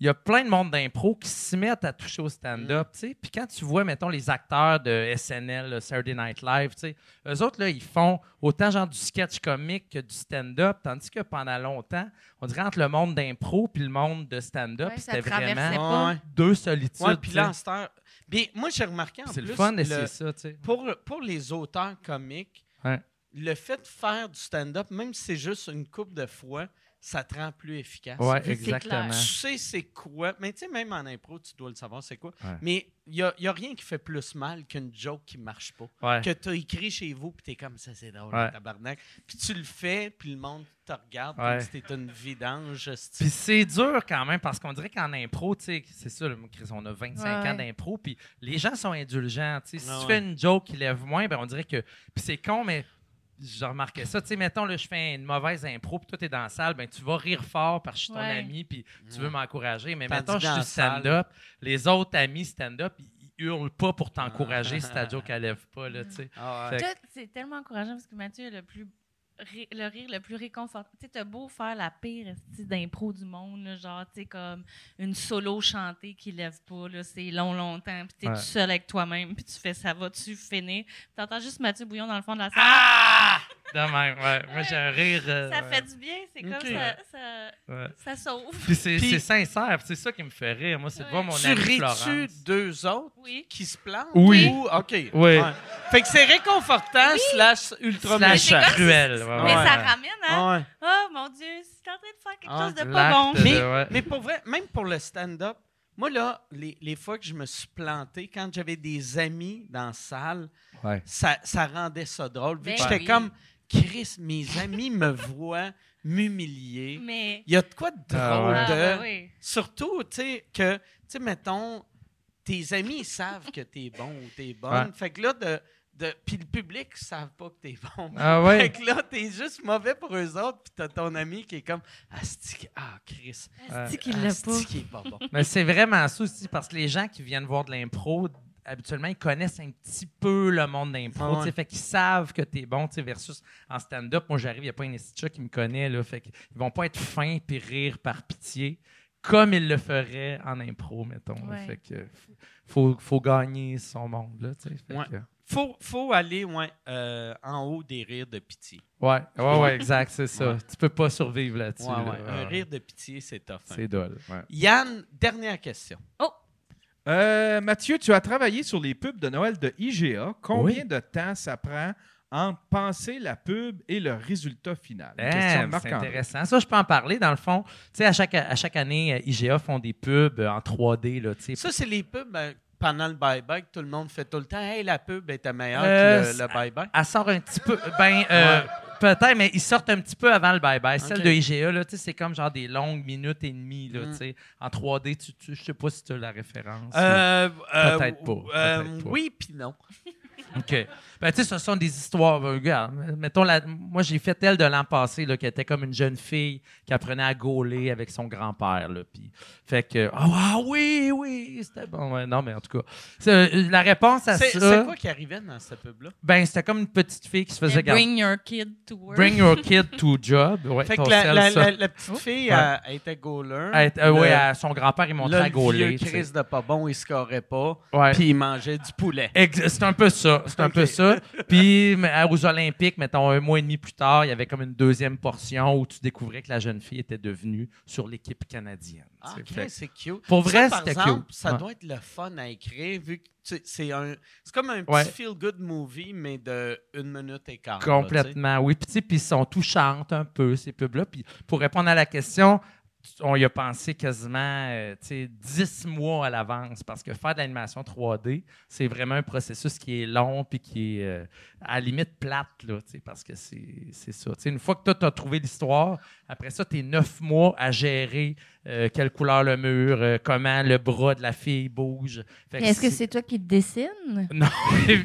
Speaker 4: il y a plein de monde d'impro qui se mettent à toucher au
Speaker 5: Mm.
Speaker 4: stand-up, tu sais. Puis quand tu vois, mettons, les acteurs de SNL, là, Saturday Night Live, tu sais, eux autres, là, ils font autant genre du sketch comique que du stand-up, tandis que pendant longtemps, on dirait entre le monde d'impro puis le monde de stand-up,
Speaker 5: Ouais, ça
Speaker 4: c'était
Speaker 3: Ouais,
Speaker 5: traversait.
Speaker 4: vraiment
Speaker 5: pas.
Speaker 3: ouais.
Speaker 4: deux solitudes.
Speaker 3: Ouais, puis
Speaker 4: tu sais.
Speaker 3: là, en cette heure- Bien, moi, j'ai remarqué en
Speaker 4: c'est le
Speaker 3: plus,
Speaker 4: fun
Speaker 3: le-
Speaker 4: d'essayer ça, tu sais.
Speaker 3: pour, pour les auteurs comiques,
Speaker 4: Ouais.
Speaker 3: le fait de faire du stand-up, même si c'est juste une coupe de fois, ça te rend plus efficace.
Speaker 4: Ouais,
Speaker 5: c'est
Speaker 4: exactement.
Speaker 3: Tu sais c'est quoi, mais tu sais, même en impro, tu dois le savoir c'est quoi.
Speaker 4: Ouais.
Speaker 3: Mais il n'y a, y a rien qui fait plus mal qu'une joke qui marche pas.
Speaker 4: Ouais.
Speaker 3: Que tu as écrit chez vous, puis tu es comme ça, c'est drôle,
Speaker 4: Ouais.
Speaker 3: tabarnak. Puis tu le fais, puis le monde te regarde,
Speaker 4: Ouais.
Speaker 3: comme si t'étais une vidange. esti.
Speaker 4: Puis c'est dur quand même, parce qu'on dirait qu'en impro, tu sais, c'est ça, là, Chris, on a 25
Speaker 5: Ouais.
Speaker 4: ans d'impro, puis les gens sont indulgents. tu sais. Si
Speaker 3: Ah ouais.
Speaker 4: tu fais une joke qui lève moins, ben on dirait que. Puis c'est con, mais je remarquais ça. Tu sais, mettons, là, je fais une mauvaise impro, puis toi, t'es dans la salle, ben tu vas rire fort parce que je suis ton
Speaker 5: Ouais.
Speaker 4: ami, puis tu veux m'encourager. Mais
Speaker 3: Tandis
Speaker 4: mettons, je
Speaker 3: dans
Speaker 4: suis
Speaker 3: la salle-
Speaker 4: stand-up, les autres amis stand-up, ils ils hurlent pas pour t'encourager si ta joke, elle lève pas, là, tu sais.
Speaker 3: Ah ouais.
Speaker 4: Fait que-
Speaker 5: Toi, c'est tellement encourageant parce que Mathieu est le plus ri- le rire le plus réconfortant. Tu sais, t'as beau faire la pire esti d'impro du monde, là, genre, tu sais, comme une solo chantée qui lève pas, là, c'est long, longtemps, puis t'es
Speaker 4: Ouais.
Speaker 5: tout seul avec toi-même, puis tu fais ça, va-tu finir? T'entends juste Mathieu Bouillon dans le fond de la salle.
Speaker 4: Ah! De même, ouais. Moi, j'ai un rire. euh,
Speaker 5: Ça
Speaker 4: ouais.
Speaker 5: fait du bien, c'est
Speaker 3: Ok.
Speaker 5: comme ça, ça,
Speaker 4: Ouais.
Speaker 5: ça sauve.
Speaker 4: Puis c'est
Speaker 3: Puis-
Speaker 4: c'est sincère, puis c'est ça qui me fait rire. Moi, c'est de voir mon
Speaker 3: Tu
Speaker 4: ami
Speaker 3: ris-tu
Speaker 4: Florence.
Speaker 3: deux autres
Speaker 5: Oui.
Speaker 3: qui se plantent?
Speaker 4: Oui.
Speaker 3: Ou- OK. Oui.
Speaker 4: Ouais.
Speaker 3: Fait que c'est réconfortant slash ultra
Speaker 4: Slash
Speaker 3: méchant.
Speaker 4: cruel. ouais,
Speaker 5: Mais
Speaker 4: ouais.
Speaker 5: ça ramène, hein?
Speaker 3: Ah ouais.
Speaker 5: Oh mon Dieu, si t'es en train de faire quelque
Speaker 3: Ah,
Speaker 5: chose de pas
Speaker 4: l'acte
Speaker 5: bon.
Speaker 4: de-
Speaker 3: Mais,
Speaker 4: ouais.
Speaker 3: mais pour vrai, même pour le stand-up, moi, là, les, les fois que je me suis planté, quand j'avais des amis dans la salle,
Speaker 4: Ouais.
Speaker 3: ça, ça rendait ça drôle. Vu
Speaker 5: Ben
Speaker 3: que j'étais
Speaker 5: oui.
Speaker 3: comme, Chris, mes amis me voient m'humilier.
Speaker 5: Mais.
Speaker 3: Il y a de quoi de
Speaker 4: Ah
Speaker 3: drôle
Speaker 4: ouais.
Speaker 3: de.
Speaker 5: Ah, ben oui.
Speaker 3: Surtout, tu sais, que, tu sais, mettons, tes amis ils savent que t'es bon ou t'es bonne.
Speaker 4: Ouais.
Speaker 3: Fait que là, de. de Puis le public ne savent pas que t'es bon.
Speaker 4: Ah ouais.
Speaker 3: Fait que là, t'es juste mauvais pour eux autres, puis t'as ton ami qui est comme Asti qui- Ah, Chris,
Speaker 4: Euh,
Speaker 5: Asti qu'il l'a
Speaker 3: Asti
Speaker 5: pas.
Speaker 3: qui est pas bon.
Speaker 4: Mais c'est vraiment ça aussi, parce que les gens qui viennent voir de l'impro habituellement, ils connaissent un petit peu le monde d'impro.
Speaker 3: Ah ouais.
Speaker 4: tu sais, Fait qu'ils savent que t'es bon, tu sais, versus en stand-up, moi, j'arrive, il n'y a pas un esti qui me connaît, là. Fait qu'ils vont pas être fins puis rire par pitié, comme ils le feraient en impro, mettons. là.
Speaker 5: Ouais.
Speaker 4: Fait que faut, faut gagner son monde, là, tu sais. Fait
Speaker 3: Ouais.
Speaker 4: que-
Speaker 3: Faut, faut aller ouais, euh, en haut des rires de pitié.
Speaker 4: Ouais, ouais, ouais, exact, c'est ça. Tu peux pas survivre là-dessus.
Speaker 3: Ouais,
Speaker 4: là. Ah
Speaker 3: ouais.
Speaker 4: Ouais.
Speaker 3: Un rire de pitié, c'est tough. hein.
Speaker 4: C'est dole. Ouais.
Speaker 3: Yann, dernière question.
Speaker 2: Euh, Mathieu, tu as travaillé sur les pubs de Noël de IGA. Combien de temps ça prend entre penser la pub et le résultat final? Une question de
Speaker 4: Damn, Ah, c'est
Speaker 2: Marc-André.
Speaker 4: intéressant. Ça, je peux en parler. Dans le fond, tu sais, à chaque, à chaque année, euh, IGA font des pubs euh, en 3D. Là, tu sais.
Speaker 3: Ça, c'est les pubs euh, pendant le bye-bye que tout le monde fait tout le temps. Hey, la pub était meilleure
Speaker 4: Euh,
Speaker 3: que le- le
Speaker 4: c'est-
Speaker 3: bye-bye.
Speaker 4: Elle sort un petit peu. Ben, euh, peut-être, mais ils sortent un petit peu avant le bye-bye. Celle
Speaker 3: Ok.
Speaker 4: de IGA, là, tu sais, c'est comme genre des longues minutes et demie. Là,
Speaker 3: Mm.
Speaker 4: tu sais. En 3D, tu, tu- je sais pas si tu as la référence.
Speaker 3: Euh, euh,
Speaker 4: Peut-être pas,
Speaker 3: euh,
Speaker 4: peut-être pas.
Speaker 3: Oui, puis non.
Speaker 4: OK. Ben, tu sais, ce sont des histoires. euh, regarde, mettons, la, moi, j'ai fait elle de l'an passé, là, qui était comme une jeune fille qui apprenait à gauler avec son grand-père, là. Puis, fait que, ah ah, oui, oui, c'était bon. Ouais, non, mais en tout cas, c'est, euh, la réponse à
Speaker 3: C'est
Speaker 4: ça,
Speaker 3: c'est quoi qui arrivait dans cette pub-là?
Speaker 4: ben, c'était comme une petite fille qui se faisait
Speaker 5: C'était
Speaker 4: garder.
Speaker 5: Bring your kid to work.
Speaker 4: Bring your kid to job. Ouais,
Speaker 3: Fait que
Speaker 4: ton
Speaker 3: la,
Speaker 4: sel,
Speaker 3: la-
Speaker 4: ça.
Speaker 3: la- la petite fille, elle, elle était goaler.
Speaker 4: Elle était- euh, ouais,
Speaker 3: Le-
Speaker 4: à son grand-père, il montrait
Speaker 3: là,
Speaker 4: à gauler.
Speaker 3: le
Speaker 4: tu
Speaker 3: vieux
Speaker 4: sais.
Speaker 3: Chris de pas bon, il scorait pas.
Speaker 4: Ouais.
Speaker 3: Puis il mangeait du poulet.
Speaker 4: Ex- C'est un peu ça. C'est un peu ça. Puis mais, à- aux Olympiques, mettons un mois et demi plus tard, il y avait comme une deuxième portion où tu découvrais que la jeune fille était devenue sur l'équipe canadienne.
Speaker 3: Ah,
Speaker 4: tu sais.
Speaker 3: Chris,
Speaker 4: Fait que-
Speaker 3: c'est cute.
Speaker 4: Pour
Speaker 3: Ça,
Speaker 4: vrai,
Speaker 3: par
Speaker 4: c'était
Speaker 3: exemple,
Speaker 4: cute.
Speaker 3: Ça
Speaker 4: Ouais.
Speaker 3: doit être le fun à écrire, vu que tu sais, c'est un, c'est comme un petit
Speaker 4: Ouais.
Speaker 3: feel-good movie, mais de une minute et quart. là, Ah, bah, tu sais.
Speaker 4: Complètement, oui. Puis, tu sais, puis ils sont touchantes un peu, ces pubs-là. Puis pour répondre à la question, tu- on y a pensé quasiment euh, tu sais, 10 mois à l'avance parce que faire de l'animation 3D, c'est vraiment un processus qui est long puis qui est euh, à la limite plate, là, tu sais, parce que c'est c'est ça. Tu sais, une fois que tu as trouvé l'histoire, après ça, tu es 9 mois à gérer euh, quelle couleur le mur, euh, comment le bras de la fille bouge. Fait que
Speaker 5: Est-ce que
Speaker 4: si-
Speaker 5: c'est toi qui dessines?
Speaker 4: Non,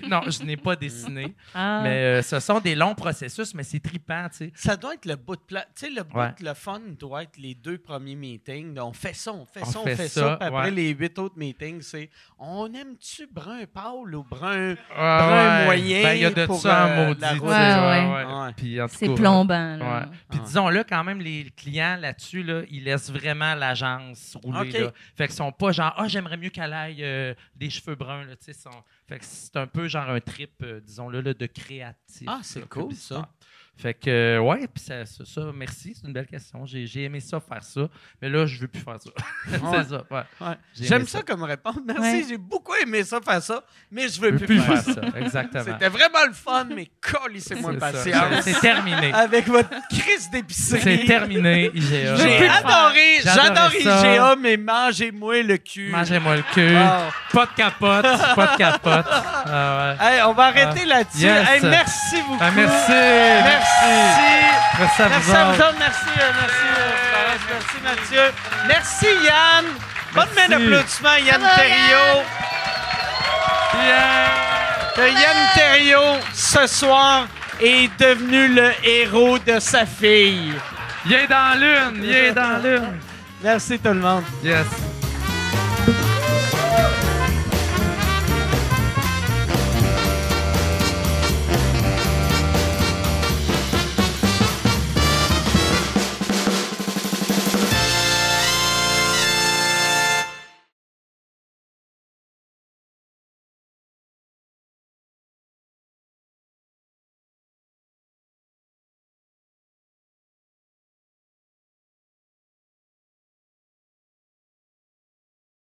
Speaker 4: non, je n'ai pas dessiné.
Speaker 5: Ah.
Speaker 4: Mais euh, ce sont des longs processus, mais c'est tripant, tu sais.
Speaker 3: Ça doit être le bout de plat. Tu sais, le bout,
Speaker 4: Ouais.
Speaker 3: de- le fun doit être les deux premiers meetings. On fait ça, on fait
Speaker 4: On
Speaker 3: ça, on
Speaker 4: fait
Speaker 3: fait, ça.
Speaker 4: ça,
Speaker 3: puis après,
Speaker 4: ouais.
Speaker 3: les huit autres meetings, c'est on aime-tu brun pâle ou brun.
Speaker 4: Ah,
Speaker 3: ouais. moyen
Speaker 4: Ben, il y a de
Speaker 3: pour,
Speaker 4: ça
Speaker 3: euh,
Speaker 4: en maudit.
Speaker 3: la
Speaker 4: tu sais,
Speaker 3: route.
Speaker 5: Ouais,
Speaker 4: ouais,
Speaker 3: ouais.
Speaker 4: ouais. Puis, en tout
Speaker 5: C'est
Speaker 4: cas,
Speaker 5: plombant.
Speaker 4: ouais.
Speaker 5: Là.
Speaker 4: Puis
Speaker 3: Ouais.
Speaker 4: disons-le, quand même, les clients là-dessus, là, ils laissent vraiment l'agence rouler.
Speaker 3: Ok.
Speaker 4: Là. Fait qu'ils sont pas genre, ah, j'aimerais mieux qu'elle aille euh, des cheveux bruns. Là, tu sais, sont... Fait que c'est un peu genre un trip, euh, disons-le, là, de créatif.
Speaker 3: Ah, c'est
Speaker 4: là,
Speaker 3: cool,
Speaker 4: publicitaire.
Speaker 3: ça.
Speaker 4: Fait que, euh, ouais, puis ça, ça, ça, merci, c'est une belle question. J'ai j'ai aimé ça, faire ça. Mais là, je veux plus faire ça. c'est
Speaker 3: Ouais.
Speaker 4: ça, ouais.
Speaker 3: Ouais.
Speaker 4: J'ai
Speaker 3: J'aime
Speaker 4: aimé
Speaker 3: ça.
Speaker 4: ça.
Speaker 3: comme réponse. Merci,
Speaker 5: Ouais.
Speaker 3: j'ai beaucoup aimé ça, faire ça, mais je veux
Speaker 4: Je
Speaker 3: plus,
Speaker 4: veux plus
Speaker 3: faire
Speaker 4: faire
Speaker 3: ça.
Speaker 4: ça, exactement.
Speaker 3: C'était vraiment le fun, mais colissez-moi
Speaker 4: C'est ça.
Speaker 3: patience
Speaker 4: C'est terminé.
Speaker 3: avec votre crise d'épicerie.
Speaker 4: C'est terminé, IGA.
Speaker 3: J'ai adoré, j'adore
Speaker 4: J'adorais ça.
Speaker 3: IGA, mais mangez-moi le cul.
Speaker 4: Mangez-moi le cul.
Speaker 3: Ah.
Speaker 4: Pas de capote. Pas de capote. Ah ouais.
Speaker 3: Hey, on va arrêter là-dessus.
Speaker 4: yes.
Speaker 3: Hey, merci beaucoup.
Speaker 4: Ah, merci.
Speaker 3: Merci. Merci.
Speaker 4: Merci à vous
Speaker 3: à vous
Speaker 4: autres.
Speaker 3: autres. Merci, euh, merci, euh, Florence. merci, Mathieu. Merci, Yann. Bonne main
Speaker 4: Merci.
Speaker 3: d'applaudissements, Yann
Speaker 5: Bravo,
Speaker 3: Thériault. Que Yann Thériault, ce soir, est devenu le héros de sa fille.
Speaker 4: Il est dans l'une. Il est dans l'une.
Speaker 3: Merci tout le monde.
Speaker 4: Yes.